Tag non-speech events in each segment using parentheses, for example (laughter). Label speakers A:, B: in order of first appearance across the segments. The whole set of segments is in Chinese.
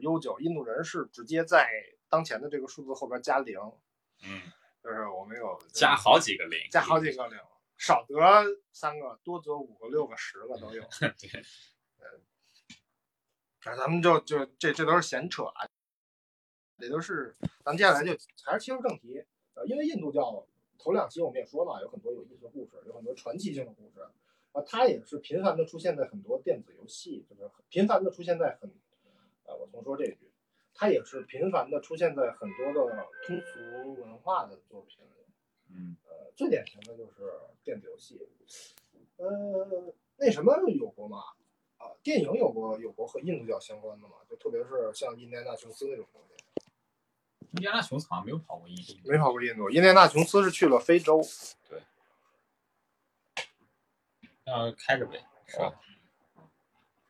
A: 悠久，印度人是直接在当前的这个数字后边加零，
B: 嗯，
A: 就是我们有
B: 加好几个零，
A: 加好几个零，少得三个，多得五个、六个、十个都有。嗯
B: 对，
A: 反正咱们就就这这都是闲扯啊，这都是咱们接下来就还是切入正题，呃，因为印度教头两期我们也说了，有很多有意思的故事，有很多传奇性的故事，啊，它也是频繁的出现在很多电子游戏，就是很频繁的出现在很，呃，我重说这句，它也是频繁的出现在很多的通俗文化的作品里，
B: 嗯，
A: 呃，最典型的就是电子游戏，呃，那什么有过吗？啊，电影有过有过和印度教相关的吗？就特别是像印第安纳琼斯那种东西，
B: 印第安纳琼斯好像没有跑过印度，
A: 没跑过印度。印第安纳琼斯是去了非洲，
B: 要开着呗，是吧？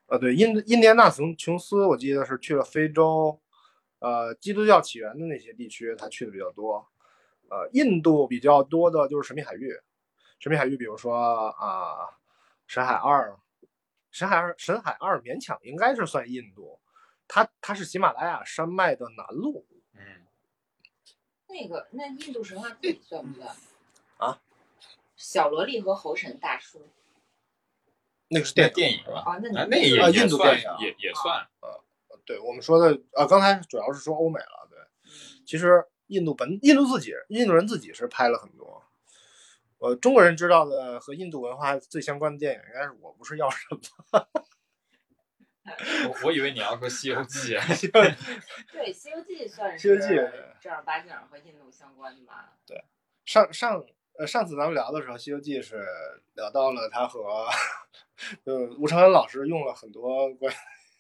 A: 呃，对，印印第安纳琼琼斯，我记得是去了非洲，呃，基督教起源的那些地区，他去的比较多。呃，印度比较多的就是神秘海域，神秘海域，比如说啊、神海二，神海二，神海二勉强应该是算印度，它它是喜马拉雅山脉的南麓，
B: 嗯，
C: 那个那印度神话自己算不算？
A: 啊？
C: 小萝莉和猴神大叔
A: 那个是
B: 那
A: 电影。
B: 电影吧，
C: 啊，那你
B: 啊，那也
A: 啊
B: 也
A: 印度
B: 算
A: 电影啊
B: 也也算，
A: 对我们说的啊，刚才主要是说欧美了。对，其实印度本印度自己印度人自己是拍了很多。呃，中国人知道的和印度文化最相关的电影，应该是我不是药神吧？
B: 我我以为你要说《西游记》
A: (laughs)
B: 啊，
C: 对《西游记》算是
A: 西游记
C: 正儿八经儿和印度相关的吧？
A: 上上呃上次咱们聊的时候，《西游记》是聊到了他和 (laughs) 呃吴承恩老师用了很多关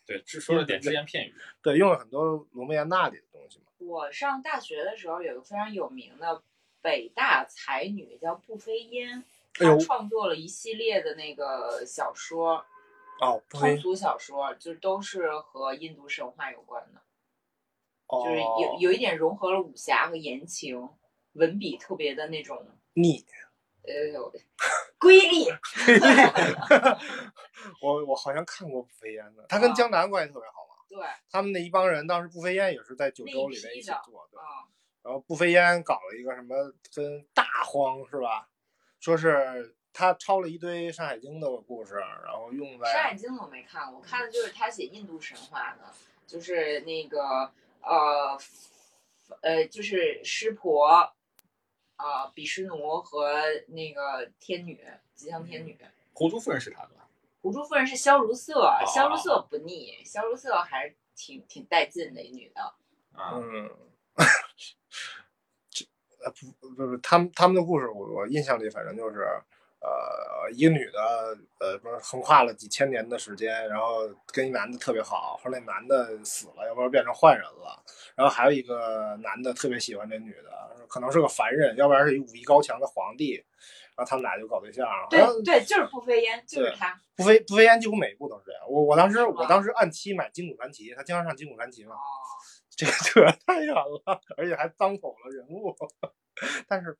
B: 对，只说了点只言片语，
A: 对用了很多罗摩衍那里的东西嘛。
C: 我上大学的时候有个非常有名的北大才女叫步飞烟，
A: 哎呦
C: 她创作了一系列的那个小说，
A: 哦，不
C: 通
A: 会
C: 俗小说，就是都是和印度神话有关的，
A: 哦，
C: 就是有有一点融合了武侠和言情，文笔特别的那种，
A: 你
C: 呃，瑰丽。
A: 我我好像看过步飞烟的，他跟
C: 啊
A: 江南关系特别好嘛。
C: 对，啊、
A: 他们那一帮人当时步飞烟也是在九州里面一起做的，
C: 啊
A: 然后步飞烟搞了一个什么跟大荒是吧？说是他抄了一堆《山海经》的故事，然后用
C: 山海
A: 在
C: 经》我没看过，我看的就是他写印度神话的，就是那个呃呃，就是湿婆啊、呃比湿奴和那个天女吉祥天女。
B: 狐珠夫人是他的吧，
C: 狐珠夫人是萧如瑟，萧如瑟不腻，萧如瑟还是挺挺带劲的一女的。
B: 啊，
A: 嗯， (laughs) 这呃不不不，他们他们的故事我我印象里反正就是。呃，一个女的，呃，不是横跨了几千年的时间，然后跟一男的特别好，后来那男的死了，要不然变成坏人了，然后还有一个男的特别喜欢这女的，可能是个凡人，要不然是一武艺高强的皇帝，然后他们俩就搞对象。
C: 对
A: 然后
C: 对，就是步飞烟，就是
A: 对
C: 她。
A: 不飞不飞烟几乎每一部都是这样。我我当时
C: 是吗
A: 我当时按期买金谷传奇，他经常上金谷传奇
C: 哦
A: 嘛，，这个 (laughs) 这个太远了，而且还脏否了人物。 (laughs) 但是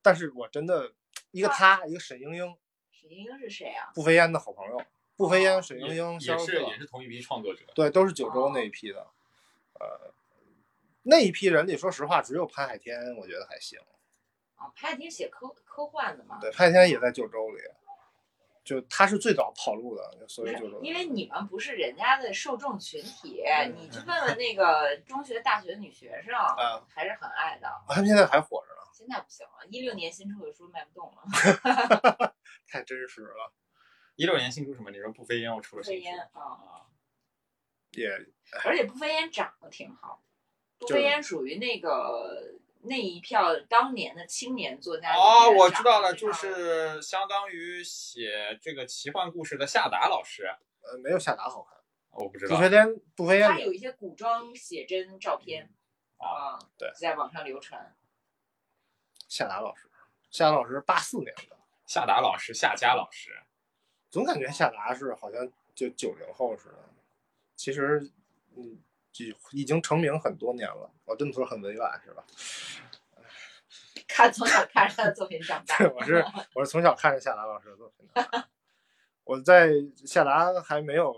A: 但是我真的一个他一个沈英英，
C: 沈莹莹是谁啊？
A: 不飞烟的好朋友，不飞烟、沈英
B: 啊也
A: 英、
B: 也
A: 肖
B: 是
A: 瑟，
B: 也是同一批创作者，
A: 对，都是九州那一批的。呃，那一批人里，说实话，只有潘海天我觉得还行。
C: 啊，潘海天写科科幻的嘛。
A: 对，潘海天也在九州里，就他是最早跑路的，所
C: 不
A: 以
C: 是
A: 九州，
C: 因为你们不是人家的受众群体，
A: 嗯
C: 你去问问那个中学、大学女学生，
A: 啊，
C: 还是很爱的。
A: 他们现在还火着呢，
C: 现在不行了，一六年新出的书卖不动了。
A: 太真实了，
B: 一六年新出什么？你说不飞烟又出
C: 不
B: 了新
C: 飞
B: 书
C: 烟啊，
B: 啊？
A: 也呃
C: 而且不飞烟长得挺好，不
A: 就是
C: 飞烟属于那个那一票当年的青年作家里面。
B: 哦，我知道
C: 长得
B: 了，就
C: 非常
B: 是相当于写这个奇幻故事的夏达老师，
A: 呃没有夏达好看。
B: 我不知
A: 不
B: 道
A: 飞天，不飞
C: 他
A: 天
C: 有一些古装写真照片
B: 啊。
C: 啊，
A: 对
C: 在网上流传。
A: 夏达老师，夏达老师八四年的，
B: 夏达老师、夏家老师，
A: 总感觉夏达是好像就九零后似的，其实嗯，已已经成名很多年了。我这么说很委婉是吧？。
C: 看从小看着他的作品 (laughs) 长大
A: 我是我是从小看着夏达老师的作品的，我在夏达还没有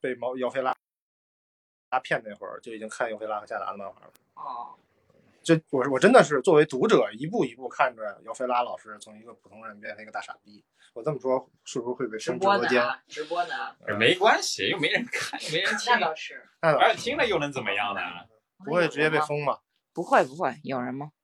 A: 被毛姚飞拉阿片那会儿就已经看《尤菲拉和夏达》的漫画了。
D: 哦，
A: 就我我真的是作为读者一步一步看着姚菲拉老师从一个普通人变成一个大傻逼。我这么说是不是会被
D: 直
A: 封直
D: 播
A: 播
D: 呢
A: 间？
D: 啊，直播呢啊，
A: 呃
B: 没关系，又没人看，没
C: (laughs)
B: 人听
D: 那，倒是。
A: 那倒
B: 而
A: 是
B: 且听了又能怎么样啊呢？
A: 不会直接被封吧？
C: 不会不会，有人吗？
A: 嗯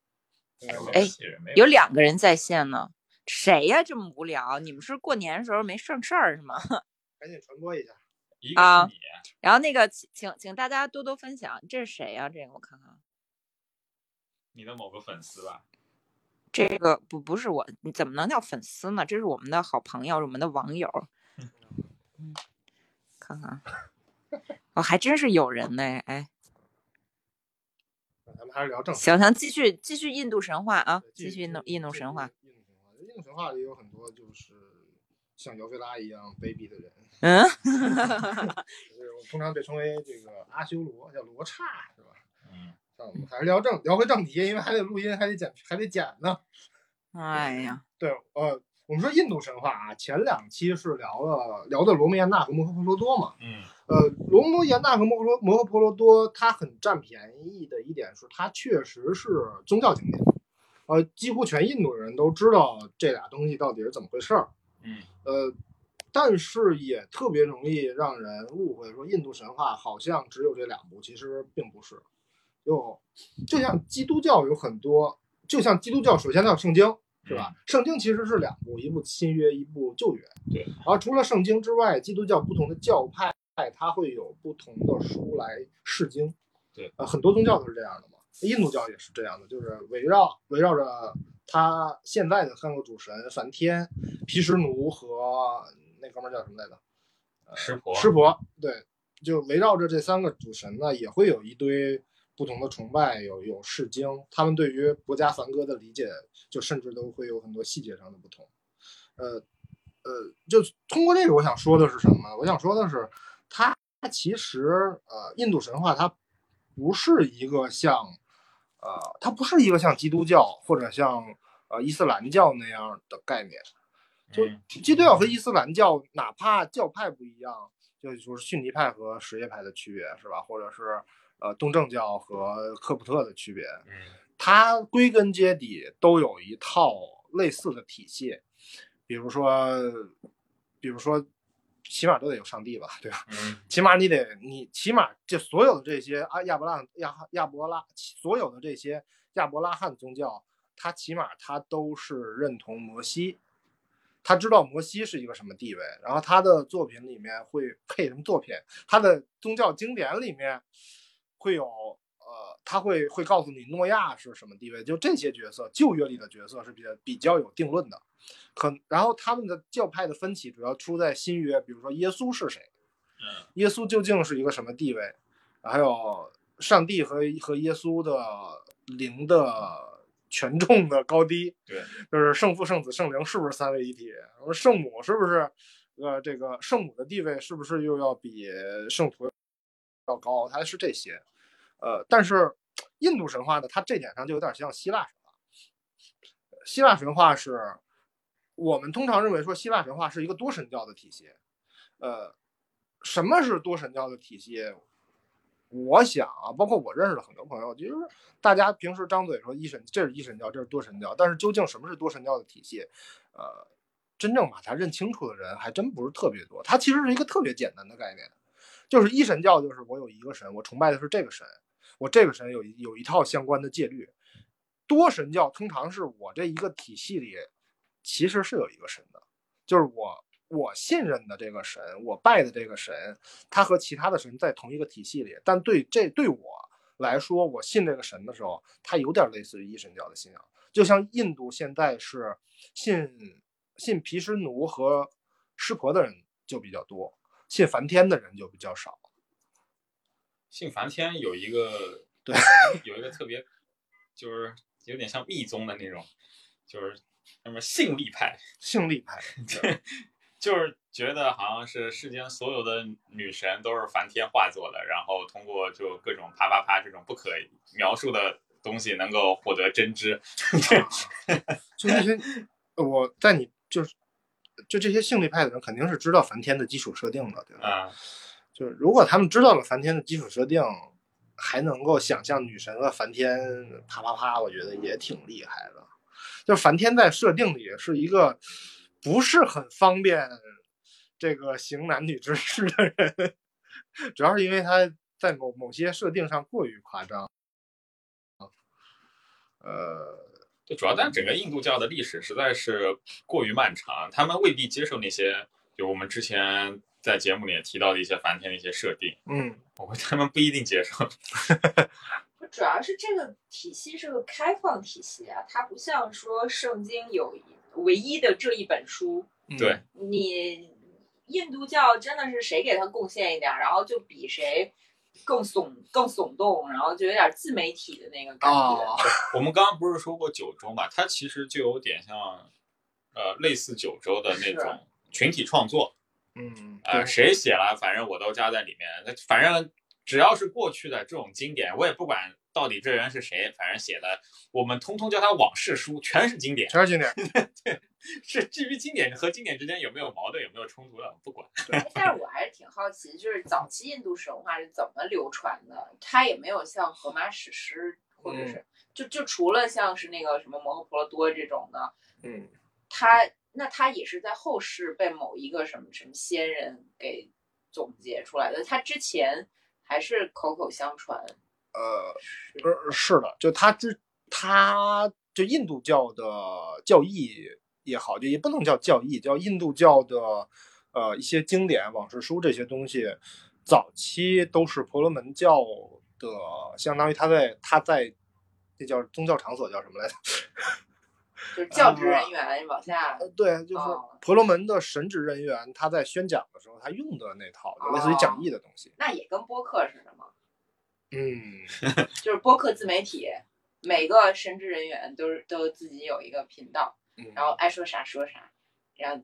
C: 哎
B: 没人没人
C: 有两个人在线呢，谁呀、这么无聊？你们是过年的时候没正事儿是吗？ (laughs)
A: 赶紧传播一下。
B: 一
C: 啊
B: 个是你，
C: 然后那个，请请请大家多多分享，这是谁呀、这个我看看，
B: 你的某个粉丝吧？
C: 这个不不是我，你怎么能叫粉丝呢？这是我们的好朋友，是我们的网友。嗯，看看啊，哦，还真是有人呢，哎，
A: 咱们还是聊正事。
C: 行行，继续继续印度神话啊，继续印度印度
A: 继续
C: 神话，
A: 印度神话，印度神话里有很多就是像姚菲拉一样卑鄙的人，
C: 嗯，
A: 就是我通常被称为这个阿修罗，叫罗刹，是吧？
B: 嗯，
A: 像我们还是聊正聊回正题，因为还得录音，还得剪，还得剪呢。
C: 哎呀，
A: 对，呃，我们说印度神话啊，前两期是聊了聊的罗摩衍那和摩诃婆罗多嘛。
B: 嗯，
A: 呃，罗摩衍那和摩诃罗摩诃婆罗多，它很占便宜的一点是，它确实是宗教景点。呃，几乎全印度人都知道这俩东西到底是怎么回事儿。
B: 嗯，
A: 呃，但是也特别容易让人误会，说印度神话好像只有这两部，其实并不是。有，就像基督教有很多，就像基督教首先它有圣经，是吧？嗯圣经其实是两部，一部新约，一部旧约。
B: 对。
A: 而除了圣经之外，基督教不同的教派它会有不同的书来释经。
B: 对。
A: 呃，很多宗教都是这样的嘛，印度教也是这样的，就是围绕围绕着他现在的三个主神梵天、毗湿奴和那哥们儿叫什么来着？
B: 湿婆，
A: 湿婆，对，就围绕着这三个主神呢，也会有一堆不同的崇拜，有有释经，他们对于国家梵歌的理解，就甚至都会有很多细节上的不同。呃呃，就通过这个，我想说的是什么呢？我想说的是，它它其实呃，印度神话它不是一个像呃，它不是一个像基督教或者像呃伊斯兰教那样的概念。就
B: 嗯
A: 基督教和伊斯兰教，哪怕教派不一样，就是说逊尼派和什叶派的区别是吧？或者是呃东正教和科普特的区别，
B: 嗯
A: 它归根结底都有一套类似的体系，比如说，比如说，起码都得有上帝吧，对吧？
B: 嗯
A: 起码你得，你起码这所有的这些啊亚伯拉罕亚哈亚伯拉所有的这些亚伯拉罕宗教，他起码他都是认同摩西，他知道摩西是一个什么地位，然后他的作品里面会配什么作品，他的呃宗教经典里面会有呃，他会会告诉你诺亚是什么地位，就这些角色，旧约里的角色是比较比较有定论的，可然后他们的教派的分歧主要出在新约，比如说耶稣是谁。
B: 嗯
A: 耶稣究竟是一个什么地位，还有上帝和和耶稣的灵的权重的高低，
B: 对，
A: (laughs) 就是圣父、圣子、圣灵是不是三位一体？然后圣母是不是呃这个圣母的地位是不是又要比圣徒要高？它是这些，呃，但是印度神话呢，它这点上就有点像希腊神话。希腊神话是我们通常认为说希腊神话是一个多神教的体系，呃，什么是多神教的体系？我想啊，包括我认识的很多朋友，就是大家平时张嘴说一神，这是一神教，这是多神教，但是究竟什么是多神教的体系？呃，真正把它认清楚的人还真不是特别多。它其实是一个特别简单的概念，就是一神教就是我有一个神，我崇拜的是这个神，我这个神有一有一套相关的戒律。多神教通常是我这一个体系里其实是有一个神的，就是我我信任的这个神，我拜的这个神，他和其他的神在同一个体系里，但对这对我来说，我信这个神的时候，它有点类似于一神教的信仰，就像印度现在是信信毗湿奴和湿婆的人就比较多，信梵天的人就比较少。
B: 信梵天有一个，
A: 对，
B: 有一个特别，就是有点像密宗的那种，就是什么信力派，
A: 性力派，
B: 就是觉得好像是世间所有的女神都是梵天化作的，然后通过就各种啪啪啪这种不可描述的东西，能够获得真知。
A: 就那些我在你就是就这些性力派的人肯定是知道梵天的基础设定的，对吧？
B: 啊，
A: 就是如果他们知道了梵天的基础设定，还能够想象女神和梵天啪啪啪，我觉得也挺厉害的。就梵天在设定里是一个不是很方便这个行男女之事的人，主要是因为他在某某些设定上过于夸张。呃，
B: 就主要，但整个印度教的历史实在是过于漫长，他们未必接受那些，就我们之前在节目里也提到的一些梵天的一些设定，
A: 嗯，
B: 我估计他们 (laughs) 不一定接受。
C: 不主要是这个体系是个开放体系啊，它不像说圣经有一唯一的这一本书，
A: 嗯
B: 对，
C: 你印度教真的是谁给他贡献一点儿，然后就比谁更耸更耸动，然后就有点自媒体的那个感觉。
A: 哦，
B: 我们刚刚不是说过九州嘛，它其实就有点像，呃，类似九州的那种群体创作，
A: 嗯，
B: 呃，
A: 对
B: 谁写了，反正我都加在里面，那反正只要是过去的这种经典，我也不管到底这人是谁，反正写的，我们通通叫它往事书，全是经典。
A: 全是经典。
B: (laughs) 是至于经典和经典之间有没有矛盾，有没有冲突的，我不管。
C: 哎但是我还是挺好奇，就是早期印度神话是怎么流传的？它也没有像荷马史诗，或者是、就就除了像是那个什么摩诃婆罗多这种的，
A: 嗯，
C: 它那它也是在后世被某一个什么什么仙人给总结出来的。它之前还是口口相传，
A: 呃，
C: 是
A: 呃是的，就他之他就印度教的教义也好，就也不能叫教义，叫印度教的呃一些经典、往事书这些东西，早期都是婆罗门教的，相当于他在他在那叫宗教场所叫什么来着？ (laughs)
C: 就是教职人员往下
A: 呃，对，就是
C: 哦
A: 婆罗门的神职人员，他在宣讲的时候，他用的那套，就类似于讲义的东西。
C: 那也跟播客似的嘛，
A: 嗯，
C: 就是播客自媒体，每个神职人员都是都自己有一个频道，
A: 嗯
C: 然后爱说啥说啥，然后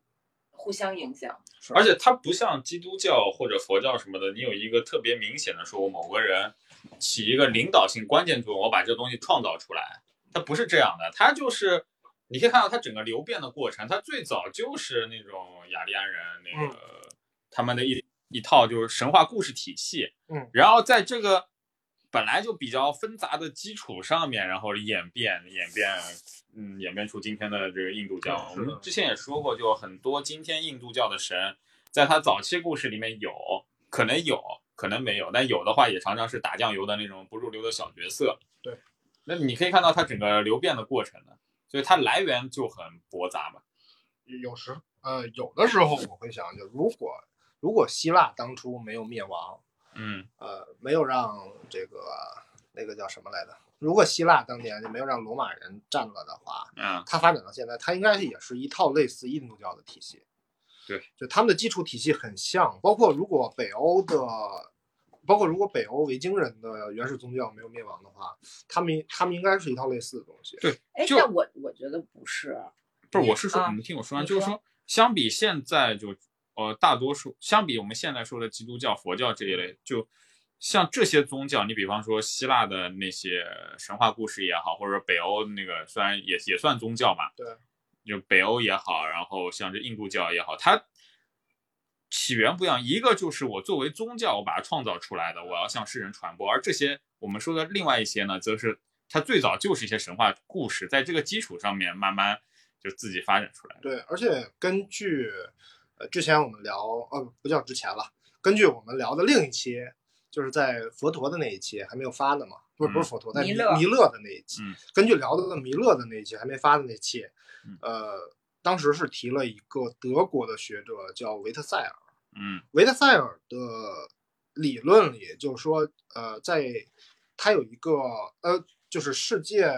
C: 互相影响。
A: 是
B: 而且它不像基督教或者佛教什么的，你有一个特别明显的说，我某个人起一个领导性关键作用，我把这东西创造出来。它不是这样的，它就是你可以看到它整个流变的过程。它最早就是那种雅利安人那个、他们的一一套就是神话故事体系，
A: 嗯，
B: 然后在这个本来就比较纷杂的基础上面，然后演变演变。嗯，演变出今天的这个印度教。
A: 嗯
B: 我
A: 是的
B: 们之前也说过，就很多今天印度教的神，在他早期故事里面有可能有，可能没有，但有的话也常常是打酱油的那种不入流的小角色。
A: 对，
B: 那你可以看到它整个流变的过程呢，所以它来源就很驳杂嘛。
A: 有时呃，有的时候我会想，就如果如果希腊当初没有灭亡，
B: 嗯，
A: 呃，没有让这个那个叫什么来着？如果希腊当年就没有让罗马人占了的话，
B: 啊，
A: 它发展到现在，它应该是也是一套类似印度教的体系。
B: 对，
A: 就他们的基础体系很像，包括如果北欧的，包括如果北欧维京人的原始宗教没有灭亡的话，他们他们应该是一套类似的东西。
B: 对
C: 哎，
B: 就
C: 但我我觉得不是，
B: 不是，我是说，
C: 啊
B: 你们听我说完，
C: 你
B: 就是
C: 说
B: 说，相比现在就呃大多数，相比我们现在说的基督教、佛教这一类，就像这些宗教，你比方说希腊的那些神话故事也好，或者北欧那个虽然也也算宗教嘛，
A: 对，
B: 就北欧也好，然后像这印度教也好，它起源不一样。一个就是我作为宗教，我把它创造出来的，我要向世人传播；而这些我们说的另外一些呢，则是它最早就是一些神话故事，在这个基础上面慢慢就自己发展出来的。
A: 对，而且根据呃之前我们聊呃不叫之前了，根据我们聊的另一期，就是在佛陀的那一期还没有发呢嘛，不是不是佛陀，在
C: 弥
A: 弥
C: 勒
A: 弥勒的那一期，
B: 嗯
A: 根据聊的弥勒的那一期还没发的那期
B: 嗯，
A: 呃，当时是提了一个德国的学者叫维特塞尔，
B: 嗯
A: 维特塞尔的理论里，就是说，呃，在它有一个呃，就是世界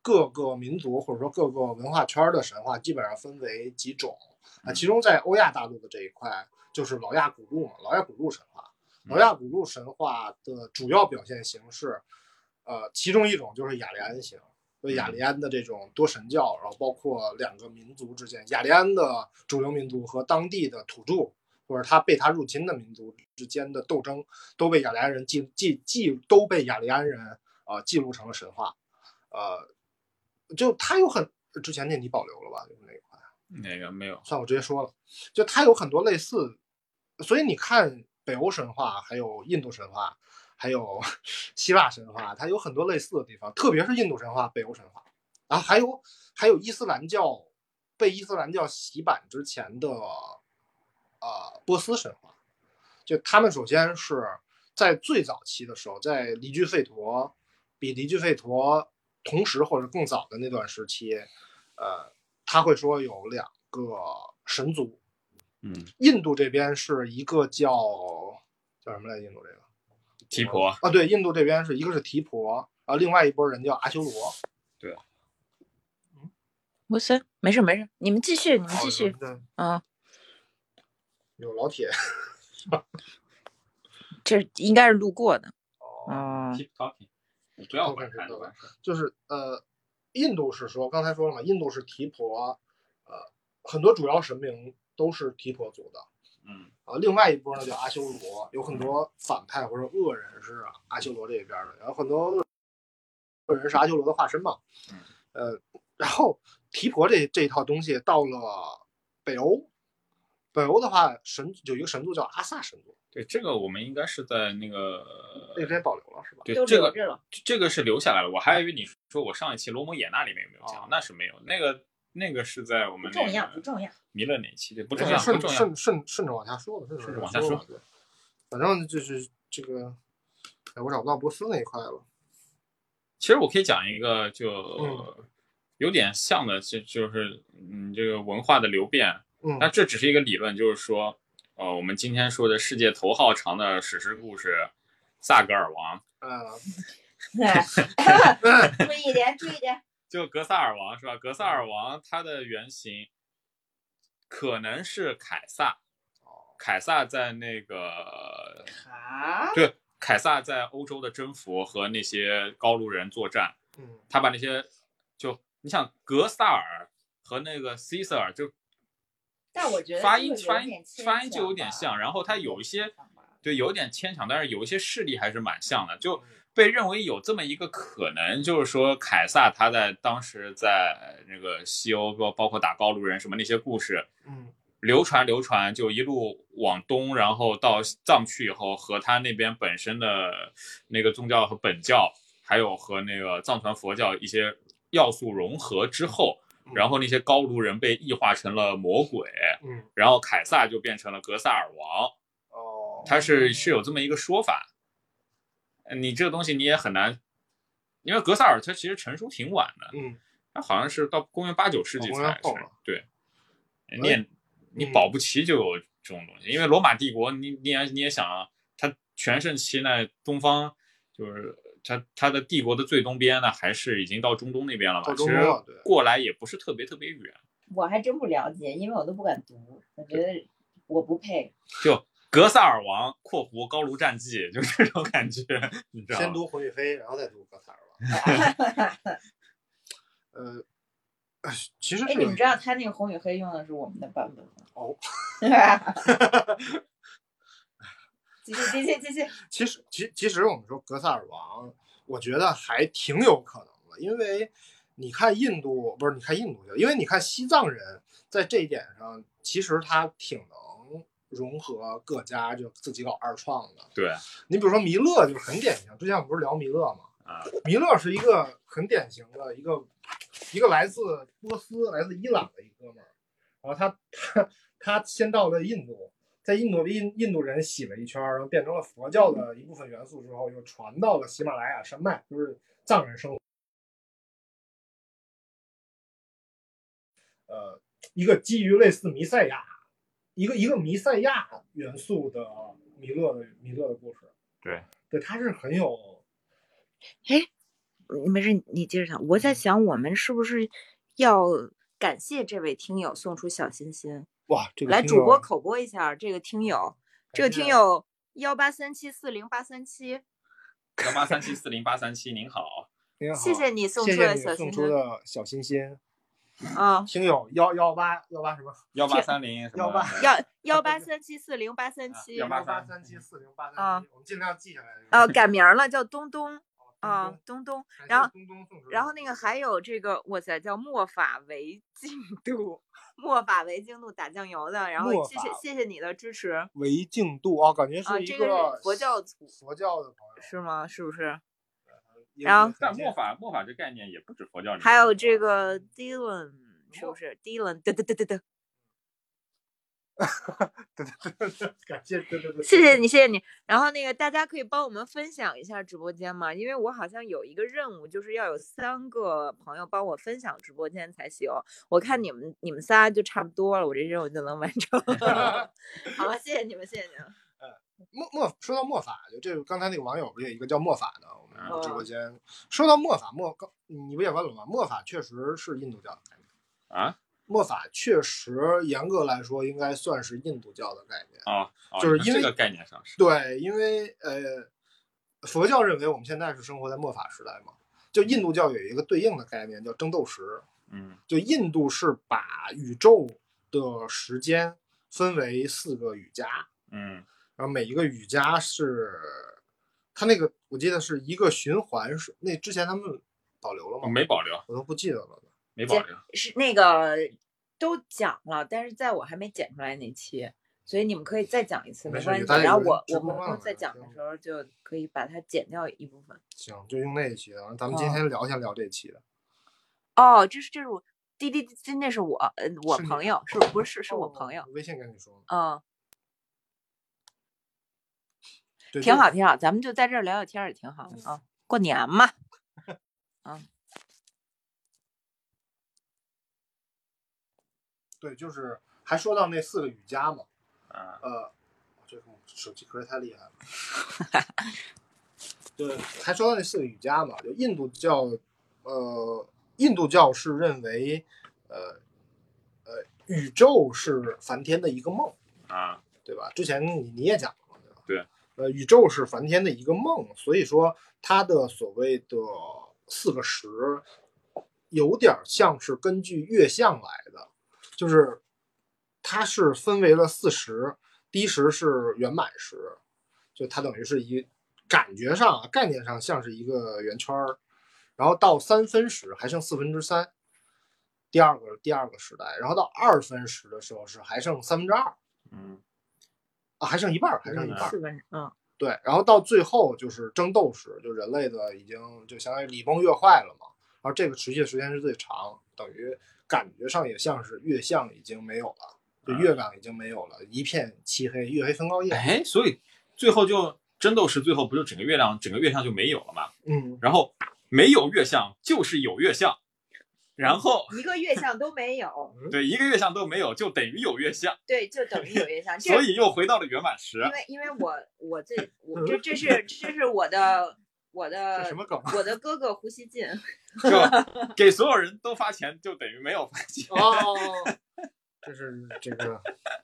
A: 各个民族或者说各个文化圈的神话，基本上分为几种啊、
B: 嗯
A: 其中在欧亚大陆的这一块，就是老亚古路嘛，老亚古路神话。
B: 嗯
A: 老亚古路神话的主要表现形式，呃，其中一种就是雅利安型，就雅利安的这种多神教，然后包括两个民族之间，雅利安的主流民族和当地的土著或者他被他入侵的民族之间的斗争，都被雅利安人记记记都被雅利安人啊、呃记录成了神话，呃，就他有很之前那你保留了吧，就是那一块，
B: 那个没有，
A: 算我直接说了，就他有很多类似，所以你看北欧神话，还有印度神话，还有 (laughs) 希腊神话，它有很多类似的地方，特别是印度神话、北欧神话，然后还有还有伊斯兰教被伊斯兰教洗版之前的呃波斯神话，就他们首先是在最早期的时候，在离居吠陀比离居吠陀同时或者更早的那段时期，呃，他会说有两个神族，
B: 嗯，
A: 印度这边是一个叫叫什么来？印度这个
B: 提婆，
A: 啊，对，印度这边是一个是提婆，啊，另外一波人叫阿修罗。
C: 无森，没事没事，你们继续，你们继续，
A: 对，
C: 嗯，
A: 有老铁。 (laughs)
C: 这应该是路过的，
A: 哦，
C: 嗯，
B: keep talking，你不要管看
A: 我
B: 着
A: 感
B: 吧。
A: 就是呃，印度是说刚才说了嘛，印度是提婆，呃，很多主要神明都是提婆族的。
B: 嗯
A: 啊，另外一波呢叫阿修罗，有很多反派或者恶人是阿修罗这边的，然后很多恶人是阿修罗的化身嘛。
B: 嗯
A: 呃，然后提婆这这一套东西到了北欧，北欧的话神有一个神族叫阿萨神族，
B: 对，这个我们应该是在那个
A: 那之前保留了是吧？
B: 对
D: 就
B: 这
D: 留
B: 个
D: 着了。
B: 这个是留下来了，我还以为你说我上一期罗摩衍那里面有没有
A: 哦
B: 讲，那是没有，那个那个是在我
D: 不
B: 们
D: 重要，哎不重要。
B: 弥勒哪期对，不
A: 没
B: 重
A: 事
B: 要，不
A: 顺
B: 重要。
A: 顺顺顺着往下说吧，顺
B: 顺
A: 着
B: 着往下
A: 吧。对反正就是这个，哎，我找不到波斯那一块了。
B: 其实我可以讲一个就
A: 嗯
B: 有点像的，就就是嗯，这个文化的流变，
A: 嗯
B: 那这只是一个理论，就是说，呃，我们今天说的世界头号长的史诗故事《萨格尔王》，
A: 呃，
D: (laughs) 注意一点，注意点。
B: 就格萨尔王是吧？格萨尔王他的原型可能是凯撒，凯撒在那个
D: 啊？
B: 对凯撒在欧洲的征服和那些高卢人作战，
A: 嗯
B: 他把那些就你想格萨尔和那个 Caesar 就
D: 但我觉得
B: 发
D: 这
B: 音
D: 个有
B: 发音
D: 点牵
B: 发音就
D: 强
B: 有点
D: 吧
B: 像，然后他有一些。对，有点牵强，但是有一些事例还是蛮像的，就
A: 嗯
B: 被认为有这么一个可能，就是说凯撒他在当时在那个西欧，包包括打高卢人什么那些故事
A: 嗯
B: 流传流传，就一路往东，然后到藏区以后，和他那边本身的那个宗教和本教，还有和那个藏传佛教一些要素融合之后，
A: 嗯
B: 然后那些高卢人被异化成了魔鬼，
A: 嗯
B: 然后凯撒就变成了格萨尔王。
A: 哦，
B: 它是是有这么一个说法。呃你这个东西你也很难，因为格萨尔它其实成熟挺晚的，
A: 嗯。
B: 它好像是到公元八九世纪
A: 哦公元
B: 才
A: 后
B: 成
A: 了。哎嗯
B: 对，你也你保不齐就有这种东西，因为罗马帝国你你也你也想，啊，它全盛期呢，东方就是它它的帝国的最东边呢，还是已经到中东那边了嘛，
A: 到
B: 其
A: 中
B: 实
A: 东了对
B: 过来也不是特别特别远。
D: 我还真不了解，因为我都不敢读，我觉得我不配。
B: 就格萨尔王（括弧高卢战记）就这种感觉，你知道吗？
A: 先读胡亦菲，然后再读格萨尔王。呃，哎其实
D: 哎，
A: 是
D: 你
A: 有
D: 们知道他那个红与黑用的是我们的版本吗？ (laughs)
A: 哦，
B: (laughs)
D: 继续继续继续，
A: 其实其其实我们说格萨尔王，我觉得还挺有可能的，因为你看印度不是你看印度去了，因为你看西藏人在这一点上，其实他挺能融合各家就自己搞二创的。
B: 对，
A: 你比如说弥勒就很典型，之前我们不是聊弥勒吗？
B: 啊，
A: 弥勒是一个很典型的一个一个来自波斯、来自伊朗的一哥们儿，然后他他他先到了印度，在印度的印印度人洗了一圈儿，然后变成了佛教的一部分元素之后，又传到了喜马拉雅山脉，就是藏人生活。呃，一个基于类似弥赛亚，一个一个弥赛亚元素的弥勒的弥勒的故事。
B: 对，
A: 对，他是很有
C: 没事，你接着讲。我在想，我们是不是要感谢这位听友送出小心心，
A: 哇，这个
C: 来
A: 听
C: 主播
A: 着
C: 口播一下这个听友，这
A: 感
C: 个
A: 谢啊
C: 听友幺八三七四零八三七，
B: 幺八三七四零八三七，您好，
A: 您好
C: 谢谢你送
A: 谢
C: 出
A: 谢
C: 的
A: 你
C: 小
A: 送
C: 心
A: 出
C: 心
A: 的小心心，
C: 啊。
A: 听友幺幺八幺八什么
B: 幺八三零
A: 18 (laughs)
C: 幺幺八三七四零八三七
B: 18
A: 八三七四零八
C: 啊
A: 三七，我们尽量记下来。
C: 啊，改名儿了，叫东
A: (laughs)
C: 东
A: 啊
C: 啊，，东东。
A: 感谢嗯
C: 然后
A: 东东送出的
C: (laughs) 然后那个还有这个，哇塞，叫墨法维禁度，末法为精度打酱油的，然后
A: 末
C: 谢谢
A: 法
C: 谢谢你的支持啊，
A: 维净度啊，感觉是一
C: 这个是佛教组
A: 佛教的朋友
C: 是吗？是不是？
A: 也
C: 然后
A: 也
B: 但
A: 感谢
B: 末法末法这概念也不止佛教里面，啊
C: 还有这个 Dylan 是不是？Dylan 得得得得得，
A: 感谢，对对对，
C: 谢
A: (laughs)
C: 谢你，谢谢你。然后那个大家可以帮我们分享一下直播间吗？因为我好像有一个任务，就是要有三个朋友帮我分享直播间才行。我看你们你们仨就差不多了，我这任务就能完成。 (laughs) 好了，谢谢你们，谢谢你们。
A: 莫莫说到莫法，就这个刚才那个网友不是有一个叫莫法的，我们
C: 嗯
A: 直播间说到莫法，莫刚你不也问了吗？莫法确实是印度教的概念，
B: 啊
A: 莫法确实严格来说应该算是印度教的概念。
B: 啊，哦
A: 就是
B: 你看
A: 因为
B: 这个概念上是
A: 对，因为呃，佛教认为我们现在是生活在末法时代嘛，就印度教有一个对应的概念叫争斗时，
B: 嗯
A: 就印度是把宇宙的时间分为四个宇伽，
B: 嗯
A: 然后每一个瑜伽是，它那个我记得是一个循环是那之前他们保留了
B: 我
A: 吗？
B: 哦没保留
A: 我都不记得了。
B: 没保留，
D: 是那个都讲了，但是在我还没剪出来那期，所以你们可以再讲一次，
A: 没
D: 没
A: 事
D: 关
A: 有
D: 系。
A: 大家
D: 然后
A: 有人
D: 我
A: 直
D: 我
A: 播
D: 回
A: 忘
D: 头
A: 了
D: 再讲
A: 就
D: 的时候就可以把它剪掉一部分。
A: 行，就用那一期的。然后咱们今天聊先聊这一期的。
C: 哦，这是这是我滴滴滴，真的是我，呃我
A: 是你
C: 朋
A: 吗
C: 友是不是是我朋友？
A: 微信跟你说了。
C: 嗯，
A: 对，嗯
C: 挺
A: 就
C: 好挺好，咱们就在这儿聊聊天儿也挺好的啊。过年嘛，
A: 对，就是还说到那四个瑜伽嘛，
B: 啊
A: 呃，这个手机壳太厉害了。对，还说到那四个瑜伽嘛，就印度教，呃，印度教是认为，呃，呃，宇宙是梵天的一个梦，
B: 啊
A: 对吧？之前你你也讲过，对吧？
B: 对。
A: 呃，宇宙是梵天的一个梦，所以说它的所谓的四个时，有点像是根据月相来的，就是它是分为了四时，第一时是圆满时，就它等于是一感觉上啊概念上像是一个圆圈儿，然后到三分时还剩四分之三，第二个第二个时代，然后到二分时的时候是还剩三分之二。
B: 嗯
A: 啊，还剩一半儿，还剩一
B: 嗯
A: 半儿。
C: 四分嗯
A: 对，然后到最后就是争斗时，就人类的已经就相当于礼崩乐坏了嘛。然后这个持续的时间是最长，等于感觉上也像是月相已经没有了，就
B: 嗯
A: 月亮已经没有了，一片漆黑，月黑风高夜。
B: 哎，所以最后就争斗时最后不就整个月亮整个月相就没有了嘛？
A: 嗯，
B: 然后没有月相就是有月相，然后
D: 一个月相都没有，
A: (laughs)
B: 对一个月相都没有就等于有月相，
D: 对，就等于有月
A: (laughs)
D: 相。这
B: 所以又回到了圆满时
D: 因为因为我我这我这这是这是我的我
A: 嗯
B: 呃
A: 这
D: 的
A: 什么
B: (laughs)
A: 梗？哦
D: 我的哥哥胡锡进，
C: (laughs)
B: 就给所有人都发钱就等于没有发钱。
A: 哦，这是这个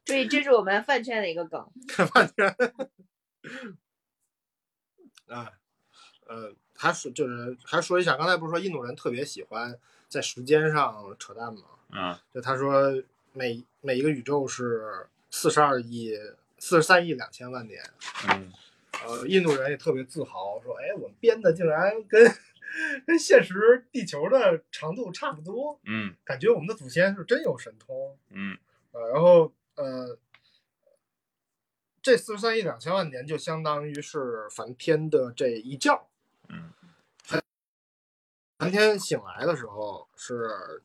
D: 所以这是我们饭圈的一个梗。
A: 啊，呃，还说就是还说一下，刚才不是说印度人特别喜欢在时间上扯淡吗？
B: 嗯
A: 就他说每每一个宇宙是四十二亿、四十三亿两千万年。
B: 嗯，
A: 呃，印度人也特别自豪，说：“哎，我们编的竟然跟跟现实地球的长度差不多，
B: 嗯
A: 感觉我们的祖先是真有神通。
B: 嗯”
A: 呃，然后呃，这四十三亿两千万年就相当于是梵天的这一觉。
B: 嗯
A: 梵天醒来的时候是，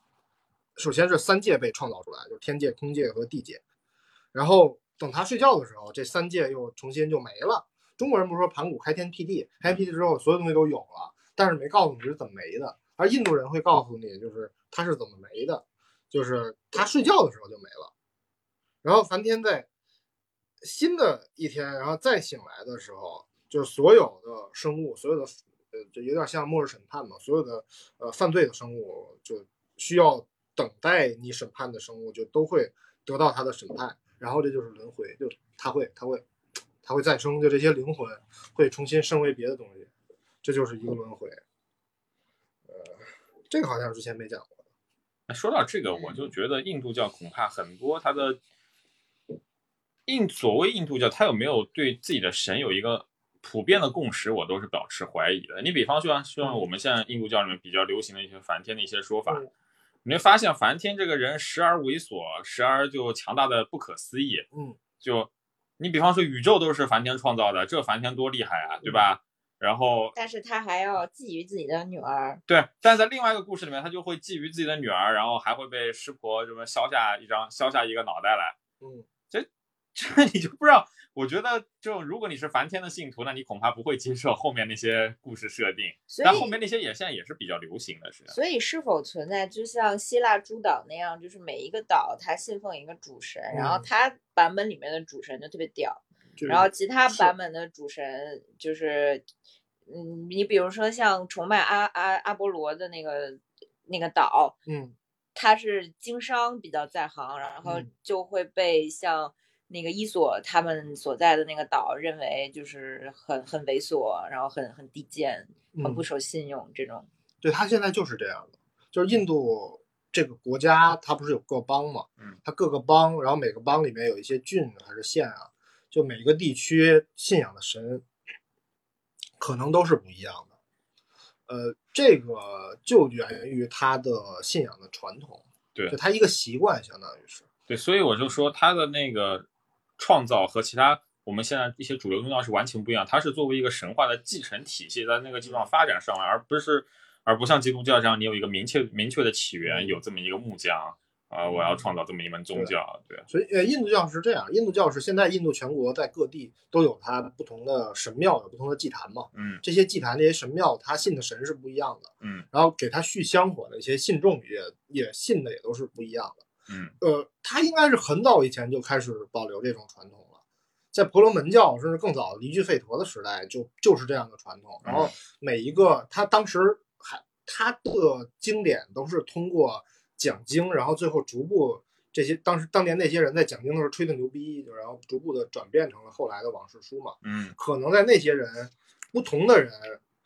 A: 首先是三界被创造出来，就是天界、空界和地界。然后等他睡觉的时候，这三界又重新就没了。中国人不是说盘古开天辟地，开天辟地之后所有东西都有了，但是没告诉你是怎么没的。而印度人会告诉你，就是他是怎么没的，就是他睡觉的时候就没了。然后梵天在新的一天，然后再醒来的时候，就是所有的生物，所有的呃，就有点像末日审判嘛，所有的呃犯罪的生物就需要等待你审判的生物，就都会得到他的审判，然后这就是轮回，就他会他会他会再生，就这些灵魂会重新升为别的东西，这就是一个轮回。呃，这个好像之前没讲过。
B: 那说到这个，我就觉得印度教恐怕很多它的印所谓印度教，它有没有对自己的神有一个普遍的共识，我都是表啊示怀疑的。你比方说，像我们现在印度教里面比较流行的一些梵天的一些说法
A: 嗯，
B: 你会发现梵天这个人时而猥琐，时而就强大的不可思议。
A: 嗯，
B: 就你比方说宇宙都是梵天创造的，这梵天多厉害啊，对
A: 嗯
B: 吧？然后
C: 但是他还要觊觎自己的女儿，
B: 对，但是在另外一个故事里面，他就会觊觎自己的女儿，然后还会被湿婆什么削下一张、削下一个脑袋来。 (laughs)
A: 嗯，
B: 这你就不知道。我觉得这种，如果你是梵天的信徒，那你恐怕不会接受后面那些故事设定。
C: 所
B: 但后面
C: 以
B: 那些也现在也是比较流行的，是。
C: 所以是否存在就像希腊诸岛那样，就是每一个岛它信奉一个主神，然后
A: 嗯
C: 它版本里面的主神就特别屌，
A: 这
C: 然后其他
A: 是
C: 版本的主神就是，嗯，你比如说像崇拜阿阿阿波罗的那个那个岛，
A: 嗯
C: 他是经商比较在行，然后
A: 嗯
C: 就会被像那个伊索他们所在的那个岛认为就是很很猥琐，然后很很低贱，很
A: 嗯
C: 不守信用这种。
A: 对他现在就是这样的，就是印度这个国家，它不是有各邦嘛，
B: 嗯，
A: 它各个邦，然后每个邦里面有一些郡还是县啊，就每个地区信仰的神可能都是不一样的。呃，这个就源于他的信仰的传统，
B: 对
A: 就他一个习惯，相当于是，
B: 对，所以我就说他的那个创造和其他我们现在一些主流宗教是完全不一样，它是作为一个神话的继承体系，在那个基础上发展上来，而不是而不像基督教这样，你有一个明确明确的起源，有这么一个木匠啊、我要创造这么一门宗教，对，
A: 所以呃，印度教是这样，印度教是现在印度全国在各地都有它不同的神庙，有不同的祭坛嘛，
B: 嗯
A: 这些祭坛、这些神庙，它信的神是不一样的。
B: 嗯
A: 然后给他续香火的一些信众也也信的也都是不一样的。
B: 嗯
A: 呃，他应该是很早以前就开始保留这种传统了，在婆罗门教甚至更早离居吠陀的时代就就是这样的传统。然后每一个他当时还他的经典都是通过讲经，然后最后逐步。这些当时当年那些人在讲经的时候吹的牛逼，就然后逐步的转变成了后来的往事书嘛。
B: 嗯
A: 可能在那些人不同的人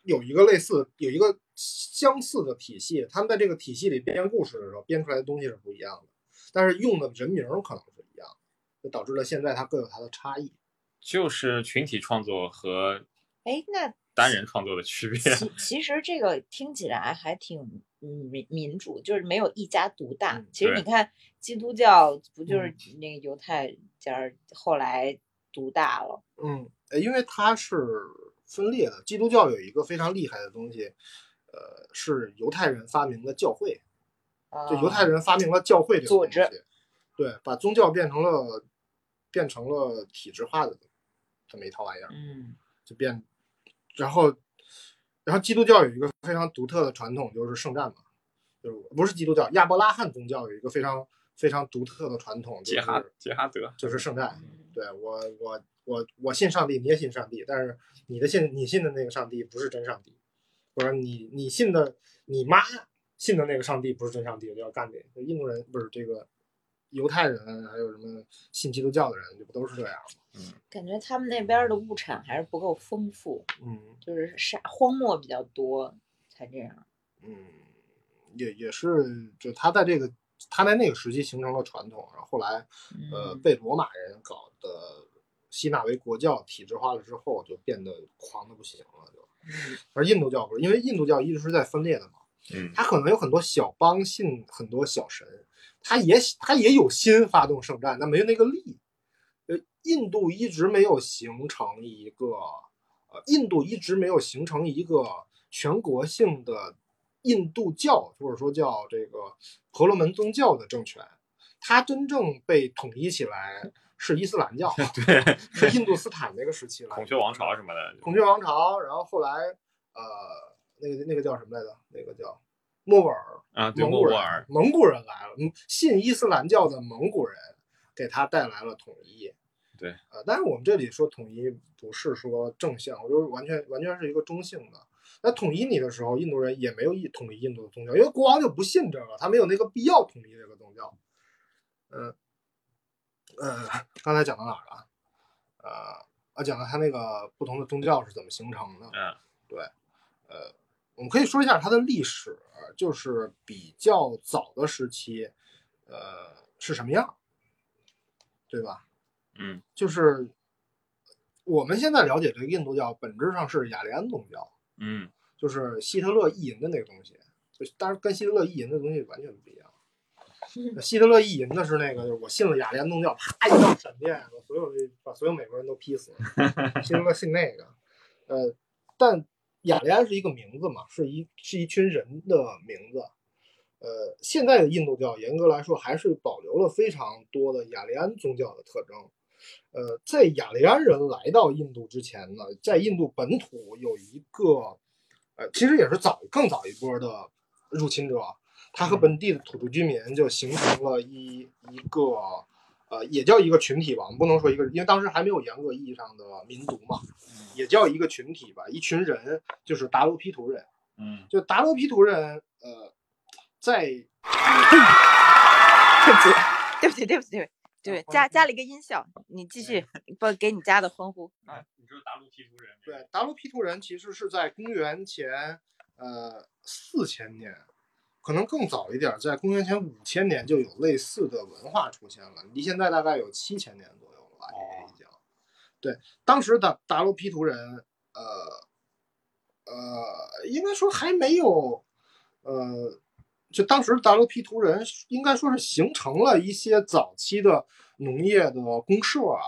A: 有一个类似有一个相似的体系，他们在这个体系里编故事的时候编出来的东西是不一样的，但是用的人名儿可能是一样的，就导致了现在它各有它的差异。
B: 就是群体创作和
C: 哎，那
B: 单人创作的区 (laughs) 别。
C: 其其实这个听起来还挺嗯民民主，就是没有一家独大。
A: 嗯
C: 其实你看基督教不就是那个犹太家儿后来独大了？
A: 嗯，呃因为它是分裂的。基督教有一个非常厉害的东西，呃，是犹太人发明的教会，就犹太
C: 啊
A: 人发明了教会这个
C: 组
A: 东西
C: 织，
A: 对，把宗教变成了变成了体制化的这么一套玩意儿。
C: 嗯
A: 就变，然后，然后基督教有一个非常独特的传统，就是圣战嘛，就是不是基督教，亚伯拉罕宗教有一个非常非常独特的传统，就
B: 杰哈
A: 是
B: 杰哈德
A: 就是圣战。
C: 嗯
A: 对我我我我信上帝，你也信上帝，但是你的信你信的那个上帝不是真上帝，或者你你信的你妈信的那个上帝不是真上帝，我就要干你。就印度人不是这个犹太人，还有什么信基督教的人，就不都是这样吗？
C: 感觉他们那边儿的物产还是不够丰富，
A: 嗯
C: 就是沙荒漠比较多才这样。
A: 嗯，也也是，就他在这个他在那个时期形成了传统，然后后来呃
C: 嗯
A: 被罗马人搞的吸纳为国教体制化了之后，就变得狂的不行了，就。而印度教不是，因为印度教一直是在分裂的嘛，
B: 嗯
A: 它可能有很多小邦信很多小神，它也它也有心发动圣战，但没有那个力。呃，印度一直没有形成一个，呃，印度一直没有形成一个全国性的印度教或者说叫这个婆罗门宗教的政权，它真正被统一起来是伊斯兰教，
B: (laughs) 对，
A: 是印度斯坦那个时期了，
B: 孔雀王朝什么的，
A: 孔雀王朝，然后后来呃，那个那个叫什么来着？那个叫莫卧儿，
B: 啊，对，
A: 蒙
B: 莫
A: 古
B: 卧
A: 人
B: 儿，，
A: 蒙古人来了，嗯信伊斯兰教的蒙古人给他带来了统一。
B: 对，
A: 呃，但是我们这里说统一不是说正向，我就是完全完全是一个中性的。那统一你的时候，印度人也没有一统一印度的宗教，因为国王就不信这个，他没有那个必要统一这个宗教。嗯、呃，呃，刚才讲到哪儿了？呃，啊，讲到他那个不同的宗教是怎么形成的。
B: 嗯
A: 呃，我们可以说一下它的历史，就是比较早的时期，呃，是什么样，对吧？
B: 嗯，
A: 就是我们现在了解这个印度教，本质上是雅利安宗教，
B: 嗯
A: 就是希特勒意淫的那个东西，就当然跟希特勒意淫的东西完全不一样。希特勒意淫的是那个，就是我信了雅利安东教，啪一道闪电，把所有的把所有美国人都劈死。希特勒信那个，呃，但雅利安是一个名字嘛，是一是一群人的名字。呃，现在的印度教严格来说还是保留了非常多的雅利安宗教的特征。呃，在雅利安人来到印度之前呢，在印度本土有一个，呃，其实也是早更早一波的入侵者，他和本地的土著居民就形成了一一个，呃，也叫一个群体吧，我们不能说一个，因为当时还没有严格意义上的民族嘛，也叫一个群体吧，一群人就是达罗毗图人，
B: 嗯，
A: 就达罗毗图人，呃，在
C: 对不起，对不起，对
A: 啊
C: 不起，对不起，对不起，
A: 欢
C: 加
A: 呼
C: 加了一个音效，你继续，不给你加的欢呼。
B: 哎，你就是达卢提图人，
A: 对，达罗毗图人其实是在公元前呃四千年，可能更早一点，在公元前五千年就有类似的文化出现了，离现在大概有七千年左右了吧，也已经。对，当时达达罗毗图人，呃呃，应该说还没有，呃，就当时达罗毗图人应该说是形成了一些早期的农业的公社啊，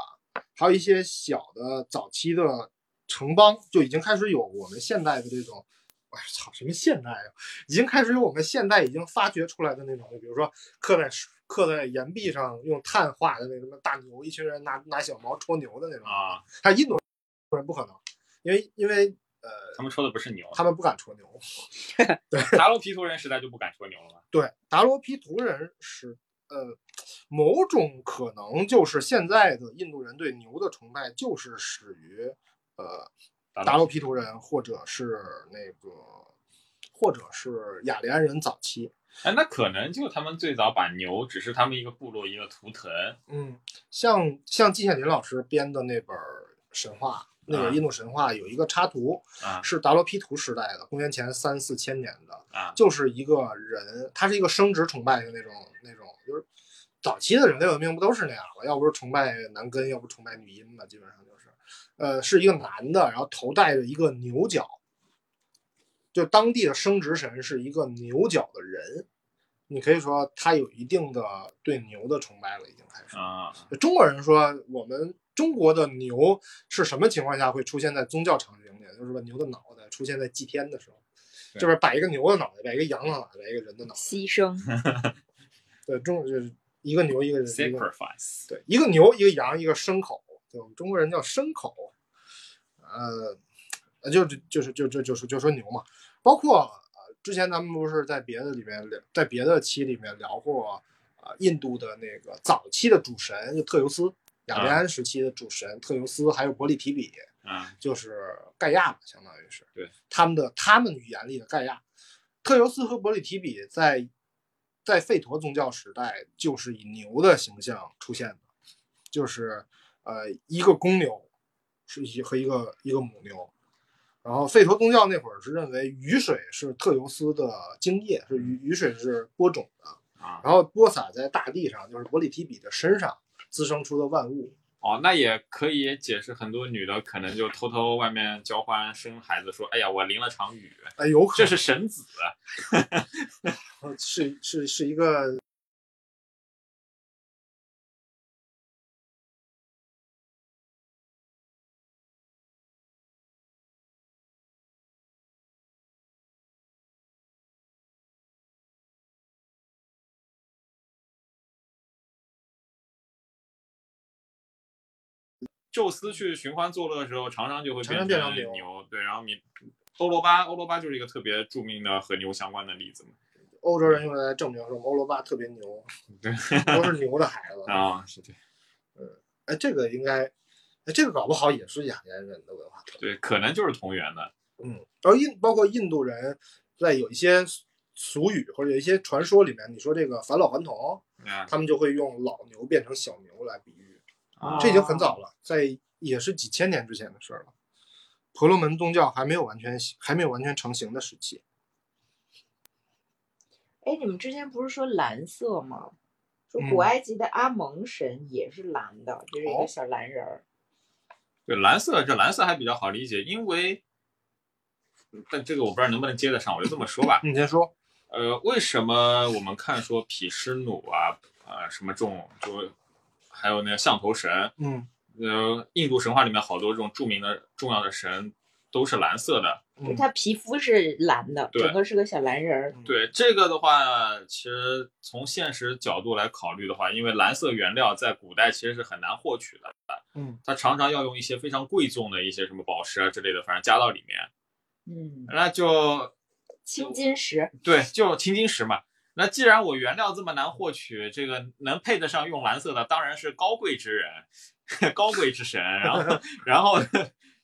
A: 还有一些小的早期的城邦，就已经开始有我们现代的这种。哎，操，什么现代啊？已经开始有我们现代已经发掘出来的那种，就比如说刻在石刻在岩壁上用碳画的那什么大牛，一群人拿拿小矛戳牛的那种
B: 啊，
A: 他印度人不可能，因为因为呃，
B: 他们说的不是牛，
A: 他们不敢戳牛。
B: 达卢提图人时代就不敢说牛了吗？
A: 对，达罗毗图人是呃，某种可能就是现在的印度人对牛的崇拜，就是始于呃达罗毗图人，或者是那个，或者是雅利安人早期。
B: 哎，那可能就他们最早把牛只是他们一个部落一个图腾，
A: 嗯，像像季羡林老师编的那本儿神话，那
B: 啊
A: 个印度神话有一个插图，
B: 啊
A: 是达罗毗图时代的，公元前三四千年的，
B: 啊
A: 就是一个人，他是一个生殖崇拜的那种那种，就是早期的人类文明不都是那样吗？要不是崇拜男根，要不崇拜女阴吧，基本上就是，呃，是一个男的，然后头戴着一个牛角，就当地的生殖神是一个牛角的人，你可以说他有一定的对牛的崇拜了，已经开始。
B: 啊
A: 中国人说，我们中国的牛是什么情况下会出现在宗教场景里？就是把牛的脑袋出现在祭天的时候，
B: 对
A: 这边摆一个牛的脑袋，摆一个羊的脑袋，摆一个人的脑袋。
C: 牺牲，
A: 对，中国就是一个牛，一个人，一个
B: ，sacrifice，
A: 对，一个牛，一个羊，一个牲口。对，我们中国人叫牲口。呃，呃就就就是就就就说就说牛嘛，包括呃，之前咱们不是在别的里面聊，在别的期里面聊过啊、呃印度的那个早期的主神就特尤斯，雅利安时期的主神、特尤斯，还有伯利提比，
B: 啊
A: 就是盖亚嘛，相当于是
B: 对
A: 他们的他们语言里的盖亚。特尤斯和伯利提比在在吠陀宗教时代就是以牛的形象出现的，就是呃一个公牛是一和一个一个母牛。然后吠陀宗教那会儿是认为雨水是特尤斯的精液，是
B: 嗯
A: 雨雨水是播种的，
B: 啊，
A: 然后播撒在大地上，就是伯利提比的身上滋生出的万物。
B: 哦，那也可以解释很多女的可能就偷偷外面交换生孩子，说，哎呀，我淋了场雨，
A: 哎，有可
B: 这
A: 能
B: 是神子，
A: 呃是是是一个
B: 宙斯去寻欢作乐的时候，常常就会
A: 常
B: 变
A: 常
B: 成
A: 变成牛
B: 牛，对，然后你。欧罗巴，欧罗巴就是一个特别著名的和牛相关的例子嘛。
A: 欧洲人用来证明说我们欧罗巴特别牛，
B: (laughs) 对，
A: 都是牛哦的孩子。
B: 啊、是这样，
A: 哎，这个应该，哎，这个搞不好也是雅利安人的文化特征。
B: 对，可能就是同源的。
A: 嗯，而印包括印度人，在有一些俗语或者有一些传说里面，你说这个返老还童，
B: 啊，
A: 他们就会用老牛变成小牛来比喻，
B: 啊
A: 这已经很早了，在也是几千年之前的事儿了。婆罗门宗教还没有完全还没有完全成型的时期，
D: 哎，你们之前不是说蓝色吗？说古
A: 嗯
D: 埃及的阿蒙神也是蓝的，就是一
A: 哦
D: 个小蓝人儿。
B: 对，蓝色这蓝色还比较好理解，因为，但这个我不知道能不能接得上，我就这么说吧。
A: 你先说。
B: 呃，为什么我们看说毗湿奴啊，啊什么这种，就还有那个象头神，
A: 嗯
B: 呃，印度神话里面好多这种著名的重要的神都是蓝色的。
A: 嗯，
C: 他皮肤是蓝的，
B: 对
C: 整个是个小蓝人儿。
B: 对这个的话，其实从现实角度来考虑的话，因为蓝色原料在古代其实是很难获取的，
A: 嗯
B: 它常常要用一些非常贵重的一些什么宝石啊之类的，反正加到里面，
C: 嗯，
B: 那就
C: 青金石，
B: 对，就青金石嘛。那既然我原料这么难获取，这个能配得上用蓝色的，当然是高贵之人， (laughs) 高贵之神。然后， (laughs) 然后，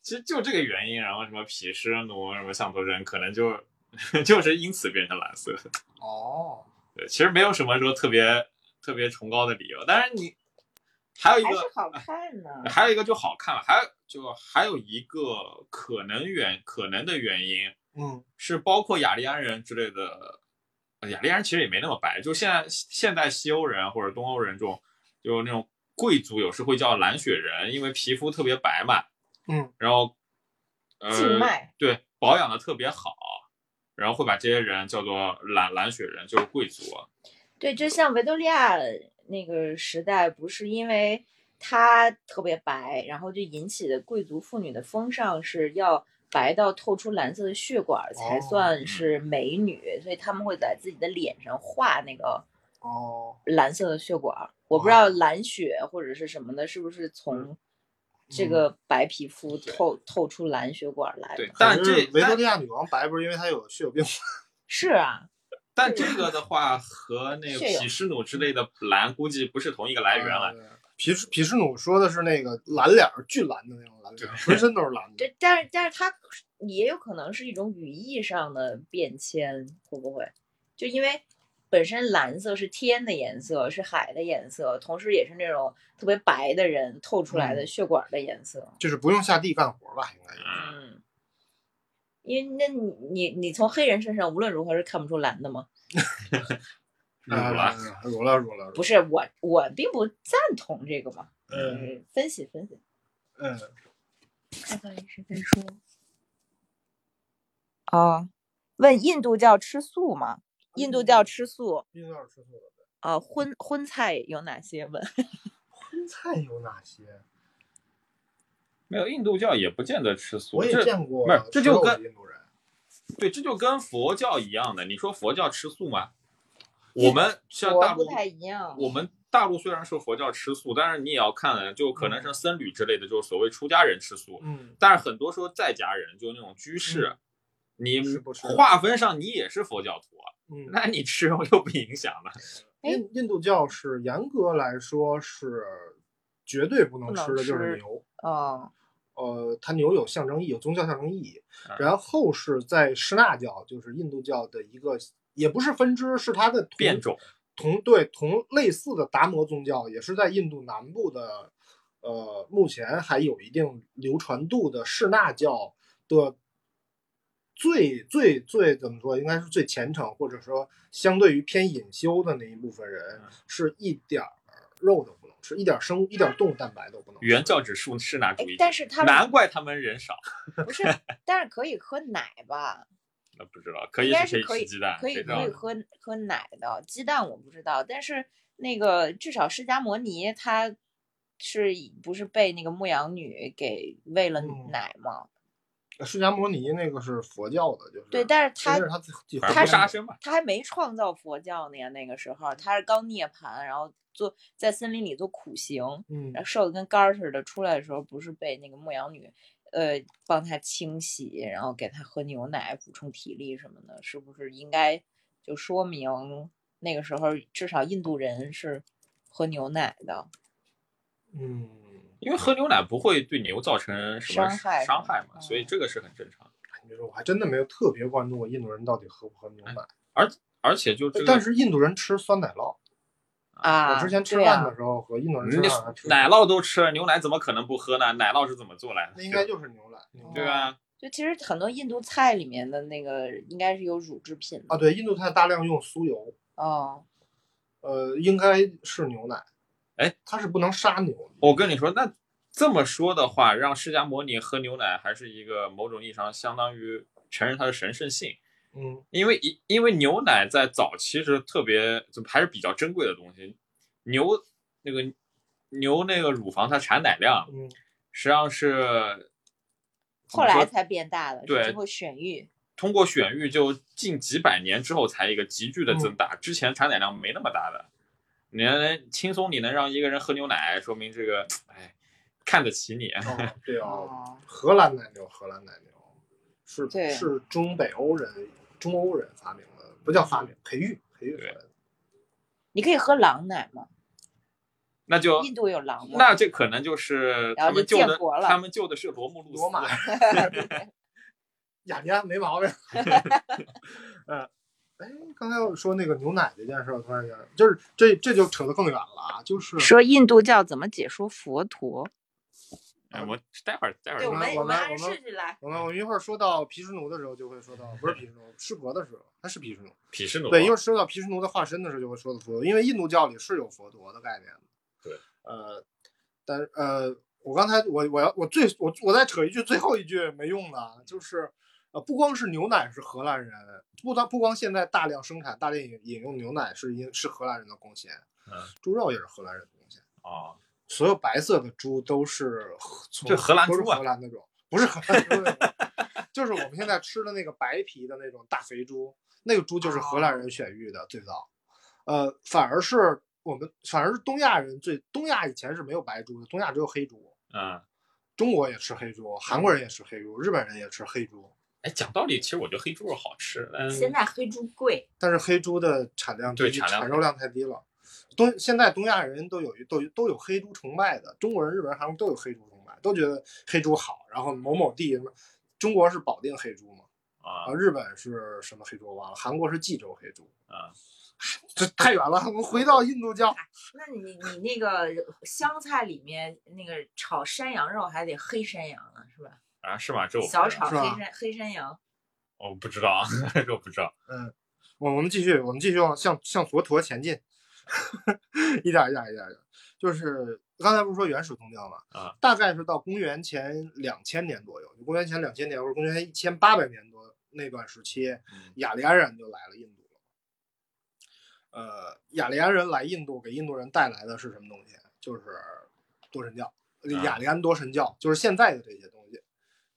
B: 其实就这个原因，然后什么毗湿奴、什么象头人，可能就 (laughs) 就是因此变成蓝色。
A: 哦，
B: 对，其实没有什么说特别特别崇高的理由。但是你还有一
C: 还是
B: 个，
C: 好看呢。
B: 还有一个就好看了，还有就还有一个可能原可能的原因，
A: 嗯
B: 是包括雅利安人之类的，呃雅利安人其实也没那么白，就现在现代西欧人或者东欧人这种，就那种贵族有时会叫蓝血人，因为皮肤特别白嘛，
A: 嗯
B: 然后呃
C: 静脉
B: 对保养的特别好，然后会把这些人叫做蓝蓝血人，就是贵族。
C: 对，就像维多利亚那个时代，不是因为她特别白，然后就引起的贵族妇女的风尚是要白到透出蓝色的血管儿才
A: 哦
C: 算是美女，所以他们会在自己的脸上画那个
A: 哦，
C: 蓝色的血管儿。我不知
A: 哇
C: 道蓝血或者是什么的，是不是从这
A: 嗯
C: 个白皮肤透、透出蓝血管儿来
B: 对
C: 的？，
B: 但
A: 可
B: 这
A: 是维多
B: 但
A: 利亚女王白不是因为她有血友病吗？
C: 是啊，
B: 但这个的话和那个
C: 血友
B: 毗湿奴之类的蓝估计不是同一个来源了。
A: 对。呃皮什皮什努说的是那个蓝脸儿巨蓝的那种蓝脸儿，浑身都是蓝的。
C: 对，但是但是它也有可能是一种语义上的变迁，会不会？就因为本身蓝色是天的颜色，是海的颜色，同时也是那种特别白的人透出来的血管的颜色。
A: 就是不用下地干活吧，应该是。
B: 嗯，
C: 嗯，因为那你你你从黑人身上无论如何是看不出蓝的嘛。
B: 辱了，
A: 哎，辱了，辱了，
C: 不是我我并不赞同这个嘛，
A: 嗯
C: 嗯，分析分析。
A: 嗯，
C: 看看谁在说。啊，问印度教吃素吗？印度教吃素，
A: 冰点吃素了。
C: 呃，荤荤菜有哪些？问， (laughs)
A: 荤菜有哪些？
B: 没有印度教也不见得吃素，
A: 我也
B: 这
A: 见过
B: 不是这
A: 吃
B: 就
A: 肉
B: 跟
A: 的印度人。
B: 对，这就跟佛教一样的。你说佛教吃素吗？我们像大
C: 不
B: 陆，
C: 太一样。
B: 我们大陆虽然说佛教吃素，但是你也要看，就可
C: 嗯
B: 能是僧侣之类的，就是所谓出家人吃素。
A: 嗯，
B: 但是很多说在家人，就那种居
C: 嗯
B: 士，你
A: 是不吃
B: 划分上你也是佛教徒，啊
A: 嗯
B: 那你吃肉又不影响了。
C: 哎
A: 印印度教是严格来说是绝对不能
C: 不能
A: 吃的，就
C: 吃
A: 是牛。
C: 哦，
A: 呃，它牛有象征意义，有宗教象征意义
B: 嗯。
A: 然后是在施那教，就是印度教的一个，也不是分支，是它的同
C: 嗯
B: 变种，
A: 同对同类似的达摩宗教，也是在印度南部的，呃，目前还有一定流传度的施那教的最最最怎么说，应该是最虔诚，或者说相对于偏隐修的那一部分人
B: 嗯，
A: 是一点儿肉都不能吃，一点儿生物一点儿动物蛋白都不能吃。
B: 原教旨是是哪主义
C: 哎？但是他们
B: 难怪他们人少，
C: 不
B: (laughs)
C: 是，但是可以喝奶吧？
B: 那不知道可以
C: 应该
B: 呃可
C: 是
B: 以
C: 可以
B: 吃鸡蛋，
C: 可以
B: 谁知
C: 可
B: 道
C: 以
B: 呢？
C: 喝喝奶的，鸡蛋我不知道，但是那个至少释迦摩尼他是不是被那个牧羊女给喂了
A: 嗯
C: 奶吗？
A: 释迦摩尼那个是佛教的，就是
B: 啊
C: 对，但是
A: 那
C: 他
A: 是他自己
B: 反正
C: 他
B: 不
C: 是
B: 杀生嘛。
C: 他还没创造佛教呢呀，那个时候他是刚涅槃，然后做在森林里做苦行，
A: 嗯
C: 然后瘦的跟杆儿似的，出来的时候不是被那个牧羊女，呃，帮他清洗，然后给他喝牛奶补充体力什么的，是不是应该就说明那个时候至少印度人是喝牛奶的？
A: 嗯，
B: 因为喝牛奶不会对牛造成什么
C: 伤害
B: 伤害嘛，
C: 嗯
B: 所以这个是很正常的。
A: 你说我还真的没有特别关注过印度人到底喝不喝牛奶，
B: 而且嗯就这个，
A: 但是印度人吃酸奶酪。
C: 啊，
A: 我之前吃
C: 对
A: 饭
C: 啊
A: 的，时候和印度人
B: 人
A: 吃
B: 家
A: 饭还吃
B: 奶酪都吃了，牛奶怎么可能不喝呢？奶酪是怎么做来的？
A: 那应该就是牛奶。
C: 啊
B: 对啊吧？
C: 就其实很多印度菜里面的那个应该是有乳制品的
A: 啊，对，印度菜大量用酥油，
C: 哦，
A: 呃，应该是牛奶。
B: 哎，
A: 它是不能杀牛的。
B: 我跟你说，那这么说的话，让释迦摩尼喝牛奶还是一个某种意义上相当于承认他的神圣性，
A: 嗯
B: 因为因因为牛奶在早期是特别就还是比较珍贵的东西，牛那个牛那个乳房它产奶量 (laughs)
A: 嗯
B: 实际上是
C: 后来才变大的，
B: 对
C: 是经过选育。
B: 通过选育就近几百年之后才一个急剧的
A: 嗯
B: 增大，之前产奶量没那么大的。你能轻松你能让一个人喝牛奶，说明这个哎看得起你。
A: 哦，对哦，
D: 哦，
A: 荷兰奶牛，荷兰奶牛是
C: 对
A: 是中北欧人、中欧人发明的，不叫发明，培育培育出来的。
C: 你可以喝狼奶吗？
B: 那就
C: 印度有狼吗？
B: 那这可能就是
C: 然
B: 他
C: 后
B: 们
C: 就
B: 救
C: 建
B: 的
C: 国了
B: 他们救的是罗慕路
A: 罗马
B: 斯。
A: (laughs) 雅尼安没毛病。嗯，哎，刚才我说那个牛奶这件事儿，突然间就是这这就扯得更远了啊，就是
C: 说印度教怎么解说佛陀？
B: 哎，我待会儿待会
C: 对，我
B: 儿
C: 们
A: 我们
C: 们按
A: 我们
C: 顺序来。
A: 我们我们一会儿说到毗湿奴的时候，就会说到不是毗湿奴，湿婆的时候，他是毗湿奴。
B: 鄙视奴
A: 对，一会儿说到毗湿奴的化身的时候，就会说到佛陀，因为印度教里是有佛陀的概念的。
B: 对，
A: 呃，但是呃，我刚才我我要我最我我再扯一句最后一句没用的啊，就是呃，不光是牛奶是荷兰人，不当不光现在大量生产、大量饮饮用牛奶是因是荷兰人的贡献，
B: 嗯，
A: 猪肉也是荷兰人的贡献，
B: 哦，
A: 所有白色的猪都是荷从
B: 这荷兰
A: 都是
B: 猪啊
A: 荷兰的种，不是荷兰猪那种， (laughs) 就是我们现在吃的那个白皮的那种大肥猪，那个猪就是荷兰
B: 哦
A: 人选育的最早，呃，反而是我们反而是东亚人最东亚以前是没有白猪的，东亚只有黑猪，
B: 嗯，
A: 中国也吃黑猪，韩国人也吃黑猪，日本人也吃黑猪，
B: 哎，讲道理，其实我觉得黑猪肉好吃，嗯，
D: 现在黑猪贵，
A: 但是黑猪的产量
B: 对
A: 低
B: 产量
A: 产肉量太低了。东现在东亚人都有一都有都有黑猪崇拜的，中国人、日本人、韩国人都有黑猪崇拜，都觉得黑猪好。然后某某地什么，中国是保定黑猪嘛，
B: 啊
A: 啊，，日本是什么黑猪我忘了，韩国是济州黑猪
B: 啊。
A: 这太远了，我们回到印度教。
D: 那你你那个湘菜里面那个炒山羊肉还得黑山羊呢，是吧？
B: 啊是吗？这我不知道
D: 小炒
A: 是吧
D: 黑山黑山羊，
B: 我不知道 (laughs) 啊，这我不知道。
A: 嗯，我我们继续，我们继续往向向佛陀前进， (laughs) 一点儿一点儿一点儿一点儿，就是刚才不是说原始宗教嘛，
B: 啊，
A: 大概是到公元前两千年左右，就公元前两千年或者公元前一千八百年多那段时期，
B: 嗯
A: 雅利安人就来了印度了。呃，雅利安人来印度给印度人带来的是什么东西？就是多神教，
B: 啊
A: 雅利安多神教，就是现在的这些东西。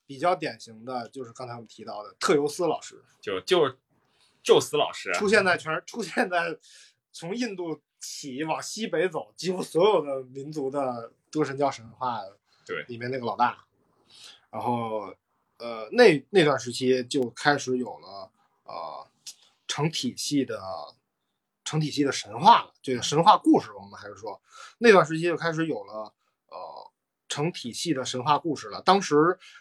A: 比较典型的就是刚才我们提到的特尤斯老师，
B: 就就是宙斯老师，啊
A: 出现在全出现在从印度起往西北走，几乎所有的民族的多神教神话
B: 对
A: 里面那个老大。然后，呃，那那段时期就开始有了呃成体系的成体系的神话了，这个神话故事我们还是说，那段时期就开始有了呃成体系的神话故事了。当时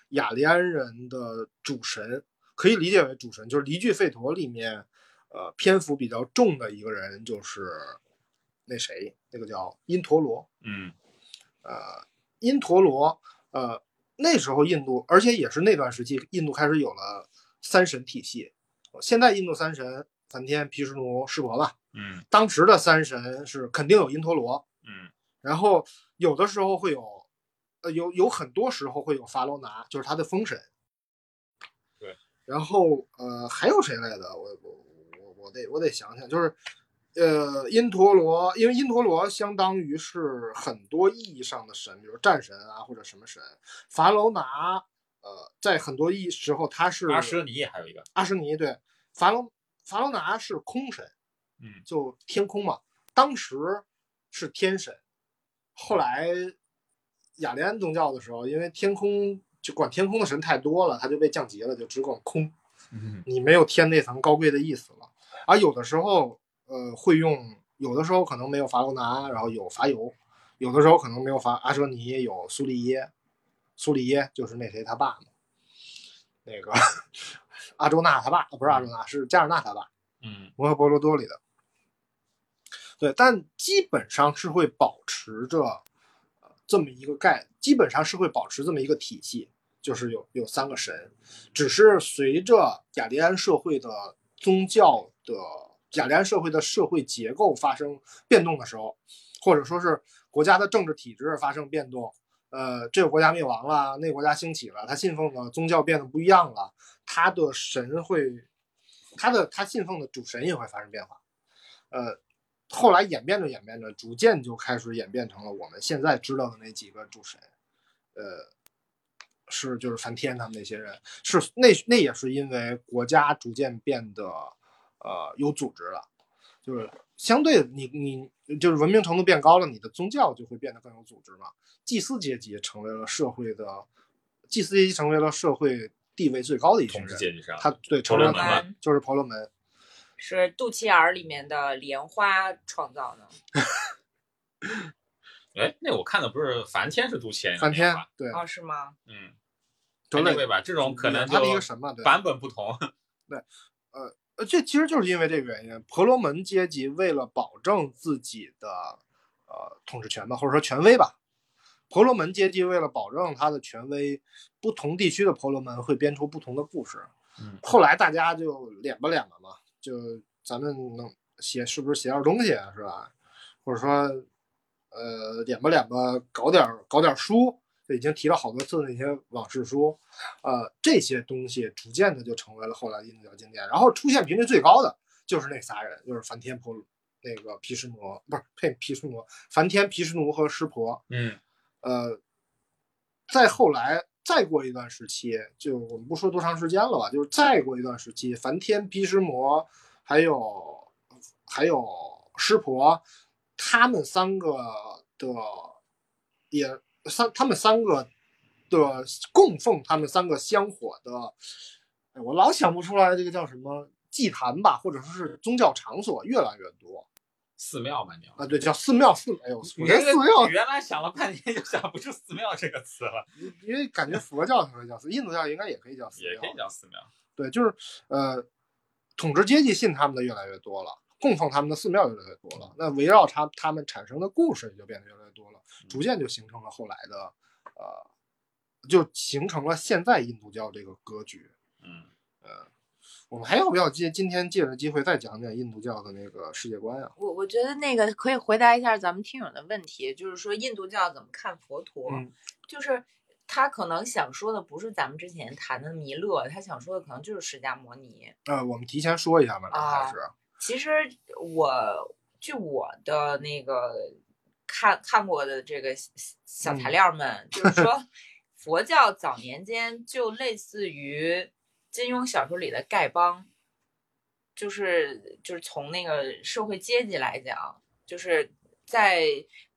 A: 雅利安人的主神可以理解为主神，就是《离句吠陀》里面呃篇幅比较重的一个人，就是那谁，那个叫因陀罗。
B: 嗯
A: 呃，因陀罗，呃，那时候印度，而且也是那段时期，印度开始有了三神体系。现在印度三神，梵天、毗湿奴、湿婆吧。
B: 嗯
A: 当时的三神是肯定有因陀罗，
B: 嗯
A: 然后有的时候会有，呃，有有很多时候会有法罗拿，就是他的风神。
B: 对。
A: 然后呃，还有谁来的？我我我我得我得想想，就是呃，因陀罗，因为因陀罗相当于是很多意义上的神，比如战神啊或者什么神。法罗拿，呃，在很多意时候他是
B: 阿什尼也还有一个，
A: 阿什尼对，法隆法隆拿是空神，
B: 嗯
A: 就天空嘛，当时是天神，后来雅利安宗教的时候，因为天空就管天空的神太多了，他就被降级了，就只管空，
B: 嗯
A: 你没有天那层高贵的意思了。而有的时候，呃，会用，有的时候可能没有法罗拿，然后有法尤，有的时候可能没有法阿舍尼，有苏利耶，苏利耶就是那谁他爸嘛，那个 (laughs) 阿周那他爸呃不是阿周那，是加尔纳他爸，
B: 嗯
A: 摩诃婆罗多里的。对，但基本上是会保持着呃这么一个概，基本上是会保持这么一个体系，就是有有三个神，只是随着雅利安社会的宗教的雅利安社会的社会结构发生变动的时候，或者说是国家的政治体制发生变动，呃，这个国家灭亡了，那个国家兴起了，他信奉的宗教变得不一样了，他的神会他的他信奉的主神也会发生变化。呃，后来演变着演变着，逐渐就开始演变成了我们现在知道的那几个主神，呃，是就是梵天他们那些人，是那那也是因为国家逐渐变得呃有组织了，就是相对你你就是文明程度变高了，你的宗教就会变得更有组织嘛。祭司阶级成为了社会的，祭司阶级成为了社会地位最高的一群
B: 统治
A: 人，
B: 阶级上，
A: 他对成
B: 婆罗
A: 了
B: 啊门
A: 他
D: 嘛
A: 们就是婆罗门，
D: 是肚脐眼儿里面的莲花创造的。
B: 哎，那我看的不是梵天是杜迁，
A: 梵天
B: 哎吧？
A: 对，
D: 哦，是吗？
B: 嗯，
A: 就
B: 对
A: 类
B: 对吧？这种可能
A: 他的一
B: 就
A: 个神嘛，对。
B: 版本不同，
A: 呃，这其实就是因为这个原因，婆罗门阶级为了保证自己的呃统治权吧，或者说权威吧，婆罗门阶级为了保证他的权威，不同地区的婆罗门会编出不同的故事。
B: 嗯
A: 后来大家就脸吧脸吧嘛，就咱们能写是不是写点东西啊是吧？或者说呃脸吧脸吧搞点搞点书，就已经提了好多次的那些往事书，呃，这些东西逐渐的就成为了后来的印度教经典。然后出现频率最高的就是那仨人，就是梵天婆那个毗湿奴，不是呸毗湿奴，梵天、毗湿奴和湿婆。
B: 嗯，
A: 呃，再后来再过一段时期，就我们不说多长时间了吧，就是再过一段时期，梵天、毗湿魔还有还有湿婆，他们三个的也三他们三个的供奉他们三个香火的，哎我老想不出来这个叫什么祭坛吧，或者说是宗教场所越来越多
B: 寺庙吧，你要。
A: 啊，对，叫寺庙寺，哎呦，我
B: 你
A: 觉得寺庙
B: 原来想了半天就想不出寺庙这个词了，
A: 因为感觉佛教可以叫寺，印度教应该也可以叫寺
B: 也可以
A: 庙。
B: 叫寺庙。
A: 对，就是呃，统治阶级信他们的越来越多了，供奉他们的寺庙越来越多了，那围绕他他们产生的故事也就变得越来越多了，逐渐就形成了后来的呃，就形成了现在印度教这个格局。 (laughs)
B: 嗯，
A: 我们还要不要借今天借着机会再讲讲印度教的那个世界观啊？
C: 我我觉得那个可以回答一下咱们听友的问题，就是说印度教怎么看佛陀？
A: 嗯
C: 就是他可能想说的不是咱们之前谈的弥勒，他想说的可能就是释迦摩尼。
A: 呃，我们提前说一下吧，这还是、
C: 其实我据我的那个看看过的这个小小材
A: 嗯
C: 料们，就是说佛教早年间就类似于金庸小说里的丐帮，就是就是从那个社会阶级来讲，就是在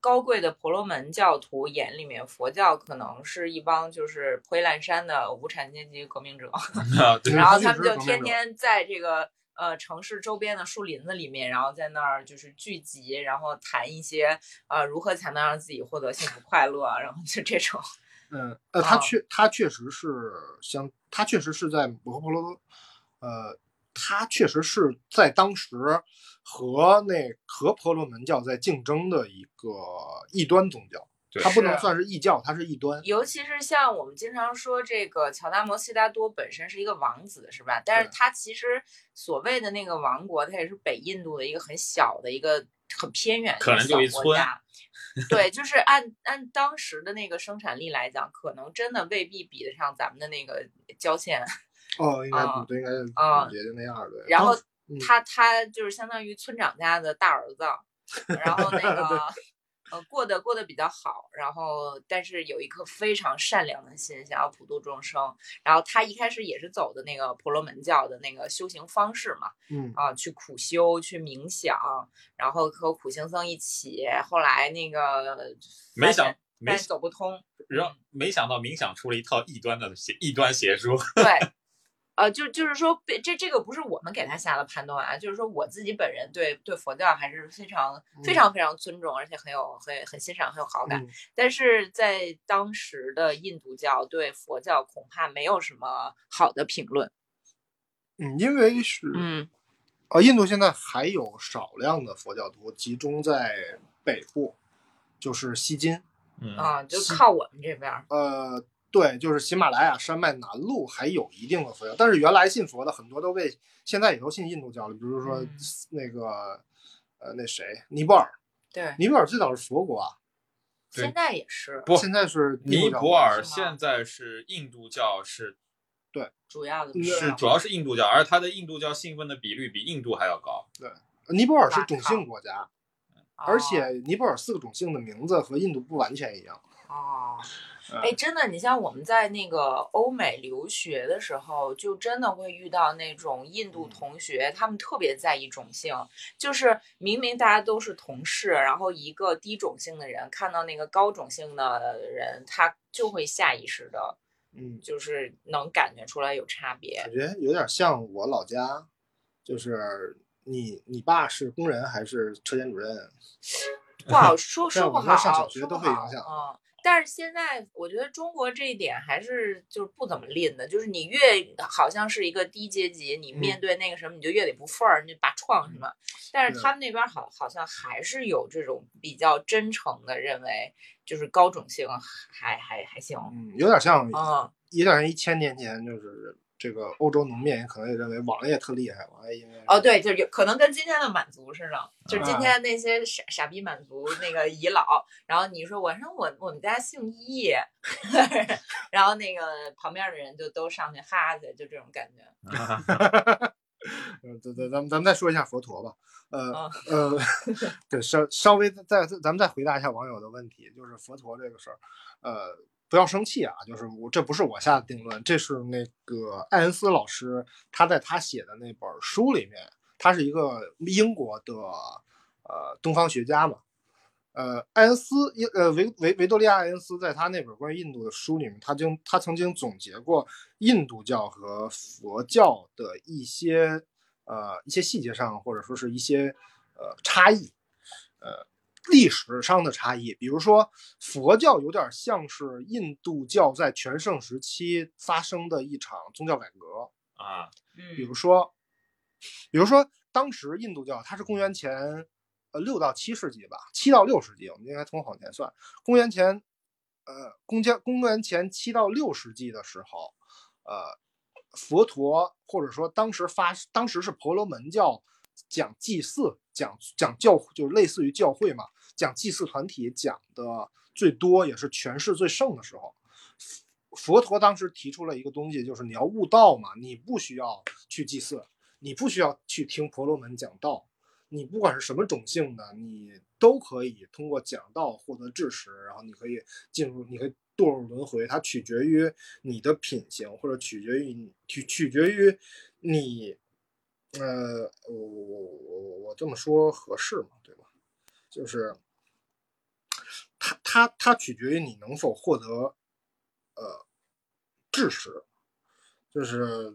C: 高贵的婆罗门教徒眼里面，佛教可能是一帮就是破衣烂衫的无产阶级革命者。
B: 啊，对
A: 对
C: 然后他
A: 确
C: 们
A: 实
C: 就是天
A: 革命者
C: 天在这个呃城市周边的树林子里面，然后在那儿就是聚集，然后谈一些呃如何才能让自己获得幸福快乐，啊然后就这种。 (laughs)
A: 嗯，呃，他
C: 啊
A: 确他确实是相，他确实是在摩诃婆罗多，呃，他确实是在当时和那和婆罗门教在竞争的一个异端宗教，
B: 对
A: 它不
C: 是
A: 能算是异教，它是异端。
C: 尤其是像我们经常说这个乔达摩悉达多本身是一个王子，是吧？但是
A: 对
C: 他其实所谓的那个王国，它也是北印度的一个很小的一个很偏远的
B: 可
C: 一个
B: 能
C: 小
B: 就一
C: 国
B: 村
C: 家。对，就是按按当时的那个生产力来讲，可能真的未必比得上咱们的那个郊县。
A: 哦，应该
C: 啊
A: 不对，应该
C: 啊
A: 也就那样对。
C: 然后
B: 哦
A: 当时嗯
C: 他他就是相当于村长家的大儿子，然后那
B: (laughs)
C: 个呃过得过得比较好，然后但是有一颗非常善良的心，想要普度众生。然后他一开始也是走的那个婆罗门教的那个修行方式嘛，
A: 嗯，
C: 啊，去苦修，去冥想，然后和苦行僧一起。后来那个
B: 没
C: 发
B: 想
C: 现发
B: 没
C: 现走不通，
B: 然后没想到冥想出了一套异端的邪异端邪术，
A: 啊
C: 对，呃，就就是说被，这这个不是我们给他下的判断啊，就是说我自己本人对对佛教还是非常非
A: 嗯
C: 常非常尊重，而且很有很很欣赏，很有好感。
A: 嗯
C: 但是在当时的印度教对佛教恐怕没有什么好的评论。
A: 嗯，因为是
C: 嗯，
A: 呃，印度现在还有少量的佛教徒集中在北部，就是西金。
B: 嗯
C: 啊、就是靠我们这边儿。
A: 呃，对，就是喜马拉雅山脉南麓还有一定的佛教，但是原来信佛的很多都被现在也都信印度教了，比如说
C: 嗯
A: 那个、呃那谁尼泊尔，
C: 对，
A: 尼泊尔最早是佛国啊，
B: 对
C: 现在也是。
B: 不
A: 现在是印
B: 尼
A: 度教
B: 泊尔
C: 是吗
B: 现在是印度教是
A: 对，
C: 主要的
A: 嗯
B: 是主要是印度教，而它的印度教信奉的比率比印度还
A: (laughs)
B: 要高。
A: 尼泊尔是
C: 哇
A: 种
C: 靠
A: 姓国家，
C: 哦
A: 而且尼泊尔四个种姓的名字和印度不完全一样。
C: 哦，
A: 嗯
C: 哎，真的，你像我们在那个欧美留学的时候，就真的会遇到那种印度同学，他们特别在意种姓，就是明明大家都是同事，然后一个低种姓的人看到那个高种姓的人，他就会下意识的，
A: 嗯，
C: 就是能感觉出来有差别。
A: 感觉有点像我老家，就是你你爸是工人还是车间主任？ (laughs)
C: 不好说，
A: 在
C: 说不
A: 我们那儿上小
C: 好，
A: 学
C: 说
A: 都
C: 不
A: 会影
C: 好
A: 响
C: 嗯，但是现在我觉得中国这一点还是就是不怎么吝的，就是你越好像是一个低阶级，你
A: 嗯
C: 面对那个什么，你就越得不忿儿，你就拔创什么。但是
A: 对
C: 他们那边好好像还是有这种比较真诚的认为，就是高种姓还还还行。
A: 嗯，有点像，
C: 嗯，
A: 有点像一千年前就是。这个欧洲农民可能也认为王爷特厉害，王爷因为
C: 哦，对，就是有可能跟今天的满族似的，就是今
A: 嗯
C: 天那些傻傻逼满族那个遗老，然后你说我说我我们家姓易， (laughs) 然后那个旁边的人就都上去哈去，就这种感觉。
A: 嗯，咱咱咱们咱们再说一下佛陀吧，呃、
C: 啊
A: 呃，对，稍稍微再再咱们再回答一下网友的问题，就是佛陀这个事儿，呃，不要生气啊，就是我这不是我下的定论，这是那个艾恩斯老师他在他写的那本书里面，他是一个英国的呃东方学家嘛，呃，艾恩斯英呃维维维多利亚·艾恩斯在他那本关于印度的书里面，他经他曾经总结过印度教和佛教的一些呃一些细节上，或者说是一些呃差异，呃历史上的差异。比如说，佛教有点像是印度教在全盛时期发生的一场宗教改革，
B: 啊，
A: 比
C: 嗯
A: 如说，比如说当时印度教它是公元前呃六到七世纪吧，七到六世纪，我们应该从往前算，公元前呃公元公元前七到六世纪的时候，呃佛陀或者说当时发当时是婆罗门教讲祭祀讲讲教就类似于教会嘛，讲祭祀团体讲的最多也是权势最盛的时候。佛陀当时提出了一个东西，就是你要悟道嘛，你不需要去祭祀，你不需要去听婆罗门讲道，你不管是什么种姓的，你都可以通过讲道获得知识，然后你可以进入，你可以堕入轮回，它取决于你的品行，或者取决于你取取决于你，呃，我我我我我这么说合适吗？对吧？就是它它它取决于你能否获得呃知识，就是，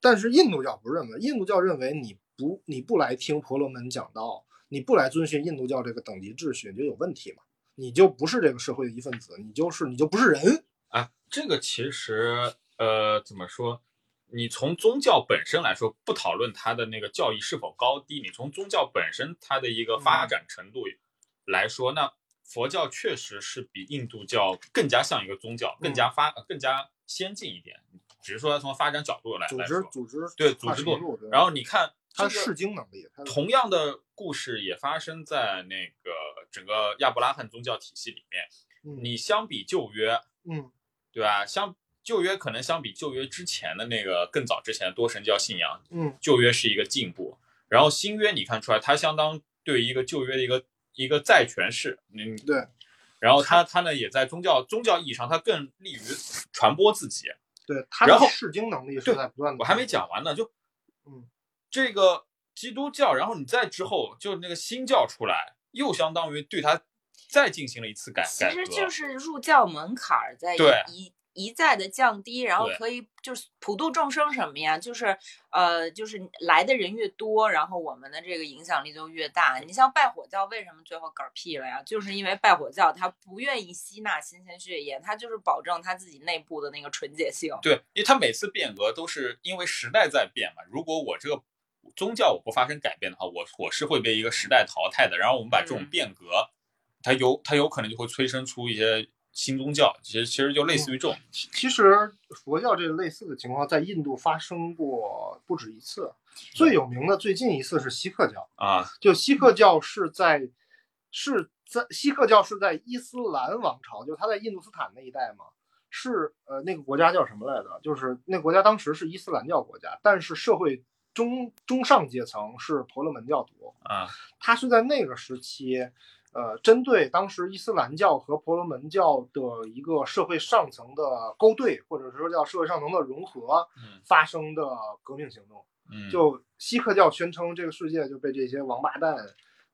A: 但是印度教不认为，印度教认为你不你不来听婆罗门讲道，你不来遵循印度教这个等级秩序，你就有问题嘛，你就不是这个社会的一份子，你就是你就不是人，
B: 啊，这个其实呃，怎么说？你从宗教本身来说，不讨论它的那个教义是否高低，你从宗教本身它的一个
A: 嗯
B: 发展程度来说，那佛教确实是比印度教更加像一个宗教，更
A: 嗯
B: 加发、更加先进一点。只是说从发展角度来
A: 组
B: 来
A: 织
B: 说，
A: 组织
B: 对组
A: 化
B: 织
A: 程度
B: 度
A: 对
B: 然后你看
A: 它
B: 这个
A: 视经能力，它
B: 同样的故事也发生在那个整个亚伯拉罕宗教体系里面。
A: 嗯
B: 你相比旧约，
A: 嗯
B: 对吧？相旧约可能相比旧约之前的那个更早之前的多神教信仰，
A: 嗯
B: 旧约是一个进步。然后新约你看出来，它相当对于一个旧约的一个一个债权式，嗯，
A: 对。
B: 然后它它呢也在宗教宗教意义上，它更利于传播自己。
A: 对，它
B: 然
A: 的
B: 后
A: 视经能力是
B: 对
A: 在不断的，
B: 我还没讲完呢，就
A: 嗯
B: 这个基督教，然后你再之后就那个新教出来，又相当于对它再进行了一 (laughs) 次改
C: 其
B: 改革。
C: 实就是入教门槛儿在
B: 啊
C: 一
B: 对
C: 一一再的降低，然后
B: 对
C: 可以就是普度众生什么呀？就是呃，就是来的人越多，然后我们的这个影响力就越大。你像拜火教为什么最后嗝屁了呀？就是因为拜火教他不愿意吸纳新鲜血液，他就是保证他自己内部的那个纯洁性。
B: 对，因为它每次变革都是因为时代在变嘛。如果我这个宗教我不发生改变的话，我我是会被一个时代淘汰的。然后我们把这种
C: 嗯
B: 变革，它有它有可能就会催生出一些新宗教，其实其实就类似于这种。
D: 嗯
A: 其其实佛教这类似的情况在印度发生过不止一
B: 嗯
A: 次，最有名的最近一次是锡克教。
B: 啊，
A: 就锡克教是在是在锡克教是在伊斯兰王朝，就它在印度斯坦那一带嘛，是呃那个国家叫什么来着？就是那个国家当时是伊斯兰教国家，但是社会中中上阶层是婆罗门教徒。
B: 啊，
A: 他是在那个时期，呃，针对当时伊斯兰教和婆罗门教的一个社会上层的勾兑，或者说叫社会上层的融合
B: 嗯
A: 发生的革命行动。
B: 嗯，
A: 就锡克教宣称这个世界就被这些王八蛋。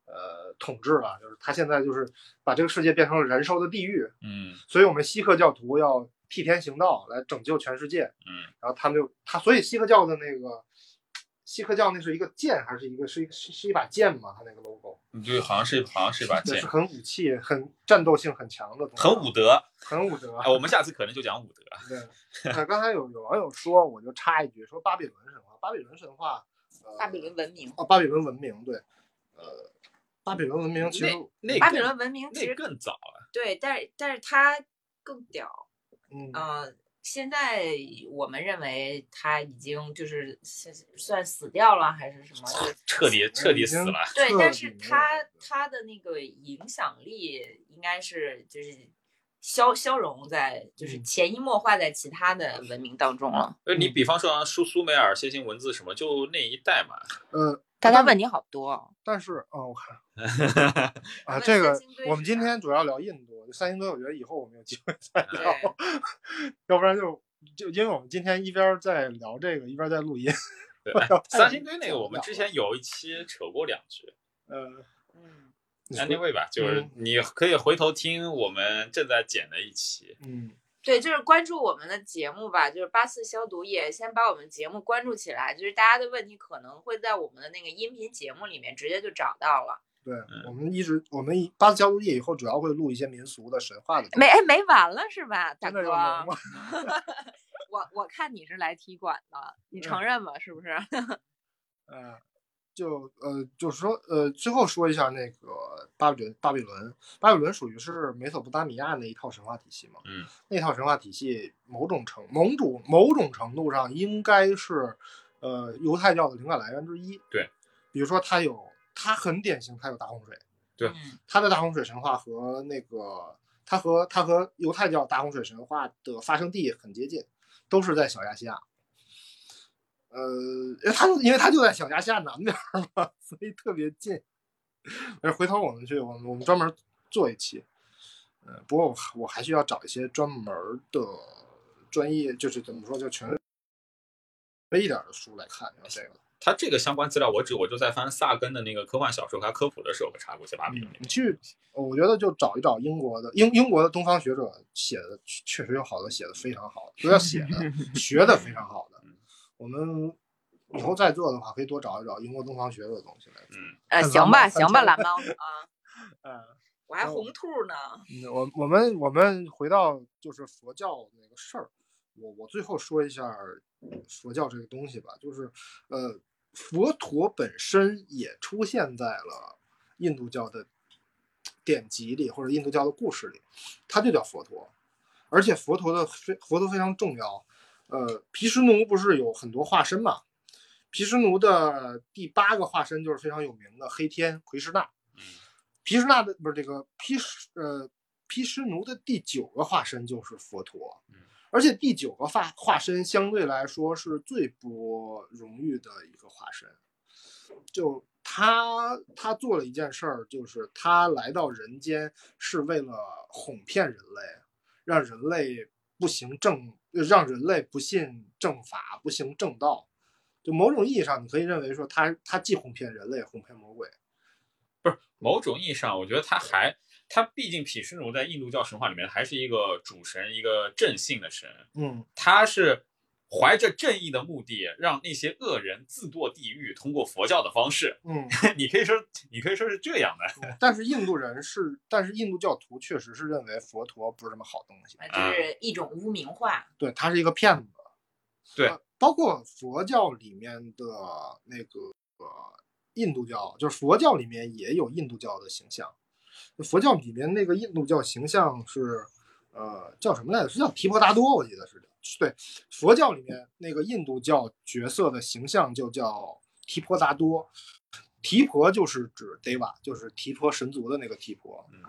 A: 呃，统治了，就是他现在就是把这个世界变成了燃烧的地狱，
B: 嗯
A: 所以我们锡克教徒要替天行道来拯救全世界。
B: 嗯
A: 然后他们就他，所以锡克教的那个锡克教那是一个剑还是一个是一个是是一把剑嘛？他那个 logo，
B: 嗯，对，好像是好像是一把
A: 对，
B: 剑
A: 是，很武器、很战斗性很强的东西，
B: 很武德。
A: 很武德
B: 哎，。我们下次可能就讲武德。
A: 对，呃刚才有有网友说，我就插一句，说巴比伦神话，巴比伦神话，呃，
D: 巴比伦文明，
A: 哦，巴比伦文明，对，呃，巴比伦文明其实
B: 那
D: 巴比
B: 更
D: 伦文明其
B: 那
D: 实
B: 更早了。
D: 对，但是但是它更屌。
A: 嗯
D: 呃，现在我们认为它已经就是算算死掉了还是什么？
B: 彻底彻底死
A: 已经嗯
B: 了。
D: 对，
A: 彻
D: 但是
A: 底
D: 它它的那个影响力应该是就是消消融在，就是
A: 嗯
D: 潜移默化在其他的文明当中了。
B: 呃，你比方说像苏苏美尔楔形文字什么，就那一代嘛。
A: 呃，
C: 大家问题好多哦，
A: 但是哦，我看啊，
D: 问
A: 这个
D: 三星堆
A: 我
D: 是
A: 们今
D: 啥
A: 天主要聊印度，三星堆，我觉得以后我们有机会再
D: 对
A: 聊。要不然就就因为我们今天一边在聊这个，一边在录音，
B: 对
A: 我要太
B: 三星堆那个，
A: 哎讲
B: 我们
A: 不
B: 之
A: 了
B: 前有一期扯过两句
A: 呃，
D: 嗯，
A: 你说
B: ，anyway 吧，就是
A: 嗯
B: 你可以回头听我们正在剪的一期。
A: 嗯，
D: 对，就是关注我们的节目吧，就是八四消毒液，先把我们节目关注起来。就是大家的问题可能会在我们的那个音频节目里面直接就找到了。
A: 对，我们一直我们一八字交流夜以后主要会录一些民俗的神话的东
D: 嗯
A: 西，
C: 没哎没完了是吧，大
A: 真
C: 哥
A: 的？有
D: 啊
A: 能吗？
C: 我我看你是来踢馆的，你承
A: 嗯
C: 认吧？是不是？
A: 呃，就呃，就是说呃，最后说一下那个巴比伦，巴比伦，巴比伦属于是美索不达米亚那一套神话体系嘛。
B: 嗯，
A: 那套神话体系某种程某种某种程度上应该是呃犹太教的灵感来源之一。
B: 对，
A: 比如说它有，它很典型，它有大洪水。
B: 对
D: 嗯
A: 它的大洪水神话和那个它和它和犹太教大洪水神话的发生地很接近，都是在小亚细亚。呃，因为它就因为它就在小亚细亚南边儿嘛， (laughs) 所以特别近。呃，回头我们去，我们我们专门做一期。呃，不过我还我还需要找一些专门儿的专业，就是怎么说，就权威一点儿的书来看，然后这个。
B: 它这个相关资料，我只我就在翻萨根的那个科幻小说和科普的时候，我查过一些巴比伦
A: 你
B: 那边。
A: 嗯去，我觉得就找一找英国的英英国的东方学者写的，确确实有好多写的非常好的，不要写
B: (laughs)
A: 的学的非常好的
B: 嗯。
A: 我们以后再做的话，可以多找一找英国东方学者的东西来做。
B: 嗯，
C: 呃，
A: 看
C: 行
A: 完
C: 吧，
A: 了翻
C: 行吧，
A: 车 (laughs)
C: 蓝猫啊，
A: 嗯，
D: 我还
A: 哦
D: 红兔呢。
A: 嗯我我们我们回到就是佛教那个事儿，我我最后说一下佛教这个东西吧，就是呃，佛陀本身也出现在了印度教的典籍里或者印度教的故事里，它就叫佛陀，而且佛陀的非佛陀非常重要，呃，毗湿奴不是有很多化身嘛，毗湿奴的第八个化身就是非常有名的黑天奎师那，毗湿那的不是这个毗湿呃毗湿奴的第九个化身就是佛陀
B: 嗯，
A: 而且第九个化化身相对来说是最不荣誉的一个化身，就他他做了一件事儿，就是他来到人间是为了哄骗人类，让人类不行正，呃让人类不信正法，不行正道。就某种意义上，你可以认为说他他既哄骗人类，哄骗魔鬼。
B: 某种意义上，我觉得它还，它毕竟毗湿奴在印度教神话里面还是一个主神，一个正性的神。
A: 嗯，
B: 他是怀着正义的目的，让那些恶人自堕地狱，通过佛教的方式。 (laughs)
A: 嗯，
B: 你可以说，你可以说是这样的。
A: (laughs) 但是印度人是，但是印度教徒确实是认为佛陀不是什么好东西，
D: 啊，就是一种污名化。
A: 对，他是一个骗子。
B: 对
A: 呃包括佛教里面的那个呃印度教，就是佛教里面也有印度教的形象。佛教里面那个印度教形象是，呃，叫什么来着？是叫提婆达多，我记得是对。佛教里面那个印度教角色的形象就叫提婆达多，提婆就是指 Deva，就是提婆神族的那个提婆。
B: 嗯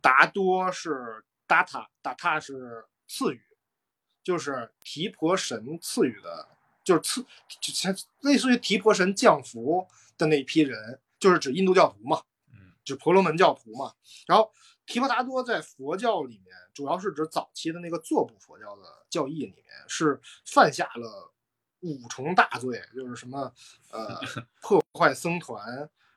A: 达多是达塔，达塔是赐予，就是提婆神赐予的，就是赐就像类似于提婆神降服的那一批人，就是指印度教徒嘛，
B: 嗯，
A: 指婆罗门教徒嘛。然后提婆达多在佛教里面，主要是指早期的那个坐部佛教的教义里面，是犯下了五重大罪，就是什么呃破坏僧团，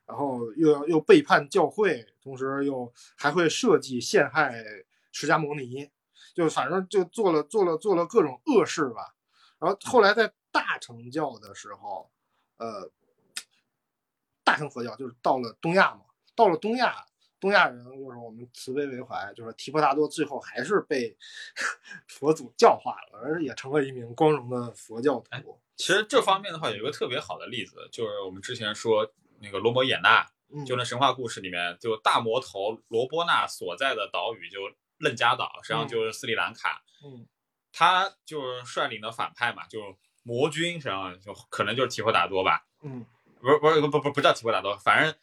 A: 然后又又背叛教会，同时又还会设计陷害释迦牟尼，就反正就做了做了做了各种恶事吧。然后后来在大乘教的时候，呃，大乘佛教就是到了东亚嘛，到了东亚，东亚人就是我们慈悲为怀，就是提婆达多最后还是被 (laughs) 佛祖教化了，而也成了一名光荣的佛教
B: 哎
A: 徒。
B: 其实这方面的话，有一个特别好的例子，就是我们之前说那个罗摩衍那，
A: 嗯，
B: 就那神话故事里面，就大魔头罗波那所在的岛屿就楞加岛，实际上就是斯里兰卡，
A: 嗯
B: 他就是率领的反派嘛，就魔军，实际上就可能就是提婆达多吧，
A: 嗯
B: 不是不是不不不叫提婆达多，反正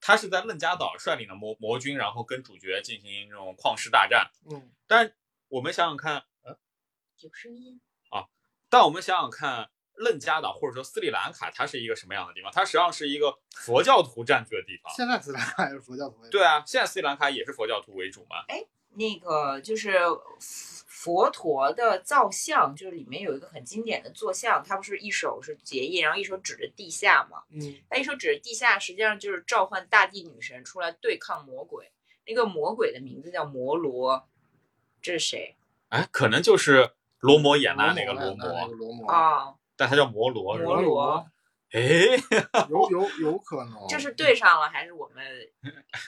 B: 他是在楞加岛率领的魔魔军，然后跟主角进行这种旷世大战。
A: 嗯
B: 但我们想想看，
C: 有声音。
B: 但我们想想看，楞加岛或者说斯里兰卡，它是一个什么样的地方？它实际上是一个佛教徒占据的地方。
A: 现在斯里兰卡还是佛教徒为主。
B: 啊对啊，现在斯里兰卡也是佛教徒为主嘛。
A: 哎
C: 那个就是佛陀的造像，就是里面有一个很经典的坐像，他不是一手是结印，然后一手指着地下嘛？
A: 嗯，
C: 他一手指着地下，实际上就是召唤大地女神出来对抗魔鬼。那个魔鬼的名字叫摩罗，这是谁
B: 哎，可能就是罗摩衍那
A: 摩
B: 那个罗
A: 罗摩那
B: 摩
A: 个，罗摩，
C: 啊？
B: 但他叫摩罗是吧
C: 摩？罗，哦
B: 哎，
A: 有有有可能，
C: 这是对上了，还是我们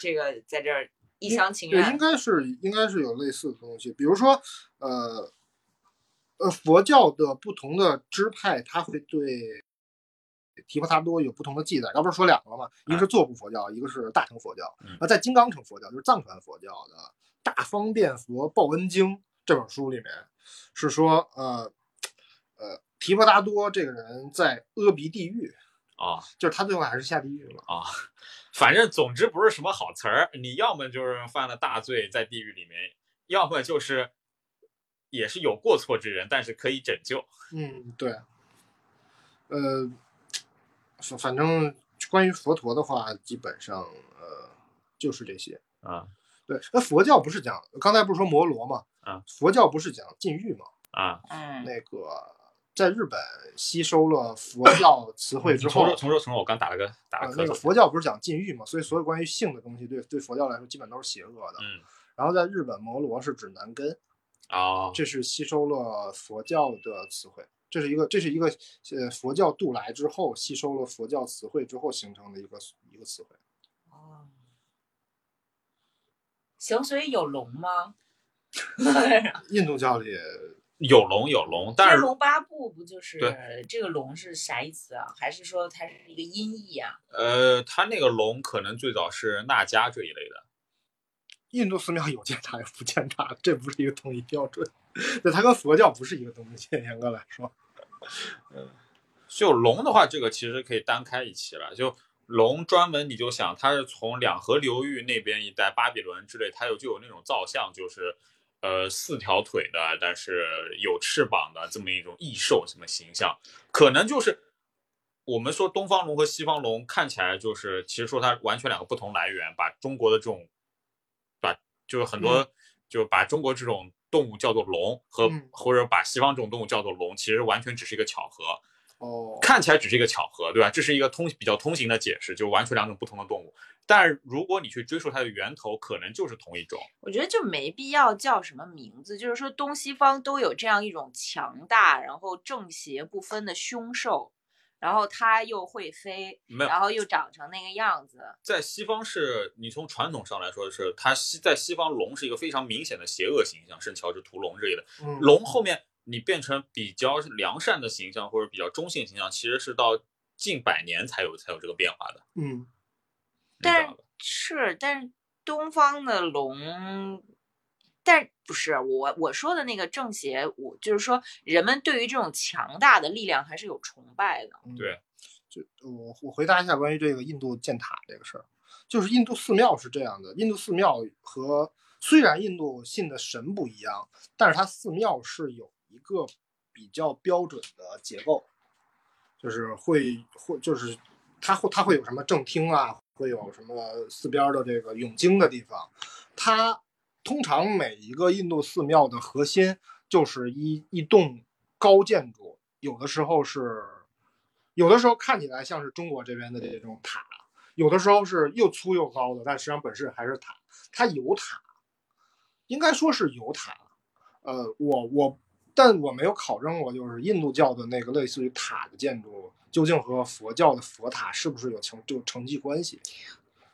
C: 这个在这儿一厢情
A: 对，应
C: 愿？
A: 该是应该是有类似的东西，比如说，呃，呃，佛教的不同的支派，它会对提婆达多有不同的记载。刚不是说两个嘛，一个是坐部佛教，一个是大乘佛教。
B: 嗯
A: 而在金刚乘佛教，就是藏传佛教的《大方便佛报恩经》这本书里面，是说，呃，呃，提婆达多这个人在阿鼻地狱，
B: 啊
A: 就是他最后还是下地狱了。
B: 啊，反正总之不是什么好词儿。你要么就是犯了大罪，在地狱里面；要么就是也是有过错之人，但是可以拯救。
A: 嗯，对，呃，反反正关于佛陀的话，基本上呃就是这些。
B: 啊
A: 对，那佛教不是讲刚才不是说摩罗嘛？
B: 啊，
A: 佛教不是讲禁欲嘛？
B: 啊！
C: 嗯，
A: 那个在日本吸收了佛教词汇之
B: 重
A: 后
B: 说，重说重说，我刚打了个打
A: 呃
B: 了，
A: 那
B: 个
A: 个
B: 咳嗽。
A: 佛教不是讲禁欲嘛？所以所有关于性的东西对对佛教来说基本都是邪恶的。
B: 嗯
A: 然后在日本，摩罗是指男根，
B: 啊
A: 这是吸收了佛教的词汇，这是一个这是一个呃佛教渡来之后吸收了佛教词汇之后形成的一个一个词汇。
C: 哦行，所以有龙吗？
A: 印度教里
B: 有龙有龙，但
C: 天
B: 是
C: 龙八部不就是
B: 对
C: 这个龙是啥意思啊？还是说它是一个音译啊？
B: 呃，他那个龙可能最早是那迦这一类的。
A: 印度寺庙有建塔有不建塔，这不是一个统一标准， (laughs) 对，它跟佛教不是一个东西，严格来说，
B: 就龙的话，这个其实可以单开一期了。就龙专门，你就想它是从两河流域那边一带，巴比伦之类，它有就有那种造像，就是呃四条腿的，但是有翅膀的这么一种异兽什么形象，可能就是我们说东方龙和西方龙看起来就是，其实说它完全两个不同来源，把中国的这种把就是很多、就把中国这种。动物叫做龙和、
A: 嗯
B: 或者把西方这种动物叫做龙，其实完全只是一个巧合。
A: 哦，
B: 看起来只是一个巧合，对吧？这是一个通比较通行的解释，就完全两种不同的动物。但是如果你去追溯它的源头，可能就是同一种。
C: 我觉得就没必要叫什么名字，就是说东西方都有这样一种强大，然后正邪不分的凶兽，然后它又会飞，
B: 没有
C: 然后又长成那个样子。
B: 在西方是，你从传统上来说是，它西在西方龙是一个非常明显的邪恶形象，圣乔治屠龙之类的。
A: 嗯，
B: 龙后面你变成比较良善的形象或者比较中性形象，其实是到近百年才有才有这个变化的。
A: 嗯，
B: 你知道
C: 但
B: 吧
C: 是，但是东方的龙，但不是我我说的那个正邪，我就是说人们对于这种强大的力量还是有崇拜的。
A: 嗯
B: 对，
A: 就我我回答一下关于这个印度建塔这个事儿，就是印度寺庙是这样的，印度寺庙和虽然印度信的神不一样，但是它寺庙是有一个比较标准的结构，就是会会就是它会它会有什么正厅啊，会有什么四边的这个涌经的地方，它通常每一个印度寺庙的核心就是一一栋高建筑，有的时候是有的时候看起来像是中国这边的这种塔，有的时候是又粗又高的，但实际上本质还是塔，它有塔。应该说是有塔，呃，我我，但我没有考证过，就是印度教的那个类似于塔的建筑，究竟和佛教的佛塔是不是有成就成绩关系？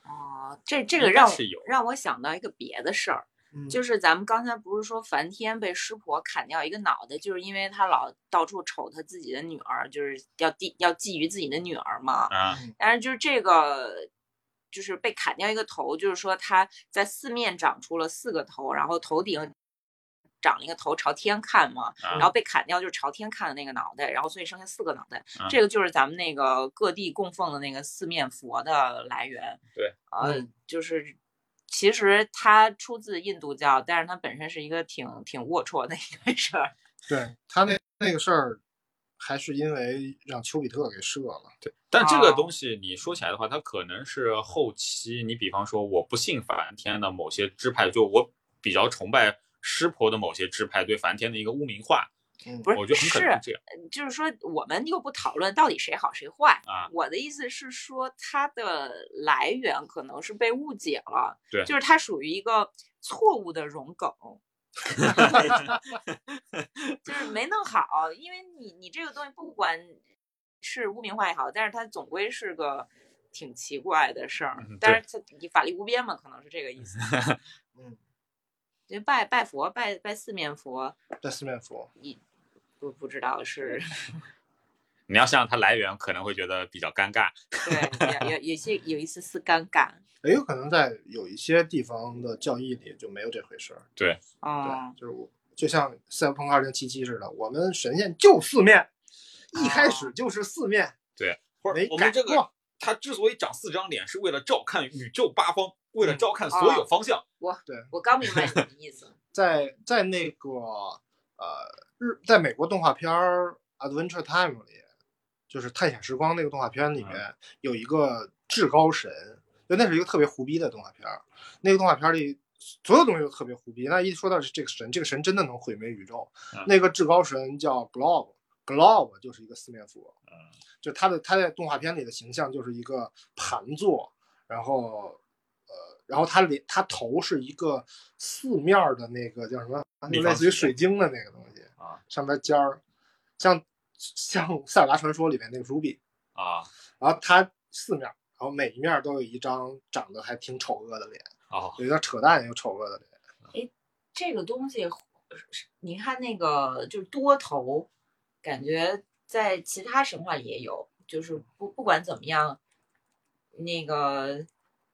C: 哦，这这个
B: 应该
C: 让我
B: 是有
C: 让我想到一个别的事儿，
A: 嗯
C: 就是咱们刚才不是说梵天被湿婆砍掉一个脑袋，就是因为他老到处瞅他自己的女儿，就是要地要觊觎自己的女儿嘛。
B: 啊，
A: 嗯
C: 但是就是这个，就是被砍掉一个头，就是说他在四面长出了四个头，然后头顶长了一个头朝天看嘛，
B: 啊
C: 然后被砍掉就是朝天看的那个脑袋，然后所以剩下四个脑袋。
B: 啊
C: 这个就是咱们那个各地供奉的那个四面佛的来源。
B: 对，
C: 呃，
A: 嗯
C: 就是。其实它出自印度教，但是它本身是一个挺挺龌龊的一个事儿。
A: 对他那那个事儿，还是因为让丘比特给射了。
B: 对，但这
A: 啊
B: 个
C: 哦
B: 东西你说起来的话，它可能是后期，你比方说，我不信梵天的某些支派，就我比较崇拜湿婆的某些支派对梵天的一个污名化，
A: 嗯，
C: 不是
B: 我觉得很可能是这样。
C: 就是说，我们又不讨论到底谁好谁坏
B: 啊。
C: 我的意思是说，它的来源可能是被误解了，
B: 对
C: 就是它属于一个错误的
B: (laughs)
C: 融梗，就是没弄好。因为你你这个东西不管是污名化也好，但是它总归是个挺奇怪的事儿
B: 嗯。
C: 但是它你法力无边嘛，可能是这个意思。
A: 嗯，
C: 就拜拜佛，拜拜四面佛，
A: 在四面佛，
C: 不不知道
B: (laughs)
C: 是。
B: (laughs) 你要想想它来源，可能会觉得比较尴尬。
C: 对，有有有些有一丝丝尴尬。
A: 也有可能在有一些地方的教义里就没有这回事儿。
C: 哦
B: 啊
A: 对，，就是我就像赛博朋克二零七七似的，我们神仙就四面，一开始就是四面，
B: 或
A: 没
B: 啊者我
A: 改
B: 们这个
A: 过
B: 它之所以长四张脸，是为了照看宇宙八方，为了
A: 嗯
B: 照看所有方向。
C: 我刚明白你的意思。
A: 在在那个呃日，在美国动画片儿《Adventure Time》里，就是《探险时光》那个动画片里面有一个至高神，就那是一个特别胡逼的动画片儿。那个动画片儿里所有东西都特别胡逼，那一说到这个神，这个神真的能毁灭宇宙。
B: 嗯
A: 那个至高神叫 Glob，Glob 就是一个四面佛，
B: 嗯
A: 就他的他在动画片里的形象就是一个盘坐，然后。呃，然后他脸，他头是一个四面儿的那个叫什么，
B: 立
A: 就
B: 方
A: 类似于
B: 体
A: 水晶的那个东西
B: 啊，
A: 上边尖儿，像像《塞尔达传说》里面那个 Ruby，
B: 啊
A: 然后它四面儿，然后每一面儿都有一张长得还挺丑恶的脸，
B: 哦，
A: 有点扯淡有丑恶的脸。
C: 这个东西，你看那个就是多头，感觉在其他神话里也有，就是不不管怎么样，那个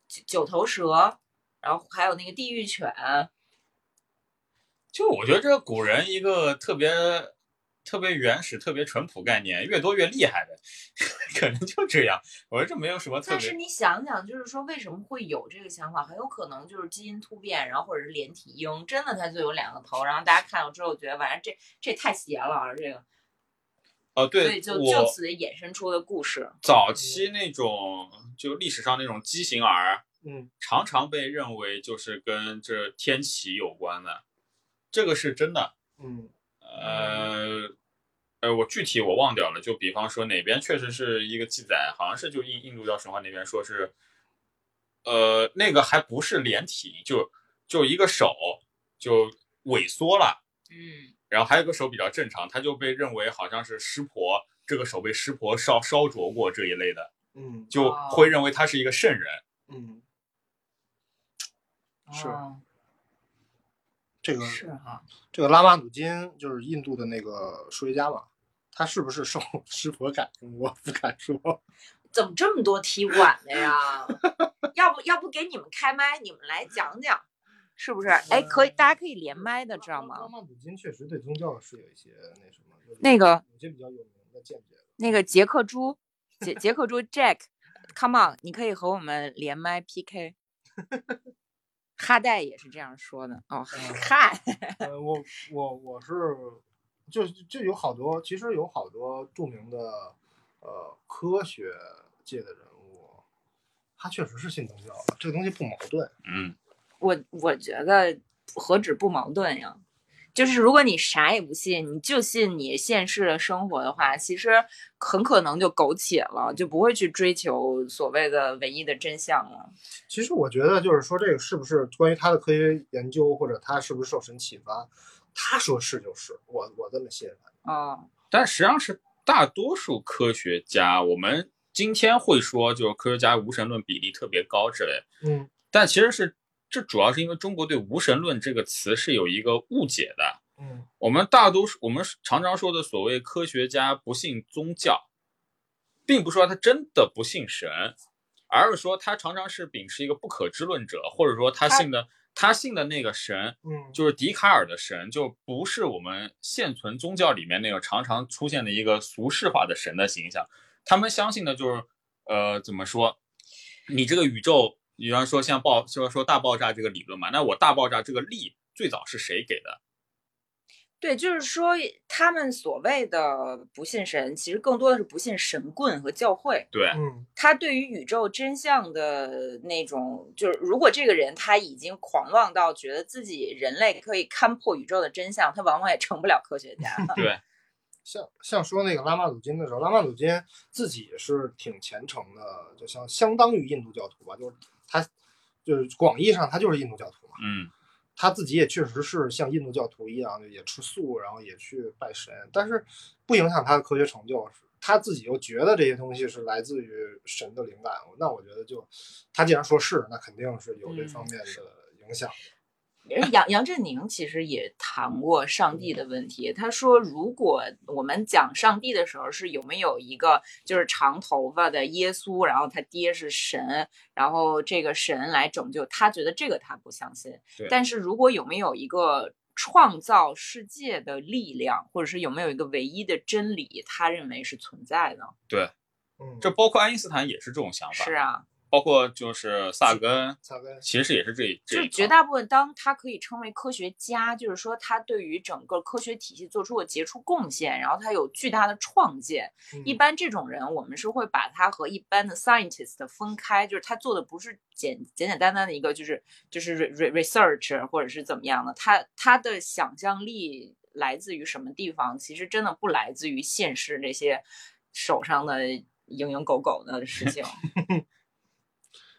C: 九九头蛇，然后还有那个地狱犬，
B: 就我觉得这个古人一个特别特别原始、特别淳朴概念，越多越厉害的， (laughs) 可能就这样。我觉得这没有什么特
C: 但是
B: 别。
C: 你想想，就是说为什么会有这个想法？很有可能就是基因突变，然后或者是连体婴，真的它就有两个头。然后大家看了之后觉得，反正这这太邪了，啊这个，
B: 哦，
C: 所以
B: 对，
C: 就就
B: 我
C: 此衍生出的故事。
B: 早期那种就历史上那种畸形儿，
A: 嗯，
B: 常常被认为就是跟这天启有关的，这个是真的。
A: 嗯
B: 呃，呃，我具体我忘掉了。就比方说哪边确实是一个记载，好像是就印印度教神话那边说是，呃，那个还不是连体，就就一个手就萎缩了，
C: 嗯，
B: 然后还有个手比较正常，他就被认为好像是湿婆，这个手被湿婆烧烧灼过这一类的，
A: 嗯
B: 就
C: 哦
B: 会认为他是一个圣人。
A: 嗯，是
C: 哦
A: 这个
C: 是哈，
A: 这个拉玛祖金就是印度的那个数学家嘛，他是不是受 (laughs) 湿婆感动？我不敢说。
C: 怎么这么多踢馆的呀？ (laughs) 要不要不给你们开麦，你们来讲讲，是不是？哎，可以，大家可以连麦的， (laughs) 知道
A: 拉
C: 吗？
A: 玛祖金确实对宗教是有一些那什么，就是
C: 那个
A: 有些比较有名的见解。
C: 那个杰克猪，杰杰克猪 (laughs) Jack，Come on，你可以和我们连麦 PK。哈代也是这样说的哦，嗨，
A: 呃，我我我是就就有好多，其实有好多著名的呃科学界的人物，他确实是信宗教的，这个东西不矛盾。
B: 嗯，
C: 我我觉得何止不矛盾呀？就是如果你啥也不信，你就信你现世的生活的话，其实很可能就苟且了，就不会去追求所谓的唯一的真相了。
A: 其实我觉得就是说，这个是不是关于他的科学研究，或者他是不是受神启发？他说是就是，我我这么信。
C: 嗯，
B: 但实际上是大多数科学家，我们今天会说就是科学家无神论比例特别高之类，
A: 嗯，
B: 但其实是这主要是因为中国对无神论这个词是有一个误解的。
A: 嗯
B: 我们大多数我们常常说的所谓科学家不信宗教，并不是说他真的不信神，而是说他常常是秉持一个不可知论者，或者说他信的他信的那个神
A: 嗯，
B: 就是笛卡尔的神，就不是我们现存宗教里面那个常常出现的一个俗世化的神的形象。他们相信的就是，呃，怎么说？你这个宇宙，比方说像爆，就是说大爆炸这个理论嘛，那我大爆炸这个力最早是谁给的？
C: 对，就是说他们所谓的不信神，其实更多的是不信神棍和教会。
B: 对，
A: 嗯
C: 他对于宇宙真相的那种，就是如果这个人他已经狂妄到觉得自己人类可以看破宇宙的真相，他往往也成不了科学家。
B: 对。
A: 像像说那个拉玛祖金的时候，拉玛祖金自己是挺虔诚的，就像相当于印度教徒吧，就是他就是广义上他就是印度教徒嘛。
B: 嗯，
A: 他自己也确实是像印度教徒一样，也吃素，然后也去拜神，但是不影响他的科学成就。他自己又觉得这些东西是来自于神的灵感，那我觉得就他既然说是，那肯定是有这方面的影响。
C: 而杨杨振宁其实也谈过上帝的问题。他说，如果我们讲上帝的时候，是有没有一个就是长头发的耶稣，然后他爹是神，然后这个神来拯救他，觉得这个他不相信
B: 对。
C: 但是如果有没有一个创造世界的力量，或者是有没有一个唯一的真理，他认为是存在的？
A: 嗯，
B: 这包括爱因斯坦也是这种想法，
C: 是，啊，
B: 包括就是萨根，
A: 萨根
B: 其实也是这一这
C: 就
B: 一
C: 是绝
B: 套
C: 大部分，当他可以称为科学家，就是说他对于整个科学体系做出了杰出贡献，然后他有巨大的创建。一
A: 嗯
C: 般这种人，我们是会把他和一般的 scientist 分开，就是他做的不是简简简单单的一个，就是就是 re re research 或者是怎么样的，他他的想象力来自于什么地方，其实真的不来自于现实这些手上的蝇营狗苟的事情。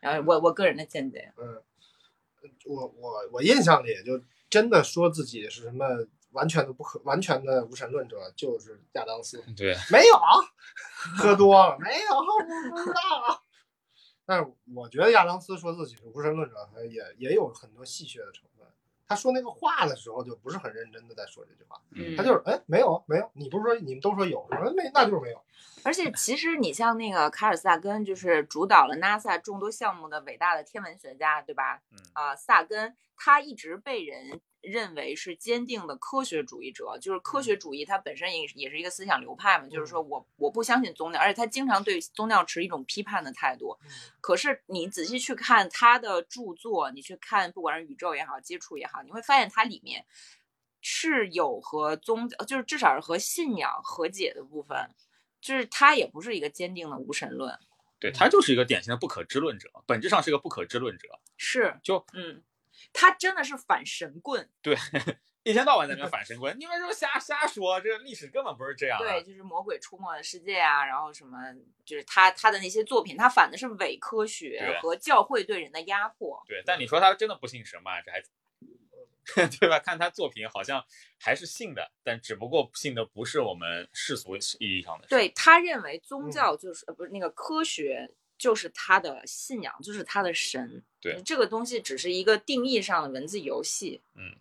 C: 然后我我个人的见解。
A: 嗯，我我我印象里就真的说自己是什么完全的不可完全的无神论者，就是亚当斯。
B: 对，
A: 没有，喝多了没有，我不知道。但是我觉得亚当斯说自己是无神论者，他也也有很多戏谑的成分。他说那个话的时候，就不是很认真的在说这句话，
B: 嗯
A: 他就是哎没有没有，你不是说你们都说有，我说没那就是没有。
C: 而且，其实你像那个卡尔萨根，就是主导了 NASA 众多项目的伟大的天文学家，对吧？
B: 嗯
C: 啊、萨根他一直被人认为是坚定的科学主义者，就是科学主义，它本身也是也是一个思想流派嘛，就是说我我不相信宗教，而且他经常对宗教持一种批判的态度。可是你仔细去看他的著作，你去看不管是宇宙也好，接触也好，你会发现它里面是有和宗教，就是至少是和信仰和解的部分，就是他也不是一个坚定的无神论，
B: 对他就是一个典型的不可知论者，本质上是个不可知论者，
C: 是
B: 就
C: 嗯，他真的是反神棍，
B: 对，一天到晚在那边反神棍，你们这瞎瞎说，这个历史根本不是这样的。
C: 对，就是魔鬼出没的世界啊，然后什么，就是他他的那些作品，他反的是伪科学
B: 对
C: 和教会对人的压迫，
B: 对但你说他真的不信神吧，啊这还。 (laughs) 对吧？看他作品好像还是信的，但只不过信的不是我们世俗意义上的神。
C: 对他认为宗
A: 嗯
C: 教就是、呃不是那个科学就是他的信仰，就是他的神，
B: 对
C: 这个东西只是一个定义上的文字游戏，
A: 嗯，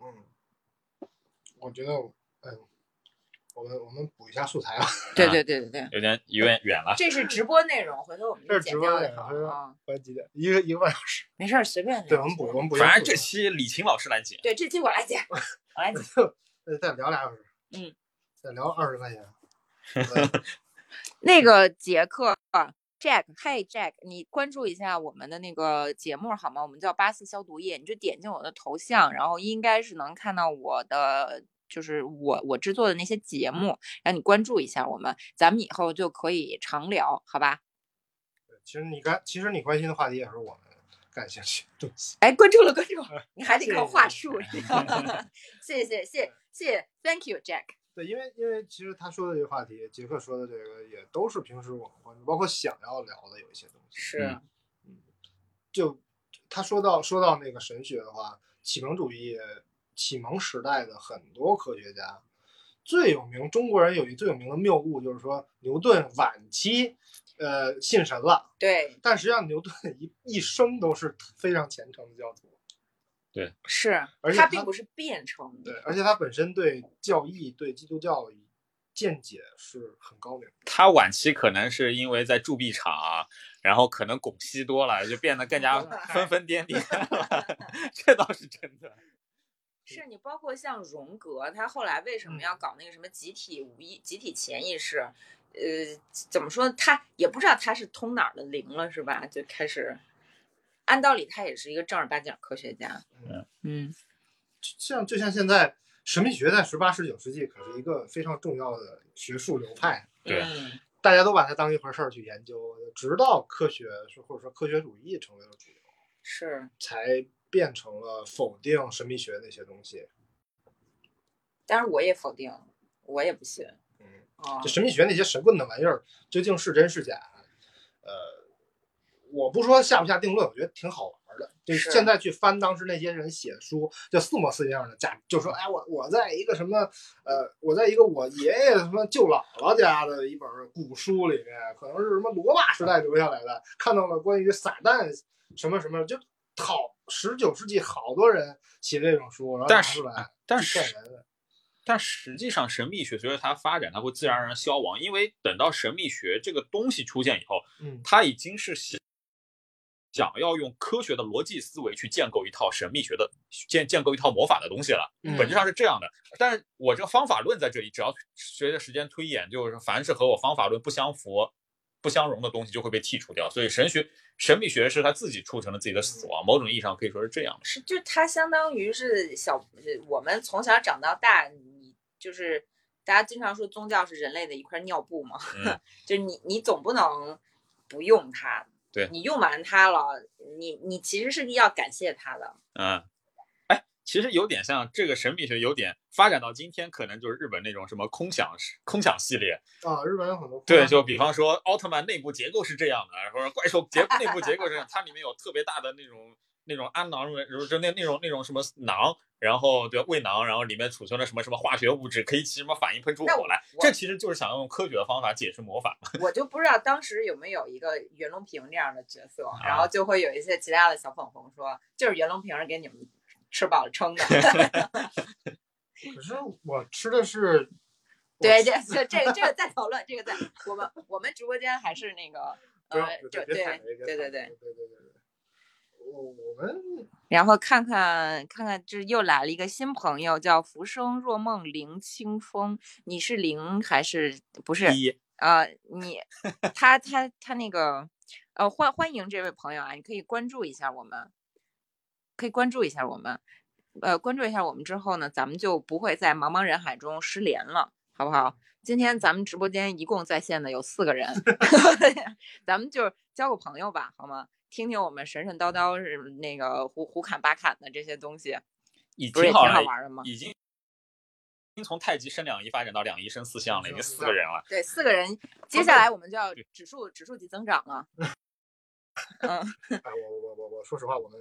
A: 我觉得嗯，我们我们补一下素材啊。
C: 对
B: 啊
C: 对对对对。
B: 有点有点远了。
C: 这是直播内容，回头我们
A: 这
C: 就是剪
A: 直播
C: 掉
A: 内
C: 就
A: 容
C: 好
A: 回头
C: 了啊。
A: 我 (laughs) 几点？一个一个半小时。
C: 没事儿，随便聊。
A: 对，我们补我们补一下素材。
B: 反正这期李晴老师来剪，
C: 对这期我来剪，我来剪。
A: 呃再聊俩小时。
C: 嗯，
A: 再聊二十块钱。嗯
C: 那个杰克啊，Jack，Hey Jack，你关注一下我们的那个节目好吗？我们叫八四消毒液，你就点进我的头像，然后应该是能看到我的就是我我制作的那些节目，让你关注一下我们，咱们以后就可以常聊，好吧？
A: 其实你关，其实你关心的话题也是我们感兴趣的东西。
C: 哎，关注了，关注
A: (laughs)
C: 了，你还得
A: 谢
C: 靠
A: 谢
C: 话术， (laughs) 你知道吗谢谢谢谢，Thank you Jack。
A: 对，因为因为其实他说的这个话题，杰克说的这个也都是平时我们关注，包括想要聊的有一些东西。
D: 是
B: 嗯
A: 就他说到说到那个神学的话，启蒙主义，启蒙时代的很多科学家，最有名中国人有一最有名的谬误就是说牛顿晚期，呃，信神了，
D: 对，
A: 但实际上牛顿一一生都是非常虔诚的教徒。
D: 是
A: 而且
D: 它
A: 它
D: 并不是变成
A: 对
D: 的，，
A: 而且他本身对教义、对基督教的见解是很高明的。
B: 他晚期可能是因为在铸币厂，然后可能拱西多了，就变得更加疯疯癫癫了， (laughs) 这倒是真的。
D: 是你包括像荣格，他后来为什么要搞那个什么集体无意、集体潜意识？呃，怎么说？他也不知道他是通哪儿的灵了，是吧？就开始，按道理他也是一个正儿八经儿科学家。
C: 嗯，
A: 像就像现在神秘学在十八、十九世纪可是一个非常重要的学术流派，
B: 对
D: 嗯，
A: 大家都把它当一回事儿去研究，直到科学是或者说科学主义成为了主流，
D: 是。
A: 才变成了否定神秘学那些东西。
D: 但是我也否定，我也不信。
A: 嗯，
D: 哦
A: 就，神秘学那些神棍的玩意儿究竟是真是假？呃，我不说下不下定论，我觉得挺好玩儿的。就是
D: 是
A: 现在去翻当时那些人写的书，就四模四样的假，就说哎，我我在一个什么呃，我在一个我爷爷什么舅姥姥家的一本古书里面，可能是什么罗马时代留下来的，看到了关于撒旦什么什么，就好十九世纪好多人写这种书，然后拿
B: 但是
A: (laughs)
B: 啊
A: 出来
B: 但
A: 去骗
B: 是
A: 人的。
B: 但实际上，神秘学随着它发展，它会自然而然消亡，因为等到神秘学这个东西出现以后，
A: 嗯，
B: 它已经是想想要用科学的逻辑思维去建构一套神秘学的建建构一套魔法的东西了，
A: 嗯
B: 本质上是这样的。但是我这个方法论在这里，只要随着时间推演，就是凡是和我方法论不相符、不相容的东西就会被剔除掉。所以神学、神秘学是它自己促成了自己的死亡，某种意义上可以说是这样的。
D: 是，就他相当于是小，呃我们从小长到大，你就是大家经常说宗教是人类的一块尿布嘛，
B: 嗯
D: (laughs) 就你你总不能不用它，
B: 对
D: 你用完它了，你你其实是要感谢它的，
B: 嗯，哎，其实有点像这个神秘学，有点发展到今天，可能就是日本那种什么空想空想系列。
A: 啊，日本有很多
B: 对，就比方说奥特曼内部结构是这样的，或者怪兽结内部结构是这样，它里面有特别大的那种那种氨囊，就是那那种那种什么囊，然后对胃囊，然后里面储存了什么什么化学物质，可以起什么反应喷出
D: 那
B: 火来。
D: 我
B: 这其实就是想用科学的方法解释魔法嘛。
D: 我就不知道当时有没有一个袁隆平这样的角色，然后就会有一些其他的小粉红说，就是袁隆平是给你们吃饱了撑的，
A: 可是我吃的是，
D: 对，这这这个这个再讨论，这个再我们我们直播间还是那个
A: 不
D: 呃
A: 要，
D: 这
A: 别别踩
D: 对
A: 雷别
D: 对
A: 踩
D: 对对，
A: 雷对对对对，我我们
C: 然后看看看看，这又来了一个新朋友，叫浮生若梦林清风。你是林还是不是？
B: 一
C: 啊，你他他他那个，呃，欢欢迎这位朋友啊，你可以关注一下我们，可以关注一下我们，呃，关注一下我们之后呢，咱们就不会在茫茫人海中失联了，好不好？今天咱们直播间一共在线的有四个人， (laughs) 咱们就交个朋友吧，好吗？听听我们神神叨叨是那个胡胡侃八侃的这些东西，
B: 已
C: 不是
B: 经
C: 也挺
B: 好了
C: 好，玩的吗？
B: 已经。已经从太极生两仪发展到两仪生四象了，已经四个人了。
C: 对，四个人，接下来我们就要指数指数级增长 (laughs) 了。嗯
A: 哎，我我我我说实话，我们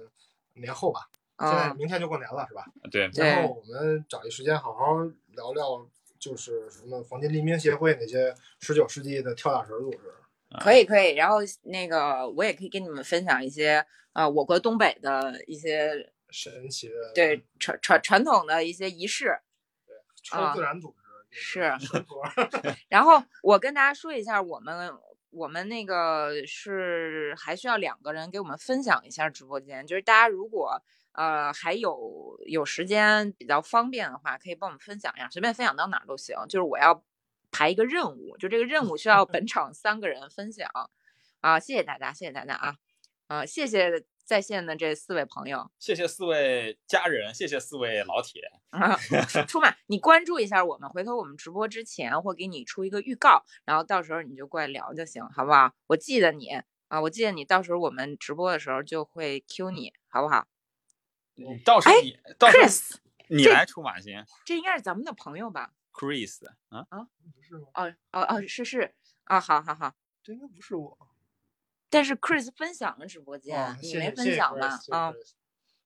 A: 年后吧，现在
C: 嗯，
A: 明天就过年了，是吧？
B: 对，
C: 对
A: 然后我们找一时间好好聊聊，就是什么黄金黎明协会那些十九世纪的跳大神组织。
C: 可以可以，然后那个我也可以跟你们分享一些呃，我国东北的一些
A: 神奇的
C: 对传传传统的一些仪式。
A: 超自然组织、
C: 啊是 (laughs)
A: 神婆，
C: 然后我跟大家说一下，我们我们那个是还需要两个人给我们分享一下直播间，就是大家如果呃还有有时间比较方便的话，可以帮我们分享一下，随便分享到哪儿都行。就是我要排一个任务，就这个任务需要本场三个人分享啊，谢谢大家，谢谢大家啊，啊、谢谢在线的这四位朋友
B: 谢谢四位家人，谢谢四位老铁。
C: 啊，出出马，你关注一下我们，回头我们直播之前会给你出一个预告，然后到时候你就过来聊就行，好不好？我记得你啊，我记得你，到时候我们直播的时候就会 Q 你，好不好
B: 你到时候你到时候
C: 哎？Chris，
B: 你
C: 这
B: 来出马行
C: 这应该是咱们的朋友吧？
B: ，Chris 啊，
A: (laughs) 不是吗？
C: 哦哦哦，是是啊，好好好。
A: 这应该不是我。
C: 但是 Chris 分享了直播间，
A: 啊，
C: 你
A: 谢
C: 没
A: 谢
C: 分享吧？啊、。
A: 谢谢 Chris，谢谢 Chris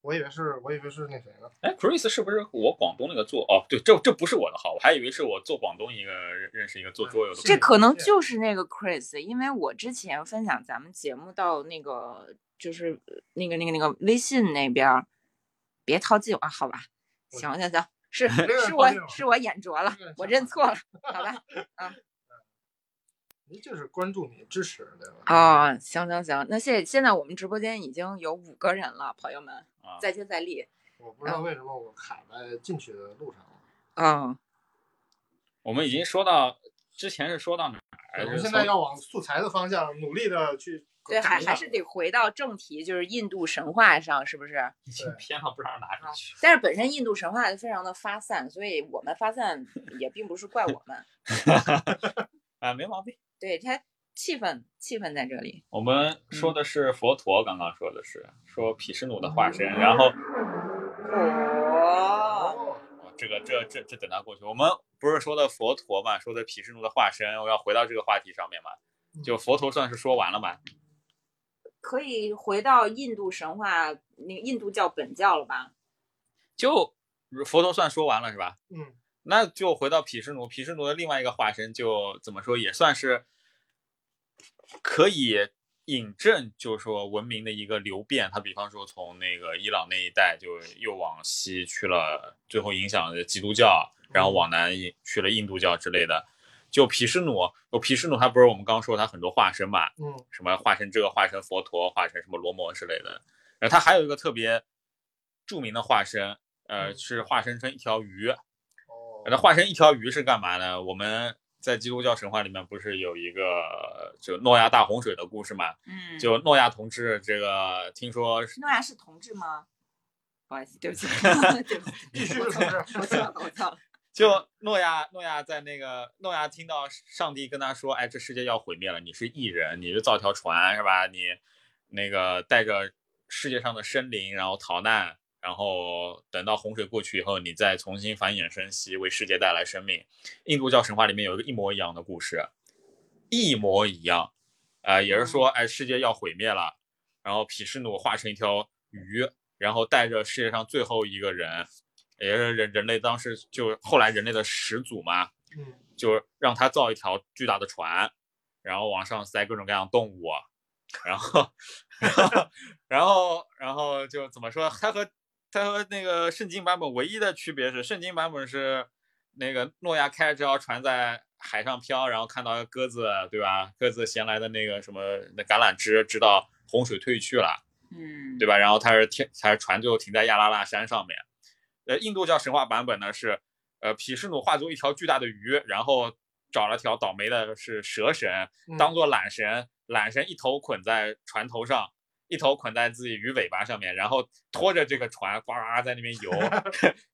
A: 我以为是，我以为是那谁呢？
B: 哎，Chris 是不是我广东那个做？哦，对，这这不是我的号，我还以为是我做广东一个认识一个做桌游的朋
C: 这
B: 友。
A: 是
C: 可能
A: 是
C: 就是那个 Chris，因为我之前分享咱们节目到那个就是呃那个那个那个微信那边儿，别套近乎啊，好吧？
A: 我
C: 行行行，是
A: 没有人
C: 是
A: 套近
C: 我
A: 乎
C: 是我眼拙了
A: 没有人，
C: 我
A: 套
C: 认
A: 近
C: 错了，好
A: (laughs)
C: 吧？
A: 您哎就是关注你、支持对吧？，
C: 哦，行行行，那现现在我们直播间已经有五个人了，朋友们，
B: 啊
C: 再接再厉。
A: 我不知道为什么我卡在进去的路上了。
C: 嗯，
B: 我们已经说到之前是说到哪儿？
A: 我们
B: 是
A: 现在
B: 从
A: 要往素材的方向努力的去
C: 对，还
A: 改
C: 还是得回到正题，就是印度神话上，是不是？
B: 已经偏到不知道哪
A: 啊
B: 里去。
C: 但是本身印度神话就非常的发散，所以我们发散也并不是怪我们，
B: 啊，没毛病。
C: 对它气氛气氛在这里。
B: 我们
C: 嗯
B: 说的是佛陀，刚刚说的是说毗湿奴的化身，然后
C: 哦，
A: 哦，
B: 哦这个这这这等它过去。我们不是说的佛陀嘛，说的毗湿奴的化身，我要回到这个话题上面嘛。就佛陀算是说完了嘛？
C: 可以回到印度神话，那个印度教本教了吧？
B: 就佛陀算说完了是吧？
A: 嗯，
B: 那就回到毗湿奴，毗湿奴的另外一个化身就怎么说也算是可以引证，就是说文明的一个流变。它比方说从那个伊朗那一带就又往西去了，最后影响了基督教，然后往南引去了印度教之类的。就毗湿奴，我毗湿奴他不是我们刚说他很多化身嘛，
A: 嗯，
B: 什么化身这个化身佛陀，化身什么罗摩之类的。然后他还有一个特别著名的化身，呃，
A: 嗯
B: 是化身成一条鱼。
A: 哦，
B: 那化身一条鱼是干嘛呢？我们在基督教神话里面不是有一个呃就诺亚大洪水的故事嘛？
C: 嗯
B: 就诺亚同志，这个听说是
C: 诺亚是同志吗？不好意思，对不起， (laughs) 对不起，
A: 必须 (laughs) 是同志。
C: 我错了，我错了。
B: (laughs) 就诺亚，诺亚在那个诺亚听到上帝跟他说：“哎，这世界要毁灭了，你是异人，你就造条船是吧？你那个带着世界上的生灵，然后逃难，然后等到洪水过去以后，你再重新繁衍生息，为世界带来生命。”印度教神话里面有一个一模一样的故事，一模一样，呃，也是说，哎，世界要毁灭了，然后毗湿奴化成一条鱼，然后带着世界上最后一个人，也是人人类当时就后来人类的始祖嘛，
A: 嗯，
B: 就让他造一条巨大的船，然后往上塞各种各样的动物，然后，然后，然后，然后就怎么说？它和它和那个圣经版本唯一的区别是，圣经版本是那个诺亚开着这条船在海上漂，然后看到鸽子，对吧？鸽子衔来的那个什么那橄榄枝，直到洪水退去了。
C: 嗯
B: 对吧？然后它是停，它是船最后停在亚拉腊山上面。呃，印度教神话版本呢是，呃，毗湿奴化作一条巨大的鱼，然后找了条倒霉的是蛇神
A: 嗯
B: 当做缆绳，缆绳一头捆在船头上，一头捆在自己鱼尾巴上面，然后拖着这个船呱呱呱在那边游，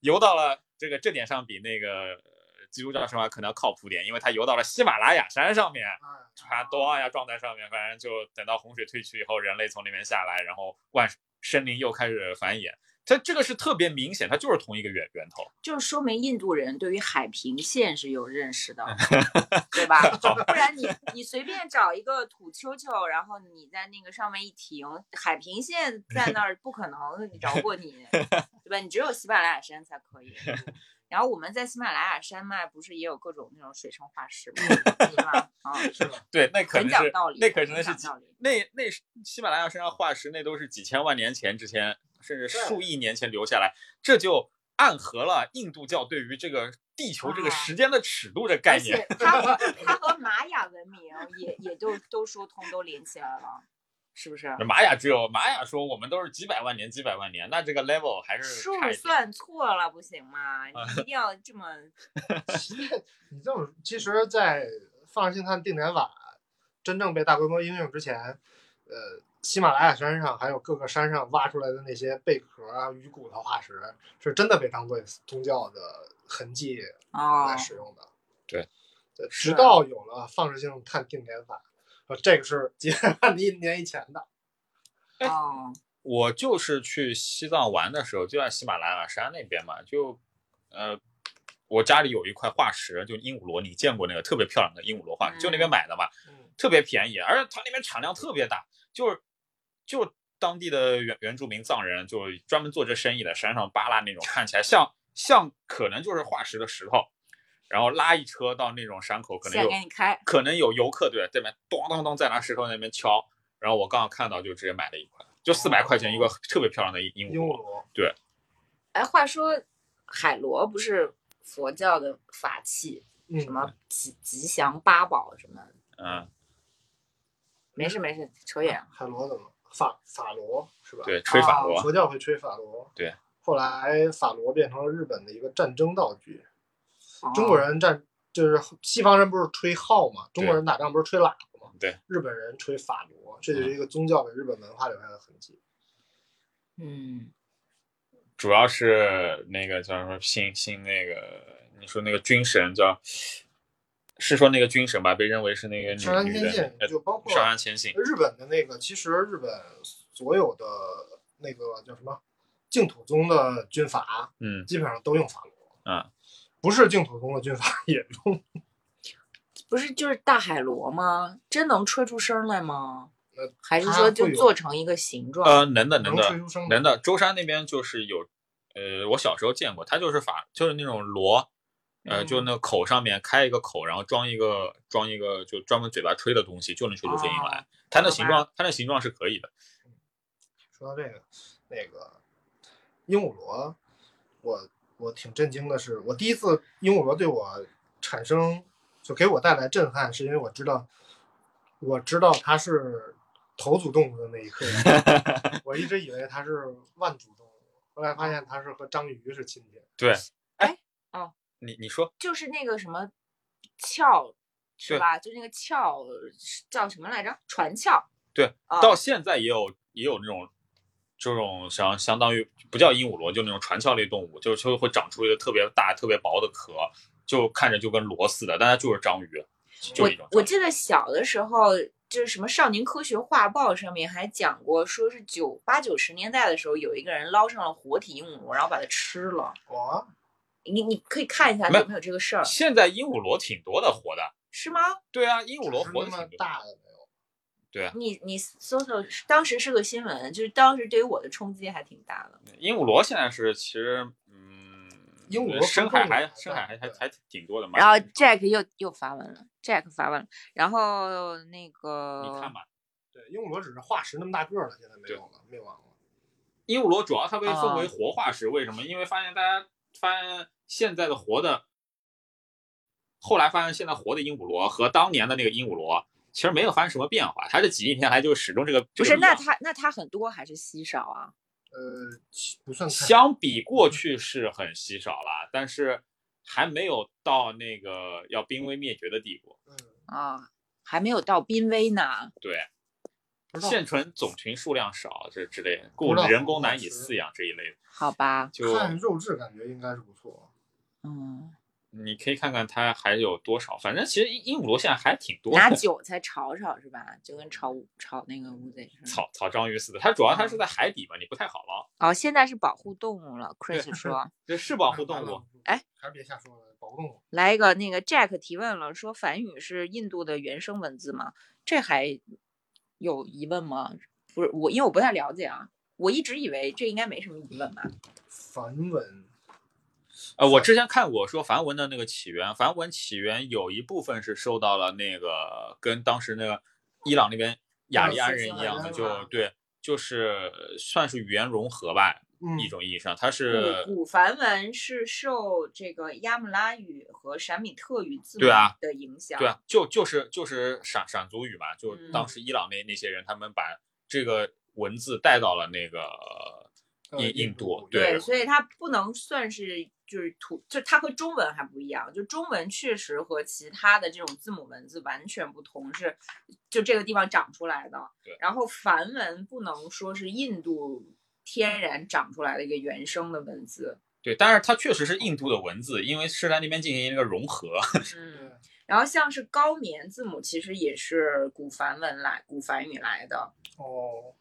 B: 游到了这个这点上比那个呃基督教神话可能要靠谱点，因为它游到了喜马拉雅山上面。
A: 哎
B: 船 (laughs) 咚呀撞在上面，反正就等到洪水退去以后，人类从里面下来，然后万森林又开始繁衍。它这个是特别明显，它就是同一个源源头。
C: 就说明印度人对于海平线是有认
B: (laughs)
C: 识的，对吧？不然你你随便找一个土丘丘，然后你在那个上面一停，海平线在那儿不可能饶
B: (laughs)
C: 过你，对吧？你只有喜马拉雅山才可以。然后我们在喜马拉雅山脉不是也有各种那种水生化石吗？对吧？
B: (laughs)
C: 啊，
A: 是吧？
B: 对，那可
C: 很
B: 能
C: 讲
B: 是
C: 道理，
B: 那可
C: 很
B: 能是
C: 讲
B: 几
C: 道理。
B: 那那是喜马拉雅山上化石，那都是几千万年前之前，甚至
A: 对
B: 数亿年前留下来，这就暗合了印度教对于这个地球这个
C: 啊
B: 时间的尺度的概
C: 而
B: 念。
C: 且
B: (laughs)
C: 它和它和玛雅文明也也就都疏通都连起来了，是不是？
B: 玛雅只有玛雅说我们都是几百万年、几百万年，那这个 level 还是
C: 数
B: 差一点。啊
C: 算错了不行吗？你一
B: (laughs)
C: 定要这么
A: 你这么，其实，在《放射性碳定点法》真正被大规模应用之前，呃，喜马拉雅山上还有各个山上挖出来的那些贝壳啊、鱼骨头化石，是真的被当做宗教的痕迹
D: (laughs) 哦
A: 来，使用的。
B: 对
A: 对，
D: 是
A: 直到有了放射性碳定点法，呃，这个是几 (laughs) 万年以前的。
D: 哦，
B: 我就是去西藏玩的时候，就在喜马拉雅山那边嘛，就呃，我家里有一块化石，就鹦鹉螺，你见过那个特别漂亮的鹦鹉螺化石，就那边买的嘛，
A: 嗯，
B: 特别便宜，而且它那边产量特别大，就是就是当地的原原住民藏人就专门做这生意的，山上扒拉那种看起来像像可能就是化石的石头，然后拉一车到那种山口，可能
D: 现
B: 有
D: 在给你开，
B: 可能有游客对这边咚咚咚在拿石头那边敲，然后我刚好看到就直接买了一块，就四百块钱一个特别漂亮的鹦
A: 哦鹦
B: 鹉
A: 鹉
B: 螺，
A: 螺，
D: 哎，话说海螺不是佛教的法器，
A: 嗯
D: 什么吉吉祥八宝什么的，
B: 嗯，
D: 没事没事，扯远了。
A: 海螺怎么法法螺是吧？，
B: 对，吹法螺，
A: 佛教啊会吹法螺。
B: 对，
A: 后来法螺变成了日本的一个战争道具。
D: 哦
B: 啊
A: 中国人战就是西方人不是吹号嘛，中国人打仗不是吹喇叭嘛？
B: 对，嗯
A: 日本人吹法螺，这就是一个宗教给日本文化留下的痕迹。
D: 嗯，
B: 主要是那个叫什么新新那个，你说那个军神叫，是说那个军神吧？被认为是那个女
A: 上山
B: 女
A: 天
B: 的
A: 信，
B: 呃
A: 就包括
B: 上山前信，
A: 日本的那个，其实日本所有的那个叫什么净土宗的军阀，
B: 嗯，
A: 基本上都用法螺。
B: 嗯，
A: 不是净土宗的军阀也用，
D: 不是就是大海螺吗？真能吹出声来吗
A: 呃？
D: 还是
A: 它
D: 说就
A: 会有
D: 做成一个形状？
B: 呃，能的能
A: 能吹
B: 的
A: 出声
B: 能的，舟山那边就是有，呃，我小时候见过，它就是法就是那种螺，呃，
D: 嗯
B: 就那口上面开一个口，然后装一个装一个就专门嘴巴吹的东西，就能吹出声音来。它那
D: 哦好
B: 形
D: 吧
B: 状它那形状是可以的，
A: 说到这个，那个鹦鹉螺，我我挺震惊的是，我第一次鹦鹉螺对我产生就给我带来震撼，是因为我知道我知道它是头足动物的那一刻，我一直以为它是腕足动物，后来发现它是和章鱼是亲戚。
B: 对。
D: 哎哦，
B: 你你说
D: 就是那个什么鞘，是
B: 对
D: 吧？就那个鞘是叫什么来着？船鞘。
B: 对，
D: 啊
B: 到现在也有也有那种这种相相当于不叫鹦鹉螺，就那种传壳类动物，就是就会长出一个特别大、特别薄的壳，就看着就跟螺似的，但它就是章鱼，就
D: 我
B: 是一种
D: 我
B: 章鱼
D: 记得小的时候，就是什么《少年科学画报》上面还讲过，说是九八九十年代的时候，有一个人捞上了活体鹦鹉螺，然后把它吃了。
A: 我
D: 你你可以看一下
B: 没
D: 有没有这个事儿，
B: 现在鹦鹉螺挺多的活的，
D: 是吗？
B: 对啊，鹦鹉螺
A: 是
B: 活的
A: 那么
B: 挺多。
A: 大的没有？
D: 你你搜搜，当时是个新闻，就是当时对于我的冲击还挺大的。
B: 鹦鹉螺现在是其实，嗯，
A: 鹦鹉螺
B: 深海
A: 分布
B: 还
A: 还
B: 深海还还
A: 对
B: 还挺多的嘛。
C: 然后 Jack 又又发文了，Jack 发文了，然后那
B: 你看
C: 个
B: 吧，
A: 嗯对，鹦鹉螺只是化石那么大个儿了，现在没
B: 对
A: 有了，灭亡了。
B: 鹦鹉螺主要它被分为
C: 啊
B: 活化石，为什么？因为发现大家发现现在的活的，后来发现现在活的鹦鹉螺和当年的那个鹦鹉螺其实没有发生什么变化，它这几亿年来就始终这个
C: 不
B: 这
C: 是
B: 个
C: 那
B: 样
C: 他那他很多还是稀少啊？
A: 呃，不算太
B: 相比过去是很稀少了，但是还没有到那个要濒危灭绝的地步。
A: 嗯，
C: 啊，还没有到濒危呢。
B: 对，
A: 不知道
B: 现存种群数量少这之类的，故
A: 不知道
B: 人工难以
A: 好吃
B: 饲养这一类的，
C: 好吧，
B: 就
A: 看肉质感觉应该是不错。啊
C: 嗯，
B: 你可以看看它还有多少。反正其实鹦鹉螺现在还挺多
C: 拿
B: 的，
C: 韭菜炒炒是吧？就跟炒炒那个乌贼似的。
B: 草草章鱼似的。它主要它是在海底嘛，你不太好捞。
C: 哦，现在是保护动物
B: (laughs)
C: 了。Chris 说，
B: 这是保护动物，，
C: 哎，
A: 还是别瞎说了，保护动物。
C: 来一个那个 Jack 提问了，说梵语是印度的原生文字吗？这还有疑问吗？不是我，因为我不太了解啊，我一直以为这应该没什么疑问吧。
A: 梵文，
B: 呃，我之前看过说梵文的那个起源，梵文起源有一部分是受到了那个跟当时那个伊朗那边雅利安人一样的，
A: 伊朗
B: 就
A: 人
B: 对，就是算是语言融合吧，
A: 嗯
B: 一种意义上，它是
C: 古古梵文是受这个亚穆拉语和闪米特语字母
B: 对啊
C: 的影响。
B: 对啊，就就是就是闪闪族语嘛，就
C: 嗯
B: 当时伊朗那那些人，他们把这个文字带到了那个
A: 呃
B: 印印
A: 印
B: 度
A: 度
B: 对
C: 所以它不能算是就是土，就它和中文还不一样，就中文确实和其他的这种字母文字完全不同，是就这个地方长出来的。
B: 对
C: 然后梵文不能说是印度天然长出来的一个原生的文字，
B: 对，但是它确实是印度的文字，因为是在那边进行一个融合。
C: 嗯。然后像是高棉字母，其实也是古梵文来、古梵语来的，
A: 哦，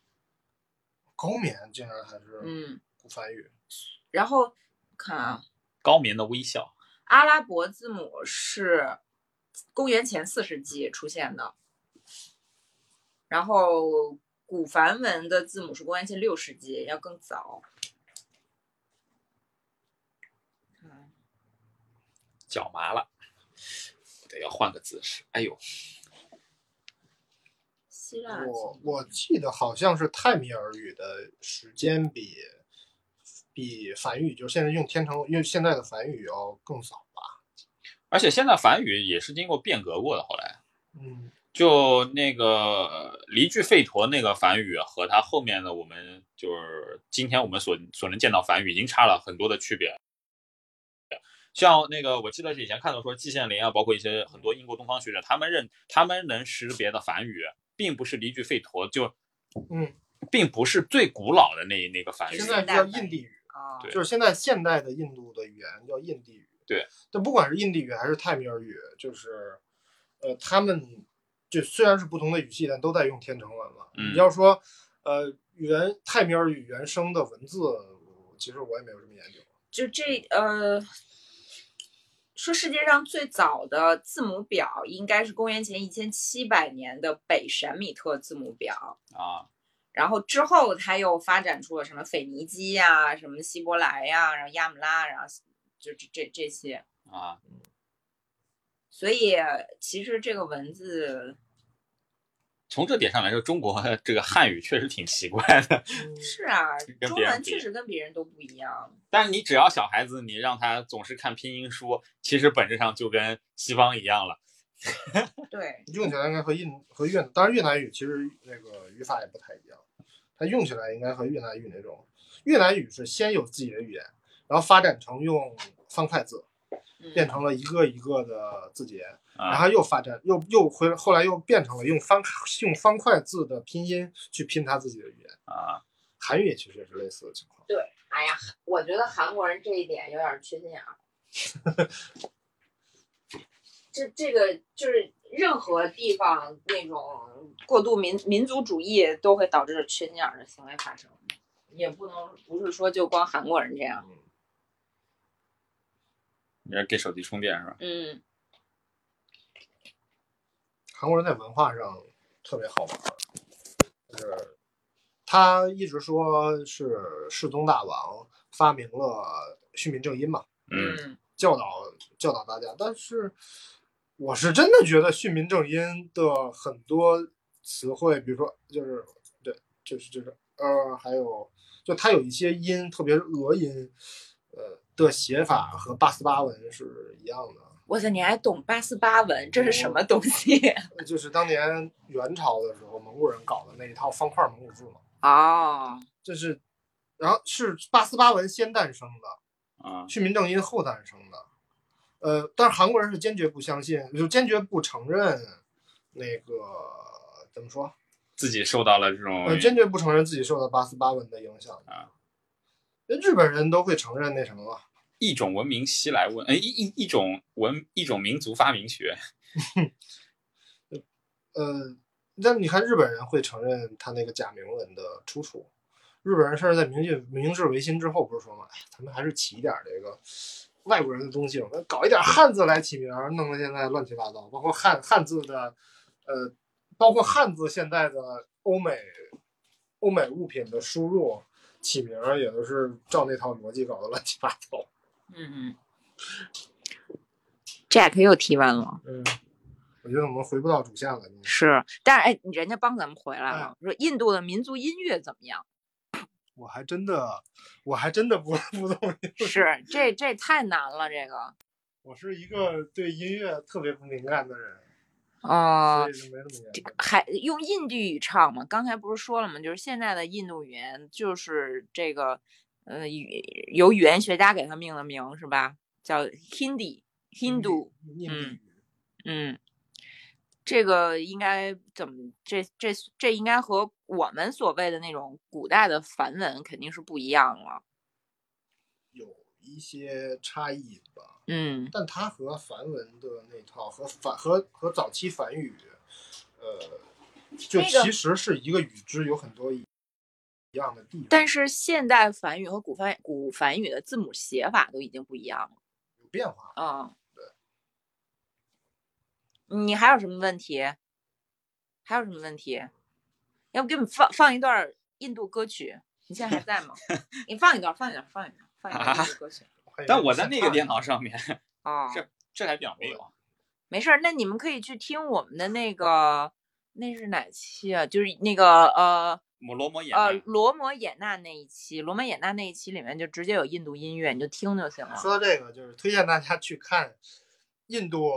A: 高棉竟然还是
C: 嗯。
A: 古梵语，
C: 然后看啊，
B: 高棉的微笑，
C: 阿拉伯字母是公元前四世纪出现的，然后古梵文的字母是公元前六世纪，要更早。嗯
B: 脚麻了，得要换个姿势。哎呦，
C: 希腊字
A: 我
C: 母
A: 我记得好像是泰米尔语的时间比比梵语，就是现在用天成用现在的梵语要更早吧？
B: 而且现在梵语也是经过变革过的，后来
A: 嗯，
B: 就那个呃离句吠陀那个梵语和它后面的我们就是今天我们所所能见到梵语已经差了很多的区别。像那个我记得以前看到说季羡林啊，包括一些很多英国东方学者，他们认他们能识别的梵语，并不是离句吠陀，就
A: 嗯，
B: 并不是最古老的那那个梵语
A: 现。在叫印地语，
C: 啊，
B: 对
A: 就是现在现代的印度的语言叫印地语。
B: 对，
A: 但不管是印地语还是泰米尔语，就是呃，他们就虽然是不同的语系，但都在用天成文了。
B: 嗯
A: 你要说呃原泰米尔语原生的文字，我其实我也没有什么研究。
C: 就这呃，说世界上最早的字母表应该是公元前一千七百年的北闪米特字母表。
B: 啊，
C: 然后之后他又发展出了什么腓尼基呀、什么希伯来呀、然后亚姆拉，然后就这这这些。
B: 啊，
C: 所以其实这个文字
B: 从这点上来说，中国 (laughs) 这个汉语确实挺奇怪的。
C: 是啊，
B: 跟
C: 中
B: 别人嗯不一
C: 文
B: 样
C: 确实跟别人都不一样。
B: 但是你只要小孩子，你让他总是看拼音书，其实本质上就跟西方一样了。
C: 对，
A: 用起来应该和印和越，当然越南语其实那个语法也不太一样，它用起来应该和越南语那种，越南语是先有自己的语言，然后发展成用方块字，变
C: 嗯，
A: 成了一个一个的字节，
B: 啊
A: 然后又发展又又回后来又变成了用方用方块字的拼音去拼它自己的语言，
B: 啊，
A: 韩语也其实也是类似的情况。
C: 哎呀，我觉得韩国人这一点有点缺心眼
B: (laughs)
C: 儿。这这个就是任何地方那种过度民民族主义都会导致缺心眼儿的行为发生，也不能不是说就光韩国人这样。
A: 嗯，
B: 你是给手机充电是吧？
C: 嗯，
A: 韩国人在文化上特别好玩儿，就是他一直说是世宗大王发明了虚民正音嘛，
B: 嗯，
C: 嗯，
A: 教导教导大家。但是我是真的觉得训民正音的很多词汇，比如说就是对，就是就是呃，还有就它有一些音，特别是俄音，呃的写法和八四八文是一样的。
C: 哇塞，你还懂八四八文，这是什么东西？ (laughs)
A: 就是当年元朝的时候，蒙古人搞的那一套方块蒙古字嘛，
C: 哦，
A: 这是，然后是八四八文先诞生的，
B: 啊，
A: 去民正音后诞生的。呃，但是韩国人是坚决不相信，就坚决不承认那个怎么说？
B: 自己受到了这种
A: 呃，坚决不承认自己受到八四八文的影响
B: 啊。
A: 那日本人都会承认那什么了，
B: 一种文明西来文，哎，一一一种文一种民族发明学，
A: 呃，但你看日本人会承认他那个假铭文的出处。日本人甚至在明治明治维新之后，不是说嘛，哎，咱们还是起一点儿这个外国人的东西，我们搞一点汉字来起名儿，弄得现在乱七八糟。包括汉汉字的，呃，包括汉字现在的欧美欧美物品的输入起名儿，也都是照那套逻辑搞得乱七八糟。
C: 嗯
E: ？Jack 又提问了，
A: (laughs) 嗯，我觉得我们回不到主线了。今天
E: 是，但是哎，人家帮咱们回来
A: 哎
E: 了，
C: 嗯
E: 说印度的民族音乐怎么样？
A: 我还真的，我还真的不不懂
E: 是，这这太难了，这个。
A: 我是一个对音乐特别不敏感的人，
C: 哦、
A: 所以是没那么严
C: 这
A: 重
C: 个。还用印地语唱嘛？刚才不是说了吗？就是现在的印度语言就是这个，呃，语由语言学家给它命的名是吧？叫 Hindi
A: 印
C: Hindu，
A: 印度
C: 嗯
A: 语
C: 嗯，这个应该怎么？这这这应该和我们所谓的那种古代的梵文肯定是不一样了。
A: 有一些差异吧，
C: 嗯
A: 但它和梵文的那套和梵和和早期梵语，呃，就
C: 那个
A: 其实是一个语支有很多一一样的地方，
C: 但是现代梵语和古梵古梵语的字母写法都已经不一样了。
A: 有变化。
C: 嗯，你还有什么问题？还有什么问题？要不给你放放一段印度歌曲？你现在还在吗？你放一段，放一段，放一段，放一段印度歌曲。
B: 但我在那个
A: 点，
B: 电脑上面，
C: 哦，
B: 这这台表没有。
C: 没事儿，那你们可以去听我们的那个，那是哪期啊？就是那个呃
B: 我罗摩衍
C: 呃
B: 那，
C: 罗摩衍那那一期，罗摩衍那那一期里面就直接有印度音乐，你就听就行了。
A: 说到这个，就是推荐大家去看印度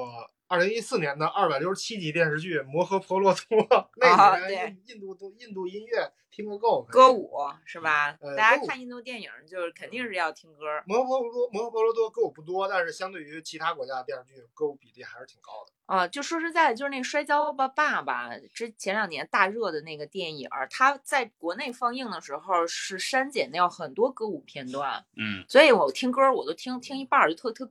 A: 二零一四年的二百六十七集电视剧《摩诃婆罗
C: (laughs)
A: 多》， (laughs) 那里面印印度都印度音乐听个够。
C: 啊歌舞是吧？
A: 呃歌
C: 大家
A: 舞嗯
C: 看印度电影就是肯定是要听歌儿
A: 摩诃婆罗多，摩诃婆罗多歌舞不多，但是相对于其他国家的电视剧，歌舞比例还是挺高的。
C: 啊、就说实在的，就是那个《摔跤吧爸爸》之前两年大热的那个电影儿，它在国内放映的时候是删减掉很多歌舞片段，
B: 嗯，
C: 所以我听歌儿我都听听一半儿就特特。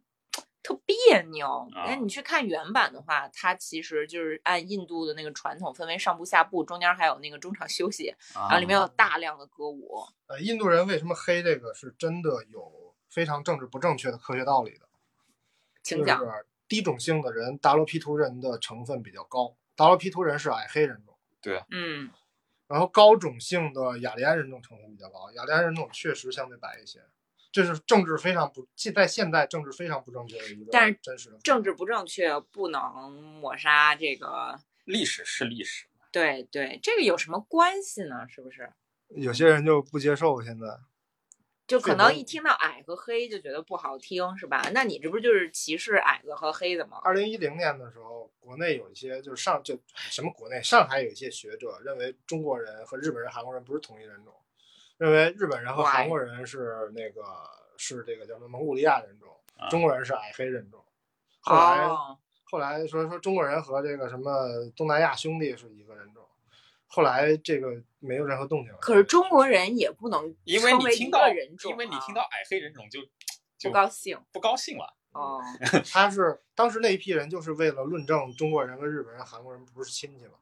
C: 特别扭，
B: 啊
C: 那你去看原版的话，它其实就是按印度的那个传统分为上部、下部，中间还有那个中场休息，然
B: 啊
C: 后里面有大量的歌舞。
A: 呃，印度人为什么黑这个，是真的有非常政治不正确的科学道理的。
C: 请讲
A: 就。是低种姓的人，达罗毗荼人的成分比较高，达罗毗荼人是矮黑人种。
C: 嗯
A: 然后高种姓的雅利安人种成分比较高，雅利安人种确实相对白一些，这是政治非常不现在现代政治非常不正确的一个，
C: 但是
A: 真实的情况
C: 政治不正确不能抹杀这个，
B: 历史是历史，
C: 对对，这个有什么关系呢？是不是？
A: 有些人就不接受现在，
C: 就可
A: 这
C: 能
A: 个
C: 一听到矮和黑就觉得不好听，是吧？那你这不就是歧视矮子和黑的吗？
A: 二零一零年的时候，国内有一些就是上就什么国内上海有一些学者认为中国人和日本人、韩国人不是同一人种，认为日本人和
C: Why？
A: 韩国人是那个是这个叫什么蒙古利亚人种
B: 啊，
A: 中国人是矮黑人种。后来
C: 哦，
A: 后来说说中国人和这个什么东南亚兄弟是一个人种，后来这个没有任何动静了。
C: 可是中国人也不能
B: 因为
C: 成
B: 你
C: 为
B: 听
C: 一
B: 到，
C: 个人种
B: 因为你
C: 啊
B: 听到矮黑人种就就
C: 不高
A: 嗯
C: 兴
B: 不高兴了。
C: 哦。
A: 他是当时那一批人就是为了论证中国人跟日本人、韩国人不是亲戚嘛，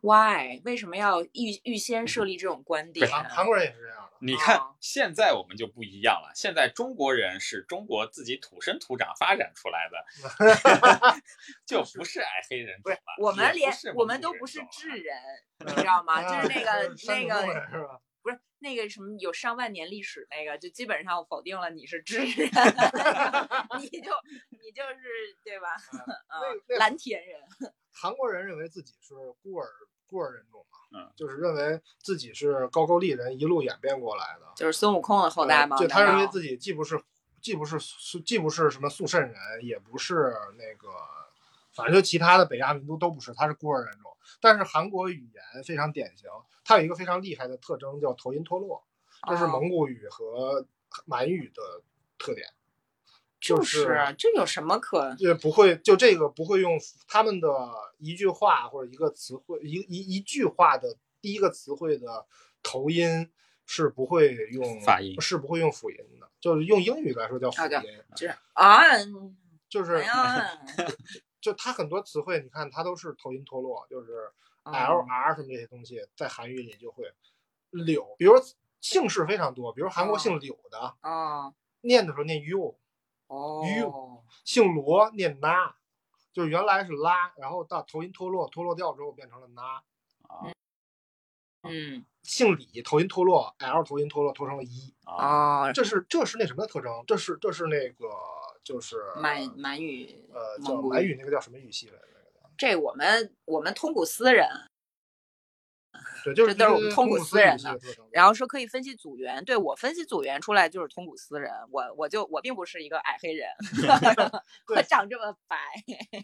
C: Why？为什么要预预先设立这种观点？
A: 韩韩国人也是这样的。
B: 你看、
C: 哦
B: 现在我们就不一样了，现在中国人是中国自己土生土长发展出来的，
C: (laughs)
B: 就不是矮黑人
C: 不
B: 种
C: 是
B: 了，
C: 我
B: 也
C: 们
B: 不
C: 连
B: 是
C: 我
B: 蒙
C: 们
B: 古
C: 都
B: 人
C: 不是
B: 种了
C: 智
A: (laughs)
C: 人，你知道吗？就是那个
A: 啊
C: 那
A: 山东
C: 个
A: 人是吧？
C: 不是那个什么有上万年历史那个，就基本上否定了你是智人， (laughs) 你就你就是对吧？ (laughs)
A: 嗯
C: 啊
A: 那个那，个
C: 蓝田人，
A: 韩国人认为自己是孤儿孤儿人种嘛，
B: 嗯
A: 就是认为自己是高句丽人一路演变过来的
C: 就是孙悟空的后代
A: 呃
C: 吗？
A: 就他
C: 难
A: 认为
C: 道
A: 自己既不是既不是苏既不是什么肃慎人，也不是那个，反正就其他的北亚民族都不是，他是孤儿人种。但是韩国语言非常典型，它有一个非常厉害的特征叫头音脱落，这是
C: 哦
A: 蒙古语和满语的特点，
C: 就
A: 就是
C: 是这有什么
A: (laughs)
C: 可？
A: 也不会就这个不会用他们的一句话或者一个词汇一一一句话的第一个词汇的头音是不会用
B: 发音
A: 是不会用辅音的，就是用英语来说叫辅
C: 啊对
A: 音，
C: 就是啊，
A: 就是
C: 哎呀，
A: 就它很多词汇你看它都是头音脱落，就是
C: 嗯
A: L R 什么这些东西在韩语里就会柳，比如姓氏非常多，比如韩国
C: 哦
A: 姓柳的
C: 哦
A: 念的时候念 U， (laughs)
C: 哦，
A: 姓罗念拉，就是原来是拉，然后到头音脱落，脱落掉之后变成了拉。
C: 嗯
A: 姓李头音脱落，L 头音脱落脱成了一，
B: 啊，
C: 哦，
A: 这是这是那什么的特征？这是这是那个就是
C: 满满语
A: 呃叫
C: 蒙古
A: 满语那个叫什么语系来着？那个叫
C: 这我们我们通古斯人，
A: 对，就是
C: 这都是我们
A: 就是
C: 通古
A: 古
C: 斯
A: 语
C: 人
A: 系
C: 的
A: 的特征。
C: 然后说可以分析组员，对我分析组员出来就是通古斯人，我我就我并不是一 (laughs) 个矮黑人，我
A: 对
C: 长这么白，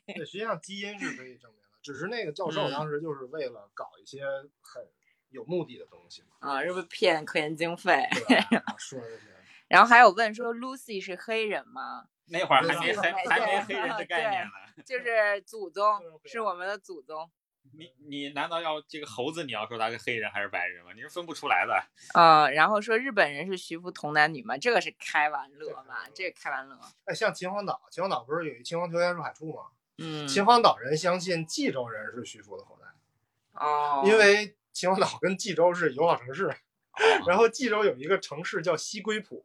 A: 对，实际上基因是可以证明的，只是那个教
C: 嗯
A: 授当时就是为了搞一些很有目的的东西
C: (laughs)
A: 嘛，
C: 啊，是不是骗科研经费？
A: 对吧？啊说这些。
C: 然后还有问说 Lucy 是黑人吗？
B: 那会儿还没
A: 对
B: 还
C: 对
B: 还没黑人的概念呢。
C: 就是祖宗
A: 对对，对
C: 是我们的祖宗
B: 你你难道要这个猴子？你要说他是黑人还是白人吗？你是分不出来的。
C: 啊、然后说日本人是徐福同男女吗？这个是开玩乐嘛？这
A: 这
C: 个开玩乐。
A: 哎，像秦皇岛，秦皇岛不是有一秦皇秋天入海处吗？
C: 嗯，
A: 秦皇岛人相信济州人是徐福的后代，
C: 哦，
A: 因为秦皇岛跟济州是友好城市， (laughs) 然后济州有一个城市叫西归浦，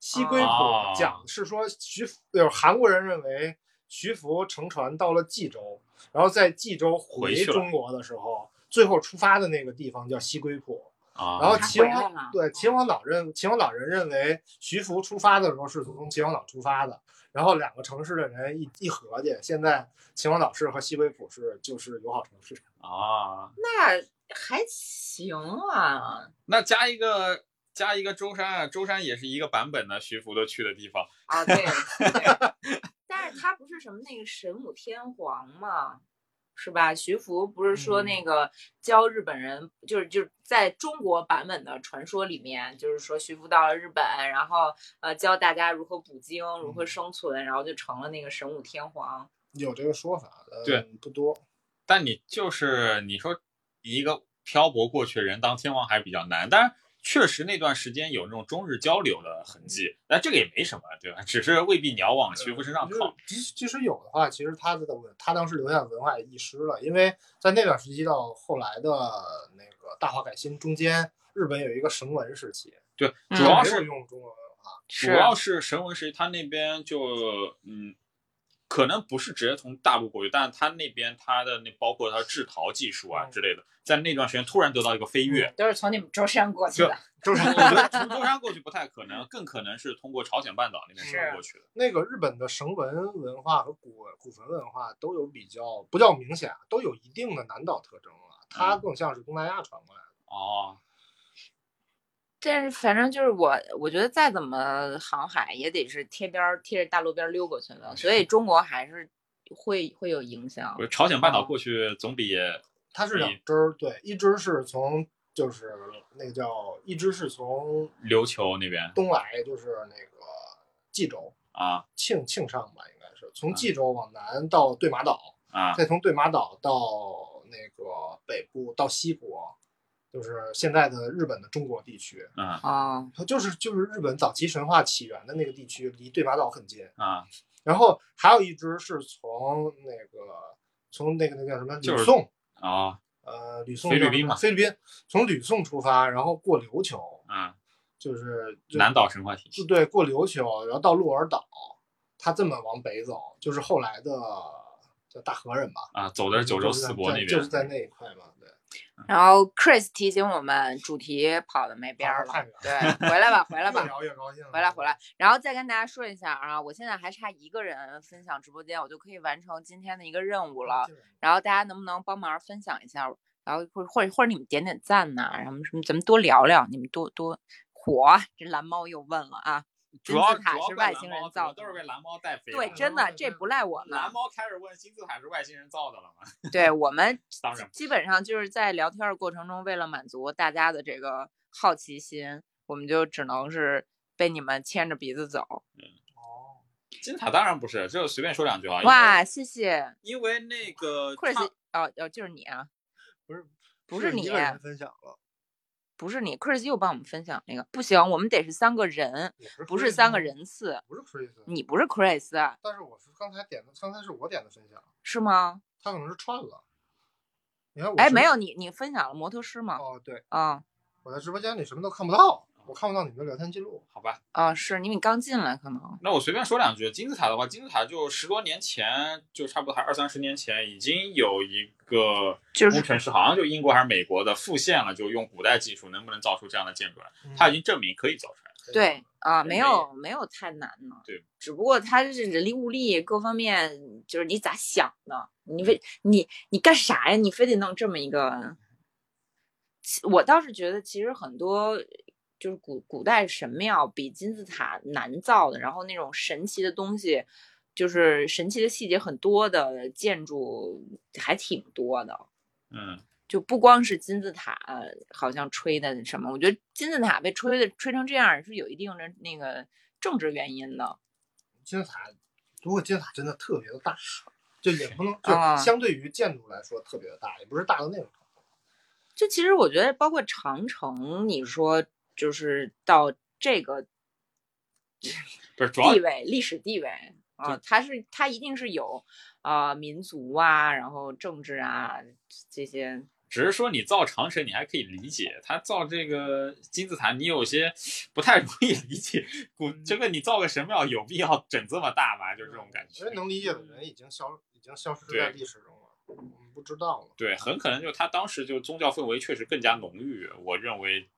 A: 西归
B: 哦
A: 浦讲是说徐福，就是韩国人认为徐福乘船到了济州，然后在济州
B: 回
A: 回
B: 去了
A: 中国的时候，最后出发的那个地方叫西归浦。
B: 啊，
A: 然后
C: 他
A: 秦
C: 回来
A: 皇
C: 了
A: 对秦皇岛认秦皇岛人认为徐福出发的时候是从秦皇岛出发的，然后两个城市的人一一合计，现在秦皇岛市和西归浦市就是友好城市。
B: 啊，
C: 那还行啊。
B: 那加一个加一个舟山啊，舟山也是一个版本的徐福都去的地方。
C: 啊，对，对 (laughs) 但是他不是什么那个神武天皇嘛，是吧？徐福不是说那个教日本人，就是就是在中国版本的传说里面，就是说徐福到了日本，然后呃教大家如何捕鲸、如何生存，然后就成了那个神武天皇。
A: 有这个说法，嗯、
B: 对，
A: 不多。
B: 但你就是你说一个漂泊过去的人当天王还比较难，当然确实那段时间有那种中日交流的痕迹，但这个也没什么，对吧？只是未必你要往徐福身上
A: 就是
B: 靠。
A: 即使即使有的话，其实他的文他当时留下的文化也遗失了，因为在那段时期到后来的那个大化改新中间，日本有一个绳文时期，
B: 对，
C: 嗯
B: 主要
A: 没有
B: 是
A: 用中国文化，
B: 主要是神文时期，他那边就嗯，可能不是直接从大陆过去，但是他那边他的那包括他制陶技术啊
A: 嗯
B: 之类的，在那段时间突然得到一个飞跃。
C: 都是从你们舟山过去
B: 就
C: 的。
A: 就是
B: 我觉得从舟山过去不太可能，更可能是通过朝鲜半岛那边
C: 是
B: 传过去的。
A: 那个日本的绳文文化和古古坟文化都有比较不叫明显，啊都有一定的南岛特征了。它更像是东南亚传过来的。
B: 哦，
C: 但是反正就是我，我觉得再怎么航海也得是贴边儿贴着大路边儿溜过去的，所以中国还是会会有影响
B: 我。觉得朝鲜半岛过去总比
A: 它是两
B: 嗯
A: 支儿，对，一支是从就是那个叫一支是从
B: 琉球那边
A: 东来，就是那个济州
B: 啊
A: 庆庆尚吧，应该是从济州往南到对马岛，
B: 啊
A: 再从对马岛到那个北部到西国，就是现在的日本的中国地区。
B: 嗯
C: 哦，
A: 它就是就是日本早期神话起源的那个地区，离对马岛很近。
B: 啊，
A: 然后还有一支是从那个从那个那叫什么
B: 就
A: 吕
B: 是
A: 宋，
B: 哦，
A: 呃，吕宋
B: 菲律
A: 叫什
B: 宾
A: 么
B: 嘛
A: 菲律宾从吕宋出发，然后过琉球，
B: 嗯，
A: 就是就
B: 南岛神话体
A: 就
B: 系
A: 对过琉球，然后到鹿儿岛，他这么往北走，就是后来的叫大和人吧，
B: 啊，走的是九州四国那边，
A: 就是在那一块嘛，对，
C: 嗯然后 Chris 提醒我们主题跑的没边儿了
A: 跑得，
C: 对，回来吧，回来
B: (laughs)
A: 越
C: 吧。
A: 聊越高兴了，
C: 回来回来，然后再跟大家说一下啊，我现在还差一个人分享直播间，我就可以完成今天的一个任务了。然后大家能不能帮忙分享一下？然后或者或者或者你们点点赞呐、然后什么咱们多聊聊，你们多多火。这蓝猫又问了啊，
B: 主要
C: 金字塔
B: 主要
C: 是
B: 怪
C: 外
B: 蓝
C: 星
B: 猫
C: 人
B: 怎么
C: 造的
B: 都是被蓝猫带飞的。嗯
C: 对，真的这不赖我们，
B: 蓝猫开始问金字塔是外星人造的了吗？
C: 对我们
B: 当然
C: 基本上就是在聊天的过程中，为了满足大家的这个好奇心，我们就只能是被你们牵着鼻子走。
A: 哦，
B: 金字塔当然不是，就随便说两句
A: 哎
B: 啊。因为
C: 哇，，谢谢
B: 因为那个
C: Chris，哦哦，就是你啊，
A: 不是
C: 不是
A: 一
C: 你
A: 个，人分享了，
C: 不是你，Chris 又帮我们分享那个，不行，我们得是三个人，
A: 也
C: 不是
A: Chris
C: 三个
A: 吗，
C: 人次，
A: 不是 Chris，
C: 你不是 Chris 啊
A: 但是我是刚才点的，刚才是我点的分享，
C: 是吗？
A: 他可能是串了。你看我
C: 哎，
A: 是
C: 没有你，你分享了摩托师吗？
A: 哦，对，
C: 啊
A: 我在直播间里什么都看不到，我看不到你们的聊天记录。
B: 好吧，
C: 啊，是因为你刚进来可能。
B: 那我随便说两句。金字塔的话，金字塔就十多年前，就差不多还二三十年前，已经有一个
C: 就是
B: 工程师，好像就英国还是美国的复现了，就用古代技术能不能造出这样的建筑来？
A: 嗯
B: 他已经证明可以造出来了。
A: 哎
C: 对啊，没
B: 没
C: 有没有太难呢。
B: 对，
C: 只不过他是人力物力各方面，就是你咋想的？你
B: 嗯
C: 为你你干啥呀？你非得弄这么一个？其我倒是觉得，其实很多就是古古代神庙比金字塔难造的，然后那种神奇的东西就是神奇的细节很多的建筑还挺多的，
B: 嗯，
C: 就不光是金字塔，好像吹的什么，我觉得金字塔被吹的吹成这样是有一定的那个政治原因的。
A: 金字塔，如果金字塔真的特别的大，就也
C: (laughs)
A: 不能就
C: 啊
A: 相对于建筑来说特别的大，也不是大到那种程度。
C: 就其实我觉得，包括长城，你说就是到这个
B: 不是主要
C: 地位、历史地位啊，它是它一定是有啊、民族啊，然后政治啊这些。
B: 只是说你造长城，你还可以理解；他造这个金字塔，你有些不太容易理解。古
A: 嗯
B: 这个你造个神庙，有必要整这么大吗？就是这种感
A: 其
B: 觉嗯
A: 实。能理解的人已经消已经消失
B: 对
A: 在历史中了，我们不知道了。
B: 对，很可能就是他当时就宗教氛围确实更加浓郁。我认为，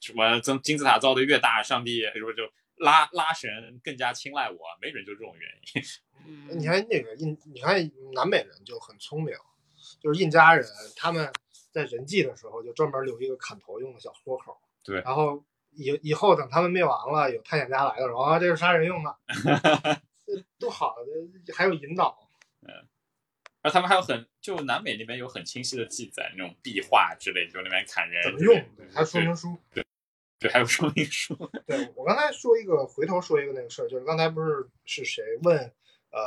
B: 什么金金字塔造的越大，上帝是不是就拉拉神更加青睐我？没准就这种原因。
C: 嗯
A: 你看那个印，你看南美人就很聪明，就是印加人他们在人际的时候就专门留一个砍头用的小豁口。
B: 对
A: 然后以以后等他们灭亡了，有探险家来了，说啊这是杀人用的，这多好，这还有引导。
B: 然后他们还有很就南美那边有很清晰的记载，那种壁画之类，就那边砍人
A: 怎么
B: 之类
A: 用？还有说明书。
B: 对，还有说明书。
A: 对我刚才说一个，回头说一个那个事儿，就是刚才不是是谁问，呃，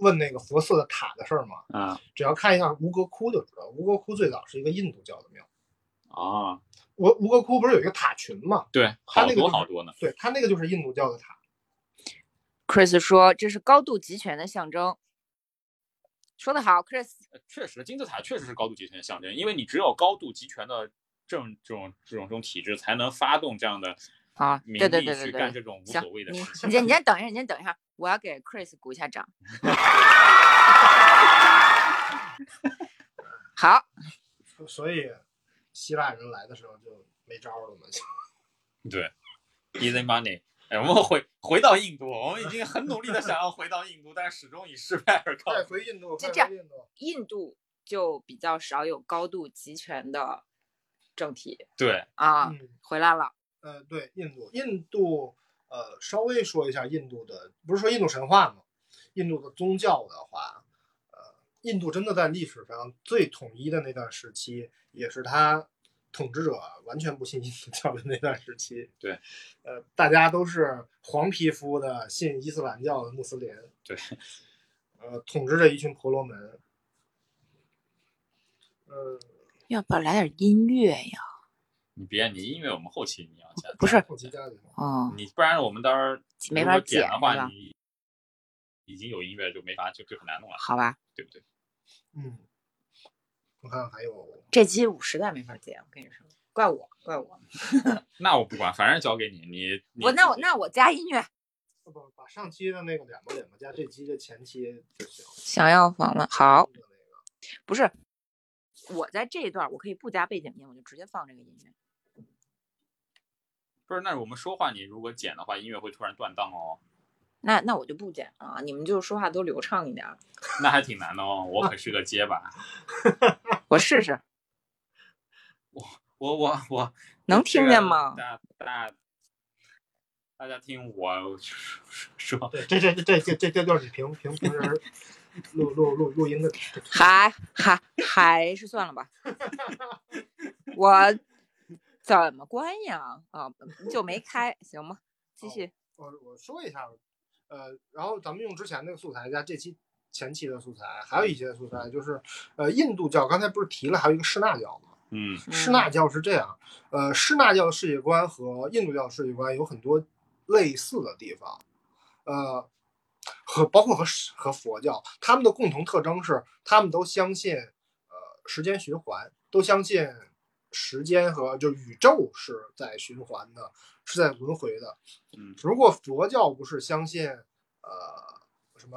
A: 问那个佛寺的塔的事儿嘛？
B: (laughs) 啊
A: 只要看一下吴哥窟就知道，吴哥窟最早是一个印度教的庙。
B: 啊，
A: 我吴哥窟不是有一个塔群嘛？
B: 对，
A: 他
B: 好
A: 那个就
B: 多
A: 是
B: 好多呢。
A: 对，它那个就是印度教的塔。
C: Chris 说这是高度集权的象征。说得好，Chris。
B: 呃确实，金字塔确实是高度集权的象征，因为你只有高度集权的政这种这种这种体制，才能发动这样的
C: 啊
B: 民
C: 对对
B: 力
C: 对
B: 去
C: 对对
B: 干这种无
C: 行
B: 所谓，的
C: 你
B: 事
C: 嗯你
B: 情。
C: 先你先等一下，你先等一下，我要给 Chris 鼓一下 (laughs) 掌。好，
A: 所以希腊人来的时候就没招了嘛。
C: 哦
A: 就
B: 对，easy money。哎，我们回回到印度，我们已经很努力的想要回到印度，但是始终以失败而告
A: 快
B: 终。
A: 回印度，
C: 就
A: 快
C: 这样
A: 回印度。
C: 印度就比较少有高度集权的政体
B: 对，
C: 啊。
A: 嗯，
C: 回来了，
A: 呃，对，印度，印度，呃，稍微说一下印度的，不是说印度神话吗？印度的宗教的话，呃，印度真的在历史上最统一的那段时期，也是他统治者完全不信印度教的那段时期。
B: 对，
A: 呃，大家都是黄皮肤的信伊斯兰教的穆斯林。
B: 对，
A: 呃，统治着一群婆罗门。呃，
C: 要不要来点音乐呀？
B: 你别，你音乐我们后期你要加，
C: 不是
A: 后期加的
C: 哦，
B: 你不然我们到时候
C: 没
B: 如
C: 法
B: 果剪
C: 剪
B: 的
C: 是吧
B: 话，你已经有音乐就没法就就很难弄了，
C: 好吧，
B: 对不对？
A: 嗯，我看还有。
C: 这期我实在没法接，我跟你说，怪我，怪我。
B: 那我不管，反正交给你，你你
C: 我那我那我加音乐，
A: 不不，把上期的那个两吧两吧加这期的前期就行。
C: 想要访问好，
A: 那个
C: 不是，我在这一段我可以不加背景音，我就直接放这个音乐。
B: 不是，那我们说话，你如果剪的话，音乐会突然断档哦，
C: 那那我就不剪了啊，你们就说话都流畅一点儿，
B: 那还挺难的哦。
C: 啊
B: 我可是个结
C: (laughs)
B: 巴，
C: 我试试，
B: 我我我
C: 能听见吗？
B: 大大大家听我说，
A: 对，这这这这这这就是你平平平
C: (laughs)
A: 时录录录录音的。
C: 还还还是算了吧，我怎么关呀？啊，就没开，行吗？继续，
A: 我我说一下，呃，然后咱们用之前那个素材加这期前期的素材，还有一些素材就是，呃，印度教刚才不是提了，还有一个施那教吗？
B: 嗯
A: 施那教是这样，呃，施那教的世界观和印度教世界观有很多类似的地方，呃，和包括和是和佛教，他们的共同特征是，他们都相信呃时间循环，都相信时间和就宇宙是在循环的，是在轮回的。
B: 嗯，
A: 如果佛教不是相信呃什么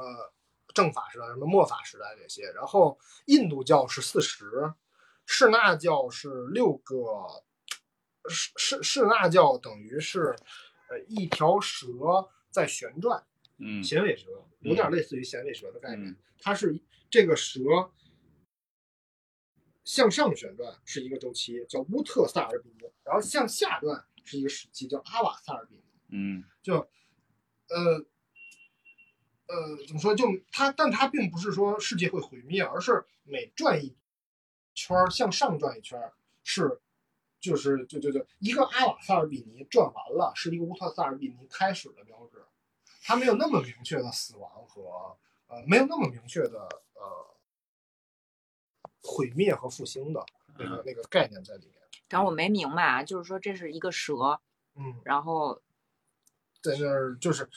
A: 正法时代、什么末法时代这些，然后印度教是四十，士那教是六个，士士士那教等于是呃一条蛇在旋转，
B: 嗯
A: 衔尾蛇，有点类似于衔尾蛇的概念。
B: 嗯
A: 它是这个蛇向上旋转是一个周期，叫乌特萨尔比尼，然后向下转是一个时期，叫阿瓦萨尔比尼。
B: 嗯
A: 就呃呃，呃，怎么说？就它，但它并不是说世界会毁灭，而是每转一圈儿，向上转一圈儿，是就是就就就一个阿瓦萨尔比尼转完了，是一个乌特萨尔比尼开始的标志。它没有那么明确的死亡和呃，没有那么明确的呃毁灭和复兴的那个那个概念在里面。
C: 然后我没明白啊，就是说这是一个蛇，
A: 嗯，
C: 然后
A: 在那儿就是哦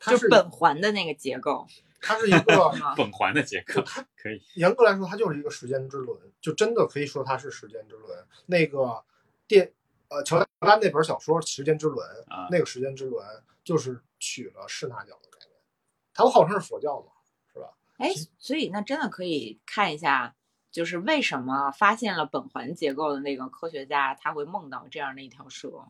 A: 它
C: 就是本环的那个结构，
A: 它是一
C: (laughs)
A: 个
C: 是吗？
B: 本环的结
A: 就
B: 构
A: 它
B: 可以，
A: 严格来说，它就是一个时间之轮，就真的可以说它是时间之轮。那个电呃乔丹那本小说《时间之轮》
B: 啊
A: 那个时间之轮就是取了施纳教的概念，它号称是佛教嘛，是吧？
C: 哎，所以那真的可以看一下，就是为什么发现了本环结构的那个科学家，他会梦到这样的一条蛇，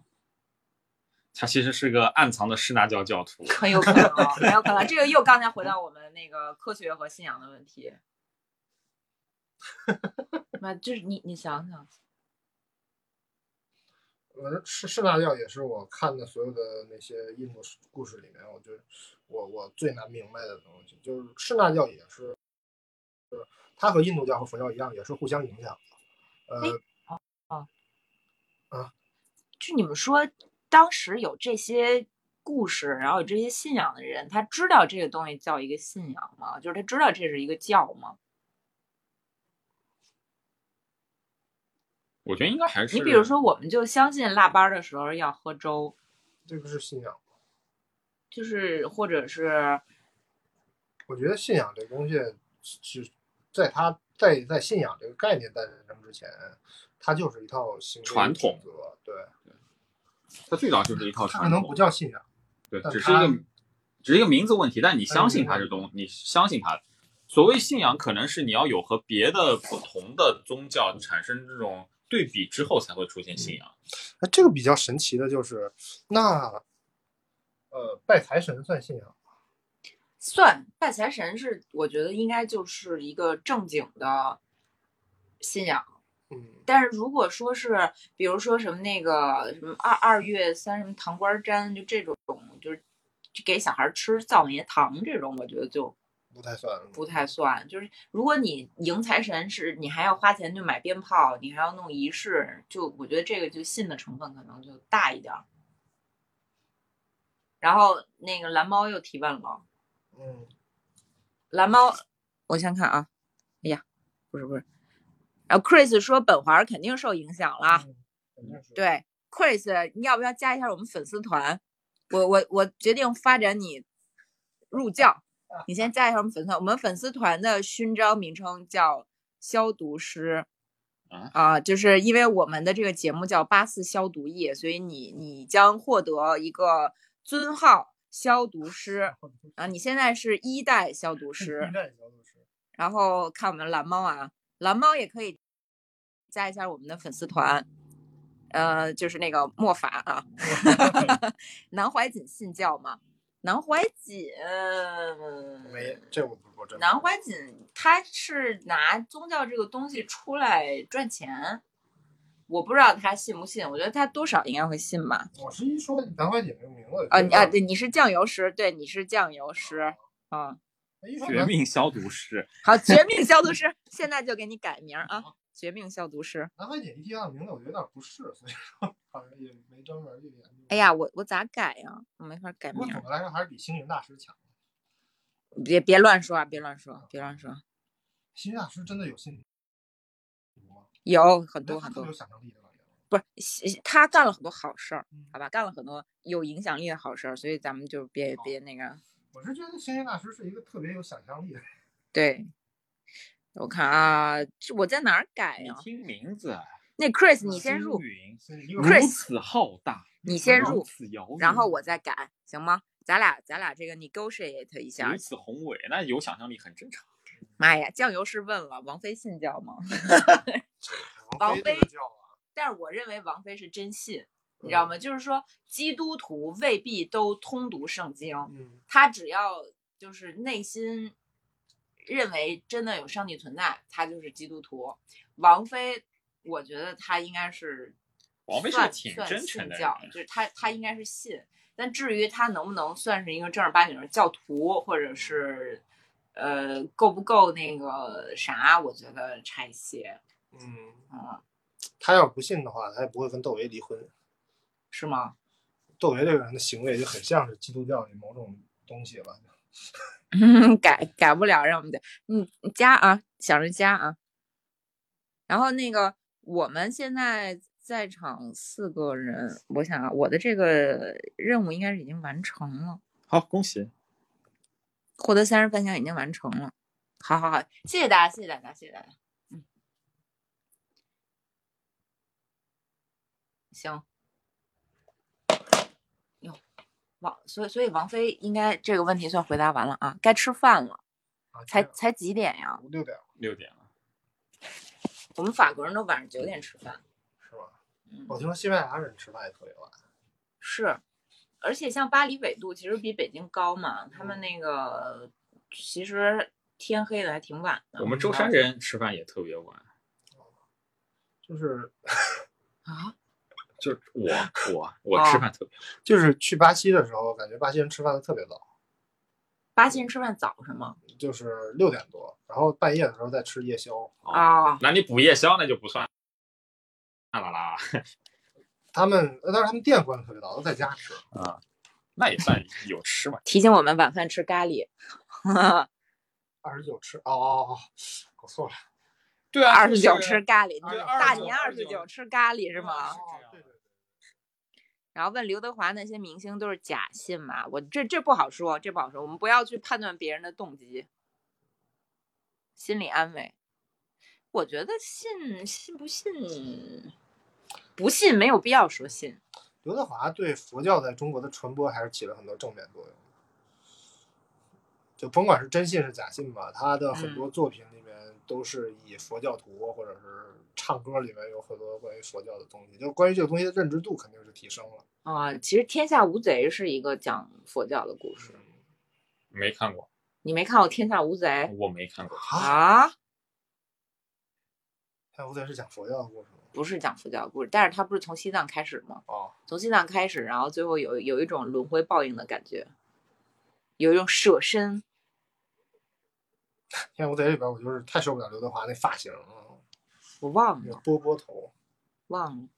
B: 他其实是个暗藏的施纳教教徒。
C: 很有可能，很有可能。这个又刚才回到我们那个科学和信仰的问题。那就是你，你想想，
A: 反正施施呃纳教也是我看的所有的那些印度故事里面，我觉得我我最难明白的东西，就是施纳教也是，就是它和印度教和佛教一样，也是互相影响的。呃，
C: 就你们说，当时有这些故事，然后有这些信仰的人，他知道这个东西叫一个信仰吗？就是他知道这是一个教吗？
B: 我觉得应该还是
C: 你比如说，我们就相信腊八儿的时候要喝粥，
A: 这个是信仰。
C: 就是或者是
A: 我觉得信仰这东西是在它在在信仰这个概念诞生之前，它就是一套行为
B: 传统
A: 准则，对，
B: 它最早就是一套
A: 它
B: 传
A: 可
B: 统，
A: 能不叫信仰，
B: 对，
A: 但
B: 只是一个
A: 它
B: 只是一个名字问题，但你相信
A: 嗯
B: 它这东，你相信它。所谓信仰，可能是你要有和别的不同的宗教产生这种对比之后，才会出现信仰。
A: 那这个比较神奇的就是，那呃拜财神算信仰，
C: 算拜财神是，我觉得应该就是一个正经的信仰。
A: 嗯，
C: 但是如果说是，比如说什么那个什么二二月三什么糖瓜粘，就这种，就是给小孩吃灶爷糖这种，我觉得就
A: 不太算，
C: 不太算。就是如果你迎财神是你还要花钱去买鞭炮，你还要弄仪式，就我觉得这个就信的成分可能就大一点儿。然后那个蓝猫又提问了，
A: 嗯，
C: 蓝猫，我先看啊，哎呀，不是不是，然后 Chris 说本环儿肯定受影响了。
A: 嗯，肯定是，
C: 啊对，Chris，你要不要加一下我们粉丝团？我我我决定发展你入教，你先加一下我们粉丝团。我们粉丝团的勋章名称叫“消毒师”，
B: 啊
C: 就是因为我们的这个节目叫“八四消毒液”，所以你你将获得一个尊号“消毒师”。啊，你现在是一代消毒师
A: (laughs) 应，该也叫做是，
C: 然后看我们蓝猫啊，蓝猫也可以加一下我们的粉丝团，呃，就是那个墨法啊， (laughs) 南怀瑾信教嘛，南怀瑾，
A: 没，这我不我真不
C: 南怀瑾他是拿宗教这个东西出来赚钱，我不知道他信不信，我觉得他多少应该会信吧。
A: 我是一说南怀瑾这个名字
C: 啊，你啊，对，你是酱油师，对，你是酱油师，嗯，
A: 一说
B: 绝
A: 南
B: 命消毒师，
C: 好，绝命消毒师，现在就给你改名儿啊，绝命消毒师。
A: 南怀瑾一提到名字，我觉得有点不适，所以说 (laughs) 好像也没专门去研究。
C: 哎呀，我我咋改呀、我没法改
A: 不过
C: 名
A: 总
C: 儿。
A: 的来说还是比星云大师强。
C: 别别乱说啊！别乱说，别乱说。
A: 星云大师真的有信徒吗？
C: 有很
A: 我觉得
C: 多
A: 他
C: 很
A: 特别
C: 多
A: 有，想象力的感觉。
C: 不是西他干了很多好事儿，
A: 嗯
C: 好吧？干了很多有影响力的好事儿，所以咱们就别
A: 好
C: 别那个。
A: 我是觉得星云大师是一个特别有想象力的人。
C: 对，我看啊，这我在哪儿改
B: 你
C: 呀、
B: 听名字，啊
C: 那 Chris 你先入，
B: 云，
A: 所以一个
C: Chris
B: 如此浩大，
C: 你先入
B: 如此遥远，
C: 然后我再改，行吗？咱俩咱俩这个 negotiate 一下
B: 如。此宏伟，那有想象力很正常。
C: 妈呀，酱油是问了王菲信教吗？ (laughs) 王
A: 王
C: 菲
A: 菲这个叫啊，
C: 但是我认为王菲是真信，
B: 嗯
C: 你知道吗？就是说基督徒未必都通读圣经，
A: 嗯，
C: 他只要就是内心认为真的有上帝存在，他就是基督徒。王菲，我觉得她应该是
B: 王菲是个
D: 算
B: 挺
D: 算
B: 真
D: 信
B: 诚的人啊嗯
D: 教，，就是他他应该是信，但至于他能不能算是一个正儿八经的教徒，或者是呃够不够那个啥，我觉得差一些，
A: 嗯
D: 嗯，
C: 啊
A: 他要是不信的话，他也不会跟窦唯离婚。
D: 是吗？
A: 窦唯这个人的行为就很像是基督教里某种东西了。
C: (laughs) 改改不了，让我们加，嗯，加啊，想着加啊。然后那个我们现在在场四个人，我想啊，我的这个任务应该是已经完成了，
B: 好，恭喜！
C: 获得三十分享已经完成了。好好好，
D: 谢谢大家，谢谢大家，谢谢大家，嗯，行。哟，王，所以所以王菲应该这个问题算回答完了啊，该吃饭了，
A: 啊，
C: 嗯
D: 才才几点呀？
A: 五六点
B: 六点了，
D: 我们法国人都晚上九点吃饭，
A: 是吧？
D: 嗯，
C: 哦
A: 我听说西班牙人吃饭也特别晚。
D: 是，而且像巴黎纬度其实比北京高嘛，他
C: 嗯
D: 们那个其实天黑的还挺晚的。嗯啊
B: 我们舟山人吃饭也特别晚。
A: 就是
D: 啊，
B: 就是我我 (laughs) 我吃饭特别晚，
C: 嗯
A: 就是去巴西的时候，感觉巴西人吃饭的特别早，
D: 巴西人吃饭早是吗？
A: 就是六点多，然后半夜的时候再吃夜宵。
C: 哦
D: 啊，
B: 那你补夜宵那就不算。啦啦啦，
A: 他们，呃但是他们店关的特别早，都在家吃。
B: 那也算有吃吧。
C: 提醒我们晚饭吃咖喱，
A: 二十九吃，哦哦哦，搞错了，
B: 对啊，
C: 二十九
B: 就是
C: 吃咖喱，
A: 对
C: 你
A: 29
C: 大年二十
B: 29
C: 九吃咖喱是吗
D: 嗯
B: 是？这样
A: 对对对，
C: 然后问刘德华那些明星都是假信吗？我这这不好说，这不好说，我们不要去判断别人的动机，心理安慰。我觉得信信不信，不信没有必要说信。
A: 刘德华对佛教在中国的传播还是起了很多正面作用。就甭管是真信是假信吧，他的很
B: 嗯
A: 多作品里面都是以佛教徒或者是唱歌里面有很多关于佛教的东西，就关于这个东西的认知度肯定是提升了。
C: 啊、其实《天下无贼》是一个讲佛教的故事，
A: 嗯
B: 没看过，
C: 你没看过《天下无贼
B: 我没看过。》
A: 啊，
C: 啊？
A: 太无贼是讲佛教的故事吗？
C: 不是讲佛教的故事，但是它不是从西藏开始吗？
A: 哦，
C: 从西藏开始，然后最后有有一种轮回报应的感觉，有一种舍身。
A: 天无贼里边我就是太受不了刘德华那发型了，
C: 我忘
A: 那
C: 了
A: 个波波头。
C: 忘了。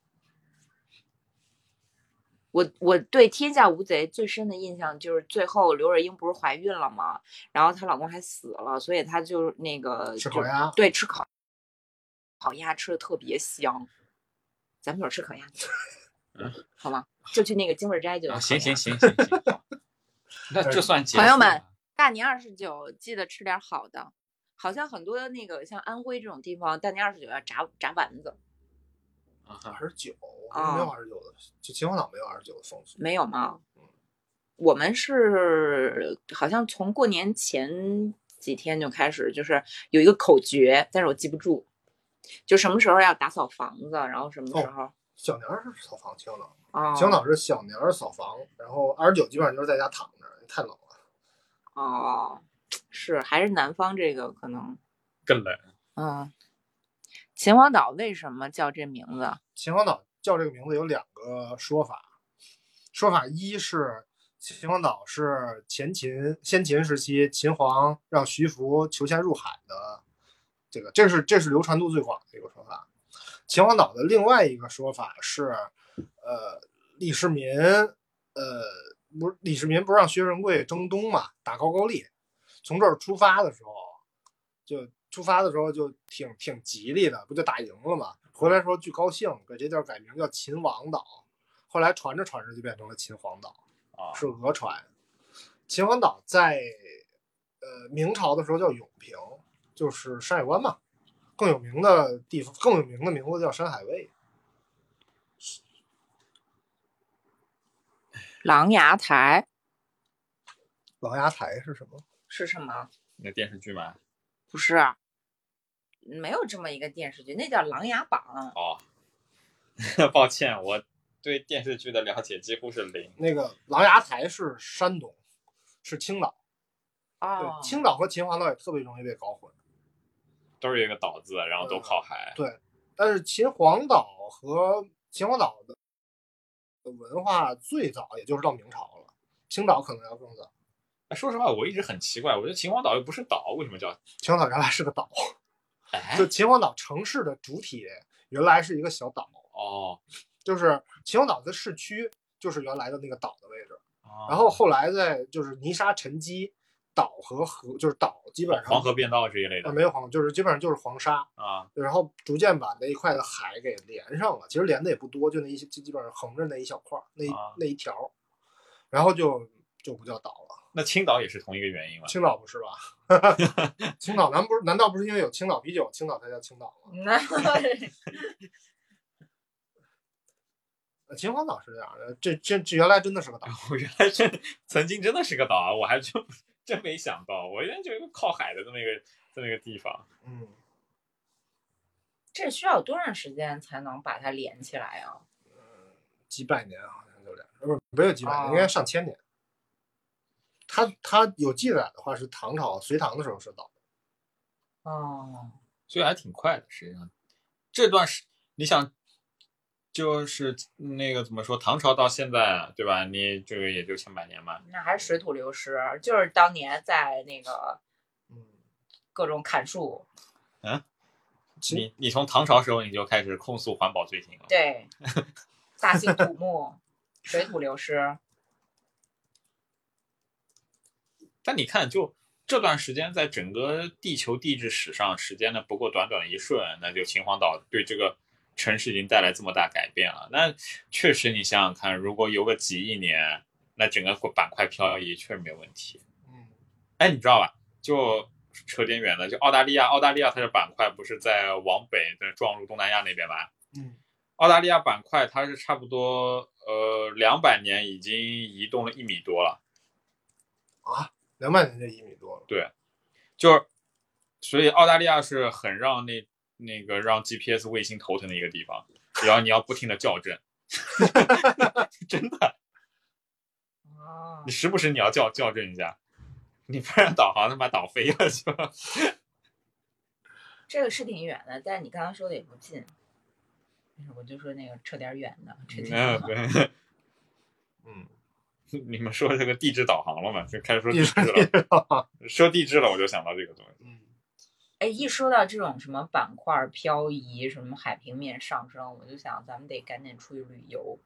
C: 我我对《天下无贼》最深的印象就是最后刘若英不是怀孕了吗？然后她老公还死了，所以她就那个
A: 吃
C: 就
A: 烤鸭
C: 对，吃烤烤鸭吃的特别香。咱们一会儿吃烤鸭，
B: 嗯
C: 好吗？就去那个京味儿斋就有
B: 啊，
C: 烤
B: 行
C: 鸭
B: 行行行行，好那这算结束
C: 朋友们
B: 了
C: 大年二十九记得吃点好的，好像很多那个像安徽这种地方，大年二十九要炸炸丸子，
B: 啊哈
A: 二十九，
C: 啊
A: 没有二十九的，就秦皇岛没有二十九的风俗。
C: 没有吗？我们是好像从过年前几天就开始，就是有一个口诀，但是我记不住，就什么时候要打扫房子，然后什么时候
A: 小年儿是扫房，秦皇岛，
C: 啊
A: 秦皇岛是小年儿扫房，然后二十九基本上就是在家躺着，太冷了。
C: 哦，是还是南方这个可能
B: 更冷。
C: 嗯，秦皇岛为什么叫这名字？
A: 秦皇岛叫这个名字有两个说法，说法一是秦皇岛是前秦先秦时期秦皇让徐福求仙入海的，这个这是这是流传度最广的一个说法。秦皇岛的另外一个说法是，呃，李世民，呃，不是李世民不是让薛仁贵征东嘛，打高句丽，从这儿出发的时候，就出发的时候就挺挺吉利的，不就打赢了嘛？回来的时候巨高兴，给这地儿改名叫秦王岛，后来传着传着就变成了秦皇岛。
B: 啊，
A: 是俄传。秦皇岛在呃明朝的时候叫永平，就是山海关嘛。更有名的地方，更有名的名字叫山海卫。
C: 琅琊台
A: 琅琊台是什么？
C: 是什么？
B: 那电视剧吗？
C: 不是，没有这么一个电视剧，那叫《琅琊榜
B: 哦， (laughs) 抱歉，我对电视剧的了解几乎是零。
A: 那个琅琊台是山东，是青岛。》
C: 哦
A: 对，。
C: (laughs)
A: 青岛和秦皇岛也特别容易被搞混。
B: 嗯都是一个岛字，然后都靠海。
A: 对，但是秦皇岛和秦皇岛的文化最早也就是到明朝了，青岛可能要更早。
B: 哎说实话，我一直很奇怪，我觉得秦皇岛又不是岛，为什么叫？
A: 秦皇岛原来是个岛，
B: 哎
A: 就，秦皇岛城市的主体原来是一个小岛，
B: 哦，
A: 就是秦皇岛的市区就是原来的那个岛的位置，
B: 啊
A: 然后后来在就是泥沙沉积，岛和河就是岛基本上
B: 黄河变道这一类的
A: 啊没有黄，就是基本上就是黄沙，
B: 啊，
A: 然后逐渐把那一块的海给连上了。其实连的也不多，就那一些基基本上横着那一小块儿，那一、
B: 啊
A: 那一条儿，然后就就不叫岛了。
B: 那青岛也是同一个原因嘛？
A: 青岛不是吧？ (laughs) 青岛难不是难道不是因为有青岛啤酒，青岛才叫青岛吗？
F: 那
A: 呃秦皇岛是这样的，这这这原来真的是个岛。
B: (laughs) 我原来是曾经真的是个岛啊，我还真真没想到，我原来就一个靠海的这么一个这么一个地方。
A: 嗯，
C: 这需要多长时间才能把它连起来啊？
A: 几百年好像就这样，不是没有几百年，
C: 哦
A: 应该上千年。他他有记载的话是唐朝隋唐的时候是岛，
C: 哦，
B: 所以还挺快的，实际上这段时你想，就是那个怎么说，唐朝到现在啊对吧？你这个也就千百年嘛。
C: 那还是水土流失，就是当年在那个
A: 嗯，
C: 各种砍树，
A: 秦
B: 你你从唐朝时候你就开始控诉环保罪行了。
C: 对，大兴土木，水土流失，
B: 但你看，就这段时间，在整个地球地质史上，时间呢不过短短的一瞬，那就秦皇岛对这个城市已经带来这么大改变了。那确实，你想想看，如果有个几亿年，那整个板块漂移确实没有问题。
A: 嗯
B: 哎，你知道吧？就扯点远的，就澳大利亚，澳大利亚它的板块不是在往北的撞入东南亚那边吗？
A: 嗯
B: 澳大利亚板块它是差不多呃两百年已经移动了一米多了，
A: 啊，两百年就一米多了，
B: 就是所以澳大利亚是很让那那个让 GPS 卫星头疼的一个地方，然后你要不停的校正，真的，
C: 哦
B: 你，时不时你要校校正一下，你不然导航他妈导飞了就。
C: 这个是挺远的，但你刚刚说的也不近。哎我就说那个扯点远的，扯点
B: 没有嗯
C: 远的。
B: 对， (laughs)
A: 嗯，
B: 你们说这个地质导航了嘛？就开始说
A: 地
B: 地
A: 质
B: 质了，
A: (laughs)
B: 说地质了我就想到这个东西。
A: 嗯，
C: 哎，一说到这种什么板块儿漂移、什么海平面上升，我就想咱们得赶紧出去旅游。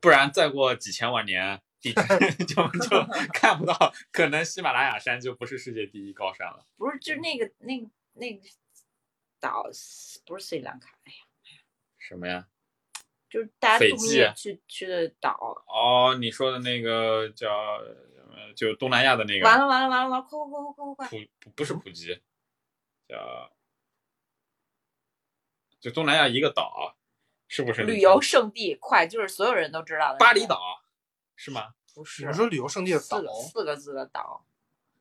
B: 不然再过几千万年， (laughs) 地震就就看不到，可能喜马拉雅山就不是世界第一高山了。
C: 不是，就是那个那个那个岛，不是斯里兰卡，哎呀，
B: 什么呀？
C: 就是大家
B: 斐
C: 度蜜
B: 济啊
C: 去去的岛。
B: 哦，你说的那个叫呃就东南亚的那个，
C: 完了完了完了完了，快快快快快快！
B: 普不不是
C: 嗯
B: 普吉，叫就东南亚一个岛，是不是
C: 旅游胜地，快，就是所有人都知道的。
B: 巴厘，岛是吗？
C: 不是，
A: 你说旅游胜地的岛
C: 四，个四个字的岛，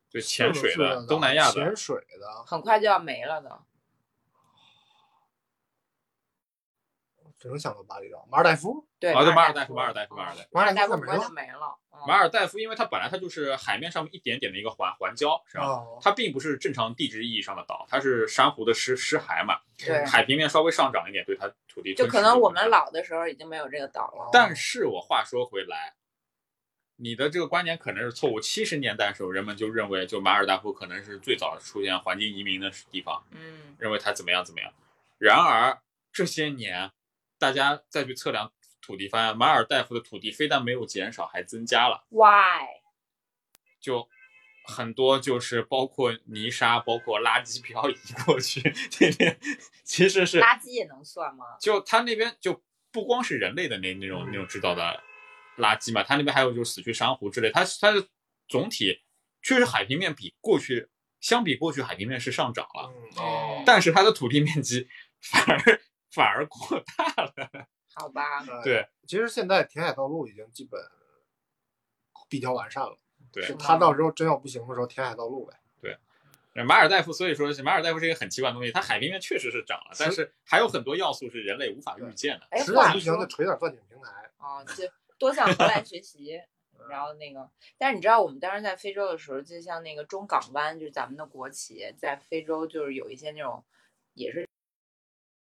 B: 就潜水
A: 是的
B: 的东南亚的
A: 潜水的
C: 很快就要没了的。
A: 只能想到巴厘岛、马尔代夫，
C: 对，
B: 哦对马
C: 马尔
B: 尔
C: 代
B: 代
C: 夫，嗯
B: 夫马尔代夫马尔代夫
A: 马尔
C: 代
A: 代
C: 夫
A: 夫怎
C: 很
A: 么
C: 快就
A: 了？
C: 没了。嗯
B: 马尔代夫，因为它本来它就是海面上面一点点的一个环环礁，是吧？
A: 哦，
B: 它并不是正常地质意义上的岛，它是珊瑚的湿湿海嘛，
C: 对
B: 海平面稍微上涨一点，对它土地吞噬
C: 就可能
B: 就
C: 我
B: 很大
C: 们。老的时候已经没有这个岛
A: 哦
C: 了。
B: 但是我话说回来，你的这个观点可能是错误。七十年代的时候，人们就认为就马尔代夫可能是最早出现环境移民的地方，
C: 嗯，
B: 认为它怎么样怎么样。然而这些年，大家再去测量土地，发现马尔代夫的土地非但没有减少，还增加了。
C: why？
B: 就很多就是包括泥沙、包括垃圾 (laughs) 漂移过去，这边 (laughs) 其实是
C: 垃圾也能算吗？
B: 就他那边就不光是人类的那那种那种制造的垃圾嘛，他那边还有就是死去珊瑚之类，它它的总体确实海平面比过去相比过去海平面是上涨了，
A: 嗯
C: 哦
B: 但是它的土地面积反而反而扩大了，
C: 好
B: (laughs)
C: 吧，
A: 呃
B: 对，
A: 其实现在填海道路已经基本比较完善了，
B: (laughs) 对
A: 就他到时候真要不行的时候填海道路呗。
B: 马尔代夫，所以说是马尔代夫是一个很奇怪的东西，它海平面确实是涨了，但是还有很多要素是人类无法预见的。
C: 哎，
A: 实
C: 话
A: 在不行就
C: 说
A: 锤点钻井平
B: (laughs)
A: 台。
C: 啊，就多向荷兰学习。然后那个，但是你知道，我们当时在非洲的时候，就像那个中港湾，就是咱们的国企，在非洲就是有一些那种，也是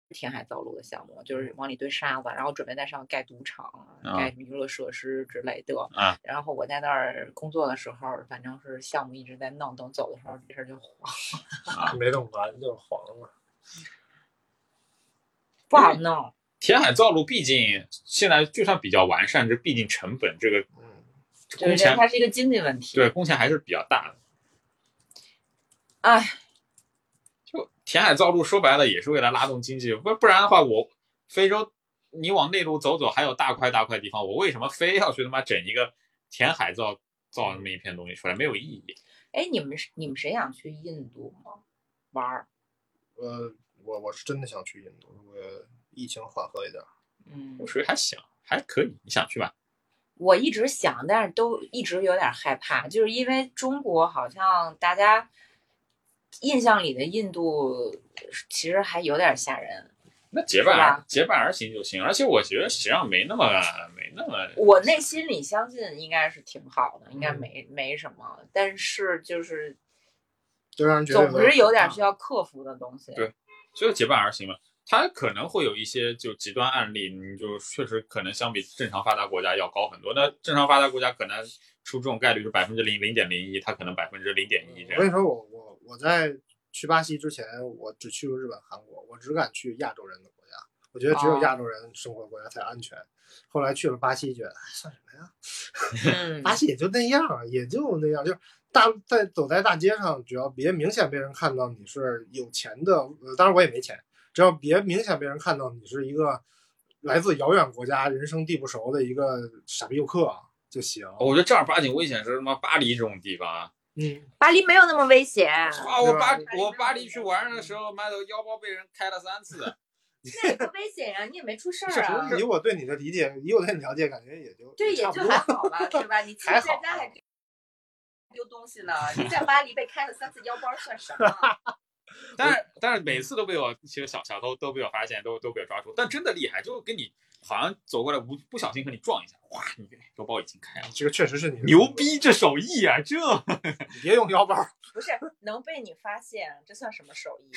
D: 填海造陆的项目，就是往里堆沙子，然后准备在上面盖赌场、
B: 啊
D: 盖什么娱乐设施之类的。
B: 啊
D: 然后我在那儿工作的时候，反正是项目一直在弄，等走的时候这事儿就黄，
A: 没弄完就黄了。
D: 不好
B: (laughs)
D: 弄。
B: 填海造陆毕竟现在就算比较完善，这毕竟成本这个
A: 嗯，
D: 就
B: 工
D: 是这
B: 钱
D: 它是一个经济问题。
B: 对工钱还是比较大的。
D: 哎，
B: 就填海造陆，说白了也是为了拉动经济，不不然的话，我非洲你往内陆走走，还有大块大块地方，我为什么非要去他妈整一个填海造造那么一片东西出来，没有意义。
D: 哎，你们是你们谁想去印度玩儿？
A: 呃，我我是真的想去印度，如果疫情缓和一点儿，
D: 嗯
B: 我，属于还行，还可以，你想去吧？
D: 我一直想，但是都一直有点害怕，就是因为中国好像大家印象里的印度其实还有点吓人。
B: 那结伴
D: 是
B: 而结伴而行就行，而且我觉得实际上没那么没那么
D: 我内心里相信应该是挺好的，应该没、没什么，但是就是
A: 就让人觉得
D: 总是有点需
A: 要。
D: 要克服的东西。
B: 对所以结伴而行嘛，它可能会有一些就极端案例，你就确实可能相比正常发达国家要高很多。那正常发达国家可能出这种概率是百分之零零点零一，它可能百分之零点一这
A: 我跟
B: 样。
A: 嗯你说，我我我在去巴西之前，我只去过日本、韩国，我只敢去亚洲人的国家。我觉得只有
D: 哦
A: 亚洲人生活的国家才安全。后来去了巴西，觉得哎算什么呀？
D: 嗯
C: 啊
A: 巴西也就那样，也就那样，就是大在走在大街上，只要别明显被人看到你是有钱的，呃，当然我也没钱，只要别明显被人看到你是一个来自遥远国家、人生地不熟的一个傻逼游客啊就行。
C: 哦
B: 我觉得正儿八经危险是他妈巴黎这种地方啊！
A: 嗯，
C: 巴黎没有那么危险，
B: 啊，我巴
A: 对
B: 我巴黎去玩的时候，妈的腰包被人开了三次。
C: 那也不危险呀、你也没出事
A: 是
C: 儿啊。
A: 以我对你的理解，以我对你了解，感觉也就
C: 对，也
A: 差不
C: 就
A: 多
C: 还好吧，对吧？你自己
A: 还
C: 在
A: 好啊
C: 家还丢丢东西呢，你在巴黎被开了三次腰包算什么？
D: 啊
B: 但是但是每次都被我其实小小偷都被我发现，都都被我抓住。但真的厉害，就跟你好像走过来无不小心和你撞一下，哇，你腰包已经开了，
A: 这个确实是你的
B: 牛，逼，这手艺啊，这
A: 你别用腰包。
D: 不是能被你发现，这算什么手艺？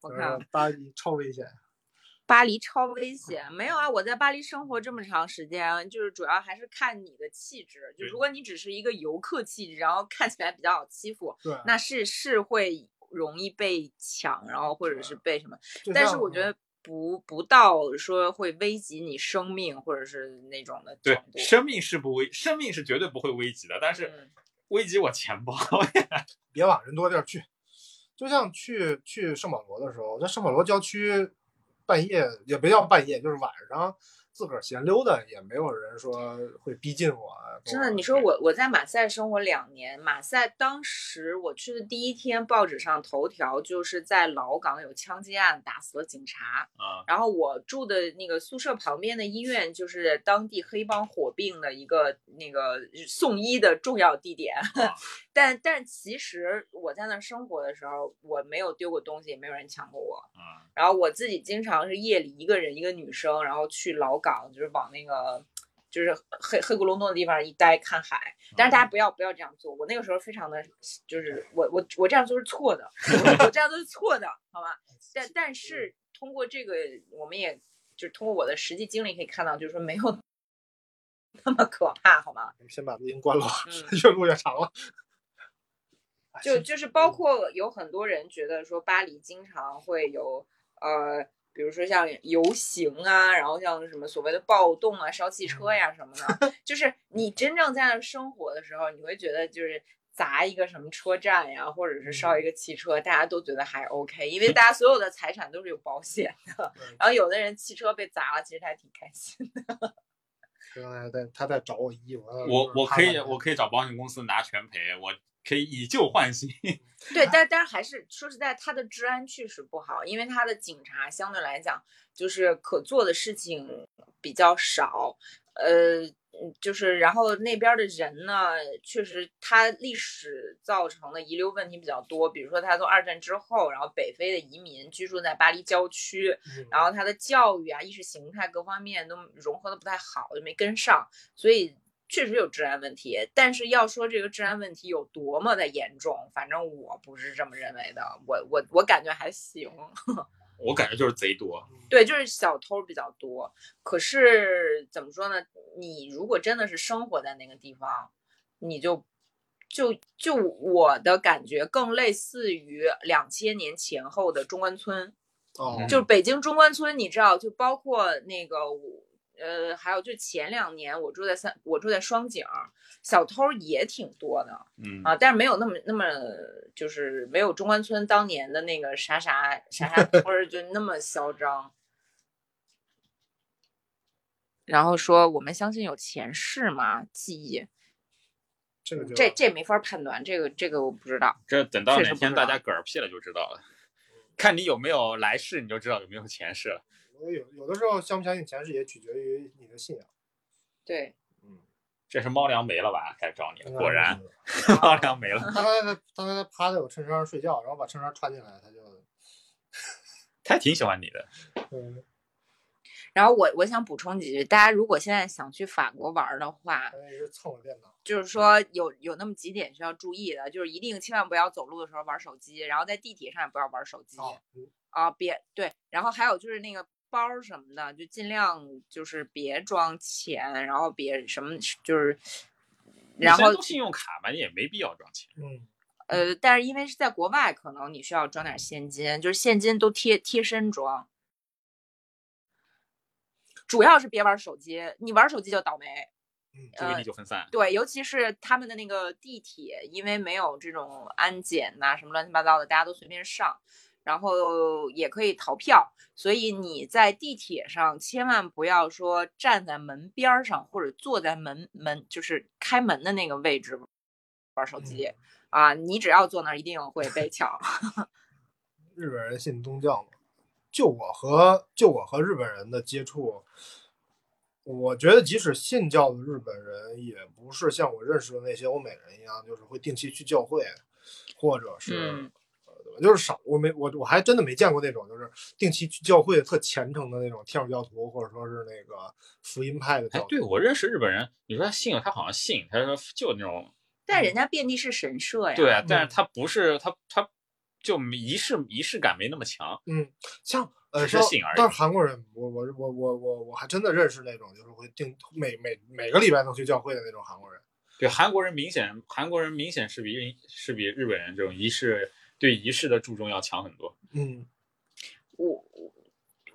C: 我
A: 呃
C: 看啊
A: 巴黎超危险，
C: 巴黎超危险，没有啊！我在巴黎生活这么长时间，就是主要还是看你的气质。就
B: 对
C: 如果你只是一个游客气质，然后看起来比较好欺负，
A: 对，
C: 那是是会容易被抢，然后或者是被什么。
A: 就
C: 但是
A: 像
C: 我觉得不不到说会危及你生命或者是那种的
B: 对
C: 程，度。
B: 生命是不危，生命是绝对不会危及的，但是
D: 嗯
B: 危及我钱包。 (laughs)
A: 别往人多地儿去，就像去去圣保罗的时候，在圣保罗郊区半夜也别叫半夜，就是晚上自个儿闲溜达，也没有人说会逼近我啊。跟
C: 真
A: 我
C: 的，你说
B: 对
C: 我我在马赛生活两年，马赛当时我去的第一天，报纸上头条就是在老港有枪击案，打死了警察。
B: 啊，
C: 然后我住的那个宿舍旁边的医院，就是当地黑帮火并的一个那个送医的重要地点。 (laughs) 但但其实我在那儿生活的时候，我没有丢过东西，也没有人抢过我。
B: 啊，
C: 然后我自己经常是夜里一个人，一个女生，然后去老港，就是往那个就是黑黑咕隆咚的地方一待看海。但
B: 哦
C: 是大家不要不要这样做，我那个时候非常的就是我我我这样做是错的，我这样做是错的，好吧？但但是通过这个，我们也就是通过我的实际经历可以看到，就是说没有 (laughs) 那么可怕，好吗？
A: 先把录音关了，
C: 嗯。
A: 越录越长了。哎
C: 就就是包括有很多人觉得说巴黎经常会有呃，比如说像游行啊，然后像什么所谓的暴动啊、烧汽车呀什么的，就是你真正在那儿生活的时候，你会觉得就是。砸一个什么车站呀，或者是烧一个汽车，大家都觉得还 OK，因为大家所有的财产都是有保险的
A: 对。
C: 然后有的人汽车被砸了，其实他还挺开心的。
A: 刚才在啊他在找我衣服，
B: 我我可以我
A: 可
B: 可以找保险公司拿全赔，我可以以旧换新。 (laughs)
C: 对，但但还是说实在，他的治安确实不好，因为他的警察相对来讲就是可做的事情比较少，呃，嗯就是然后那边儿的人呢，确实他历史造成的遗留问题比较多，比如说他从二战之后，然后北非的移民居住在巴黎郊区，
A: 以
C: 然后他的教育啊、意识形态各方面都融合的不太好，就没跟上，所以确实有治安问题。但是要说这个治安问题有多么的严重，反正我不是这么认为的，我我我感觉还行。 (laughs)
B: 我感觉就是贼多。
C: 对，就是小偷比较多。可是怎么说呢？你如果真的是生活在那个地方，你就就就我的感觉更类似于两千年前后的中关村，
A: 哦，
B: 嗯
C: 就是北京中关村，你知道，就包括那个我呃，还有就前两年我住在三，我住在双井儿，小偷也挺多的。
B: 嗯
C: 啊，但是没有那么那么，就是没有中关村当年的那个啥啥啥啥村儿就那么嚣张。然后说我们相信有前世嘛，记忆，
A: 这个就
C: 这这没法判断，这个这个我不知道。
B: 这等到
C: 确
B: 哪
C: 实不
B: 天
C: 知
B: 大
C: 道
B: 家嗝屁了就知道了，看你有没有来世，你就知道有没有前世了。
A: 我有有的时候相不相信前世也取决于你的信仰。
C: 对，
A: 嗯，
B: 这是猫粮没了吧？开始找
C: 嗯
B: 你了，果然 (laughs) 猫
C: 啊
B: 粮没了。
A: 他刚才他刚才他趴在我衬衫上睡觉，然后把衬衫穿起来，他就
B: 他还挺喜欢你的，
A: 嗯，
C: 然后我我想补充几句，大家如果现在想去法国玩儿的话
A: 他，那是蹭了电脑。
C: 就是说有有那么几点需要注意的，就是一定千万不要走路的时候玩手机，然后在地铁上也不要玩手机。
A: 哦，嗯
C: 啊，别对，然后还有就是那个包儿什么的，就尽量就是别装钱，然后别什么就是，然
B: 女生
C: 后
B: 都信用卡嘛，你也没必要装钱。
A: 嗯，
C: 呃，但是因为是在国外，可能你需要装点现金，就是现金都贴贴身装，主要是别玩手机，你玩手机就倒霉。
A: 嗯
B: 注意力
C: 呃
B: 就分散。
C: 对，尤其是他们的那个地铁，因为没有这种安检呐、什么乱七八糟的，大家都随便上，然后也可以逃票，所以你在地铁上千万不要说站在门边儿上或者坐在门门就是开门的那个位置玩手机、啊，你只要坐那儿一定会被 (laughs) 抢。
A: 日本人信宗教嘛？就我和就我和日本人的接触，我觉得即使信教的日本人，也不是像我认识的那些欧美人一样，就是会定期去教会，或者是、
C: 嗯
A: 呃，对吧就是少，我没我我还真的没见过那种就是定期去教会特虔诚的那种天主教徒，或者说是那个福音派的教，
B: 哎
A: 徒。
B: 对我认识日本人，你说他信，他好像信，他说就那种
C: 但人家遍地是神社呀，
B: 对啊，
A: 嗯
B: 但是他不是他他就仪式仪式感没那么强。
A: 像呃，
B: 只是
A: 像
B: 信而已
A: 但是韩国人，我我我我我我还真的认识那种就是会定每每每个礼拜都去教会的那种韩国人。
B: 对韩国人明显，韩国人明显是比日是比日本人这种仪式对仪式的注重要强很多。
A: 嗯，
C: 我我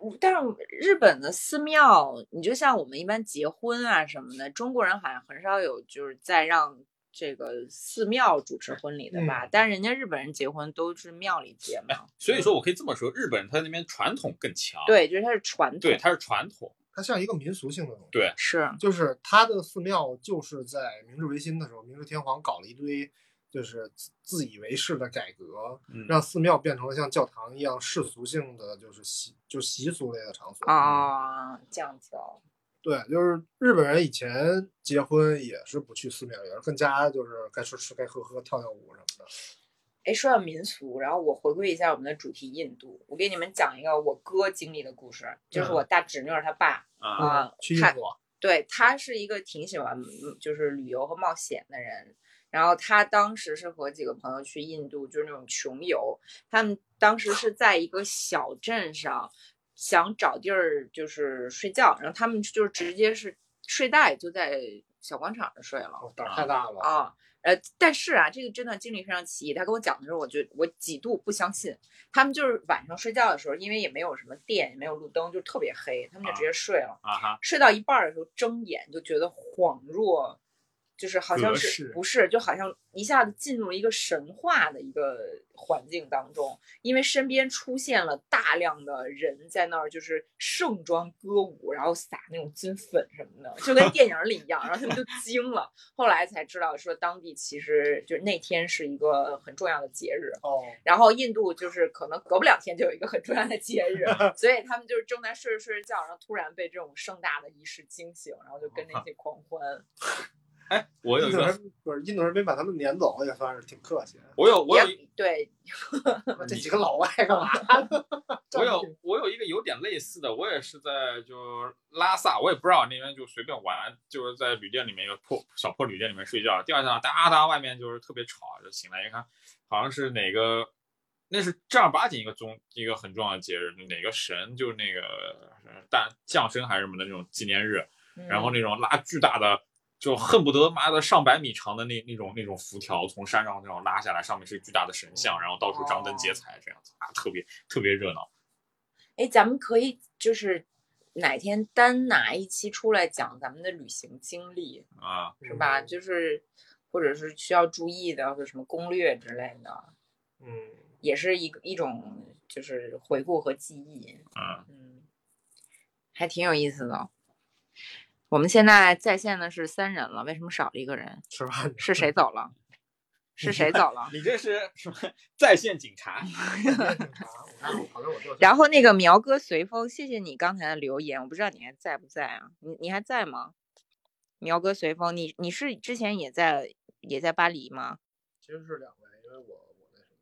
C: 我，但是日本的寺庙，你就像我们一般结婚啊什么的，中国人好像很少有就是再让这个寺庙主持婚礼的吧？
A: 嗯
C: 但人家日本人结婚都是庙里结
A: (laughs)
C: 嘛，
B: 所以说我可以这么说，日本他那边传统更强，
C: 对，就是它是传统，
B: 对，他是传统，
A: 它像一个民俗性的东西。
B: 对
C: 是
A: 就是他的寺庙就是在明治维新的时候，明治天皇搞了一堆就是自自以为是的改革，
B: 嗯，
A: 让寺庙变成了像教堂一样世俗性的，就是习就习俗类的场所。
C: 啊、这样子哦，
A: 对，就是日本人以前结婚也是不去寺庙，也是跟家就是该吃吃该喝喝跳跳舞什么的。
C: 哎，说到民俗，然后我回归一下我们的主题印度，我给你们讲一个我哥经历的故事，就是
A: 嗯
C: 我大侄女儿她爸，
B: 啊，
C: 啊
A: 去印
C: 看
A: 度啊，
C: 对他是一个挺喜欢嗯就是旅游和冒险的人。然后他当时是和几个朋友去印度，就是那种穷游。他们当时是在一个小镇上，想找地儿就是睡觉，然后他们就是直接是睡袋就在小广场上睡了。
A: 哦，胆儿太大了。
C: 啊，呃，但是啊，这个这段经历非常奇异。他跟我讲的时候，我就我几度不相信。他们就是晚上睡觉的时候，因为也没有什么电，也没有路灯，就特别黑，他们就直接睡了。
B: 啊哈，
C: 睡到一半儿的时候睁眼就觉得恍若，就是好像
B: 隔
C: 是
B: 世
C: 不是，就好像一下子进入一个神话的一个环境当中，因为身边出现了大量的人在那儿就是盛装歌舞，然后撒那种金粉什么的，
B: (laughs)
C: 就跟电影儿里一样，然后他们就惊了，后来才知道说当地其实就是那天是一个很重要的节日。
A: 哦，
C: 然后印度就是可能隔不两天就有一个很重要的
B: (laughs)
C: 节日，所以他们就是正在睡着睡着觉，然后突然被这种盛大的仪式惊醒，然后就跟着一起狂欢。
B: 哎，我有
A: 印
B: 一
A: 度
B: 个，
A: 人不是印度人没把他们撵走，也算是挺客气。
B: 我有 (laughs) 我有一
C: 也对，嗯
A: 这几个老外干嘛？
B: 我有我有一个有点类似的，我也是在就拉萨，我也不知道那边就随便玩，就是在旅店里面一个破小破旅店里面睡觉，第二天啊哒哒外面就是特别吵，就醒来一看，好像是哪个那是正儿八经一个宗一个很重要的节日，哪个神就那个呃诞降生还是什么的那种纪念日，
C: 嗯
B: 然后那种拉巨大的，就恨不得妈的上百米长的那那种那种浮条从山上那种拉下来，上面是巨大的神像，然后到处张灯结彩这样子啊，特别特别热闹。
D: 哎，咱们可以就是哪天单拿一期出来讲咱们的旅行经历，
B: 啊，
D: 是吧？
A: 嗯
D: 就是或者是需要注意的，或者什么攻略之类的，
A: 嗯，
D: 也是一个一种就是回顾和记忆。
B: 嗯，
D: 嗯，还挺有意思
C: 哦
D: 的。我们现在在线的是三人了，为什么少了一个人？
A: 吃饭去
D: 是谁走了？是谁走了？
B: 嗯你这是什么在线警察？
A: 了，警察，我看好像我就
C: (laughs) 然后那个苗哥随风，谢谢你刚才的留言，我不知道你还在不在啊？你你还在吗？苗哥随风，你你是之前也在也在巴黎吗？
A: 其实是两位，因为我我那什么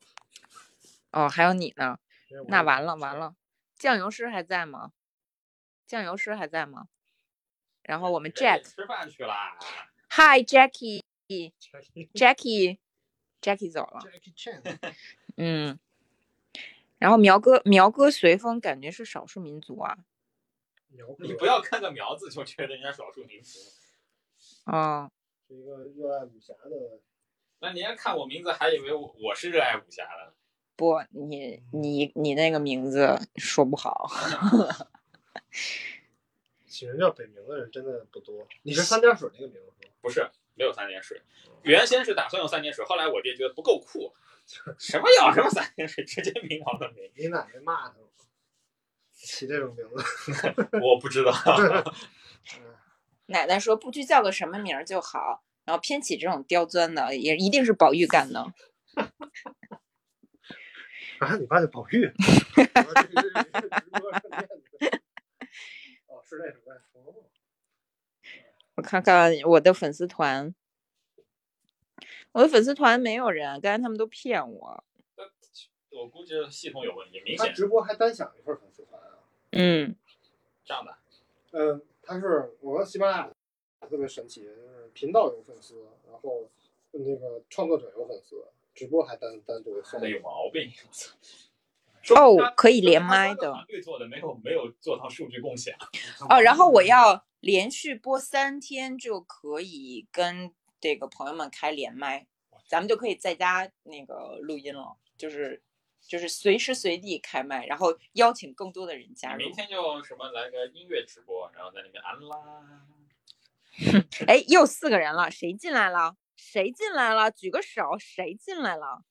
C: 哦，还有你呢，
A: 因为我
C: 那
A: 有
C: 完了
A: 事
C: 完
A: 儿，
C: 了，酱油师还在吗？酱油师还在吗？然后我们
B: 人家
C: Jack，Hi
B: 吃饭去啦。
C: Jackie，Jackie，Jackie 走了。
A: Jackie Chan
C: 嗯，然后苗哥苗哥随风感觉是少数民族啊，
A: 苗哥
B: 你不要看个苗字就觉得人家少数民族，
C: 哦，
A: 是一个热爱武侠的，
B: 那人家看我名字还以为我我是热爱武侠的。
C: 不，你你你那个名字说不好， (laughs)
A: 起名叫北冥的人真的不多。你是三点水那个名字吗？
B: 不是，没有三点水。原先是打算用三点水，后来我爹觉得不够酷，什么要什么三点水，直接民谣的名。
A: 你奶奶骂他了吗？起这种名字，
B: 我不知 (laughs) 道，
C: 奶奶说不去叫个什么名儿就好，然后偏起这种刁钻的，也一定是宝玉干的。
A: 啊，你爸叫宝
C: (laughs)
A: 玉。我这这这这直播上面的哦，是那什么呀？哦，
C: 我看看我的粉丝团，我的粉丝团没有人，刚才他们都骗我。
B: 我估计系统有问题，明
A: 他
B: 显是
A: 直播还单享一份粉丝团啊。
C: 嗯，
B: 这样的。
A: 嗯，他是我和西班牙特别神奇，就是频道有粉丝，然后那个创作者有粉丝，直播还单单独送
B: 真的有毛病。
C: 哦可以连麦的
B: 说明他这个团队做的没有没有做到数据共享。
C: 哦，然后我
B: 嗯
C: 要连续播三天就可以跟这个朋友们开连麦，咱们就可以在家那个录音了，就是就是随时随地开麦，然后邀请更多的人加入
B: 明。天就什么来个音乐直播，然后在里面安啦。
C: 哎，又四个人了，谁进来了？谁进来了？举个手，谁进来了？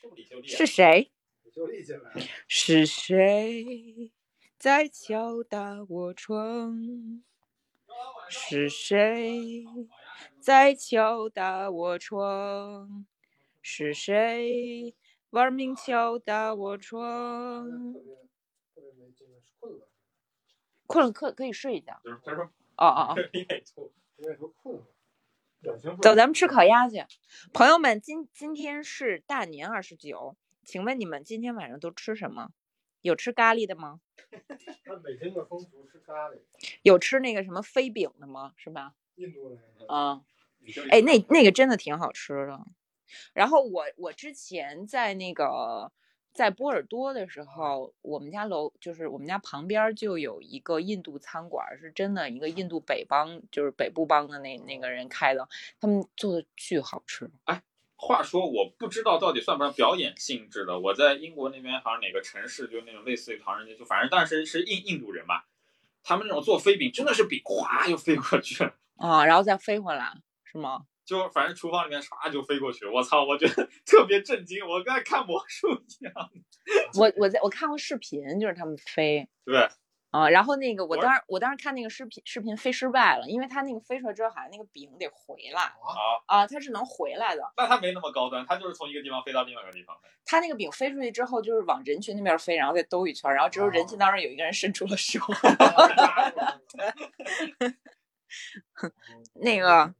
B: 是不是李秀丽、啊？
C: 是谁？
A: 李秀丽进来了，
C: 是谁在敲打我窗？是谁在敲打我窗？是谁玩命敲打我窗？
A: 特别特别没劲，困了，
C: 困了可可以睡一觉。
B: 就是他说
C: 哦哦哦，
B: 因为吐
A: 因为说困了，表情
C: 走，咱们吃烤鸭去。朋友们，今今天是大年二十九，请问你们今天晚上都吃什么？有吃咖喱的吗？
A: 按北京的风俗吃咖喱，
C: 有吃那个什么飞饼的吗？是吧？
A: 印度那个
C: 啊、
B: 李秀丽
C: 哎，那那个真的挺好吃的。然后我我之前在那个在波尔多的时候，我们家楼就是我们家旁边儿就有一个印度餐馆儿，是真的一个印度北邦，就是北部邦的那那个人开的，他们做的巨好吃。
B: 话说，我不知道到底算不算表演性质的。我在英国那边好像哪个城市，就那种类似于唐人街，就反正但是是印印度人嘛，他们那种做飞饼真的是饼哗就飞过去了，
C: 啊、然后再飞回来是吗？
B: 就反正厨房里面唰就飞过去。我操，我觉得特别震惊，我跟看魔术一样。
C: 我我在我看过视频，就是他们飞
B: 对，
C: 啊、然后那个
B: 我
C: 我当时我当时看那个视频视频飞失败了，因为他那个飞出来之后，好像那个饼得回来
B: 好
C: 啊，它是能回来的。
B: 那他没那么高端，他就是从一个地方飞到另外一个地方。
C: 他那个饼飞出去之后，就是往人群那边飞，然后再兜一圈，然后只有人群当中有一个人伸出了手。 (laughs) 那个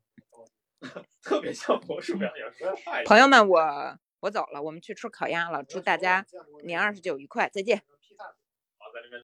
B: 特别像魔术表演，实在太
C: (laughs) 朋友们，我我走了，我们去吃烤鸭了，祝大家年二十
A: 九
C: 九愉快，再见。
B: 好在那边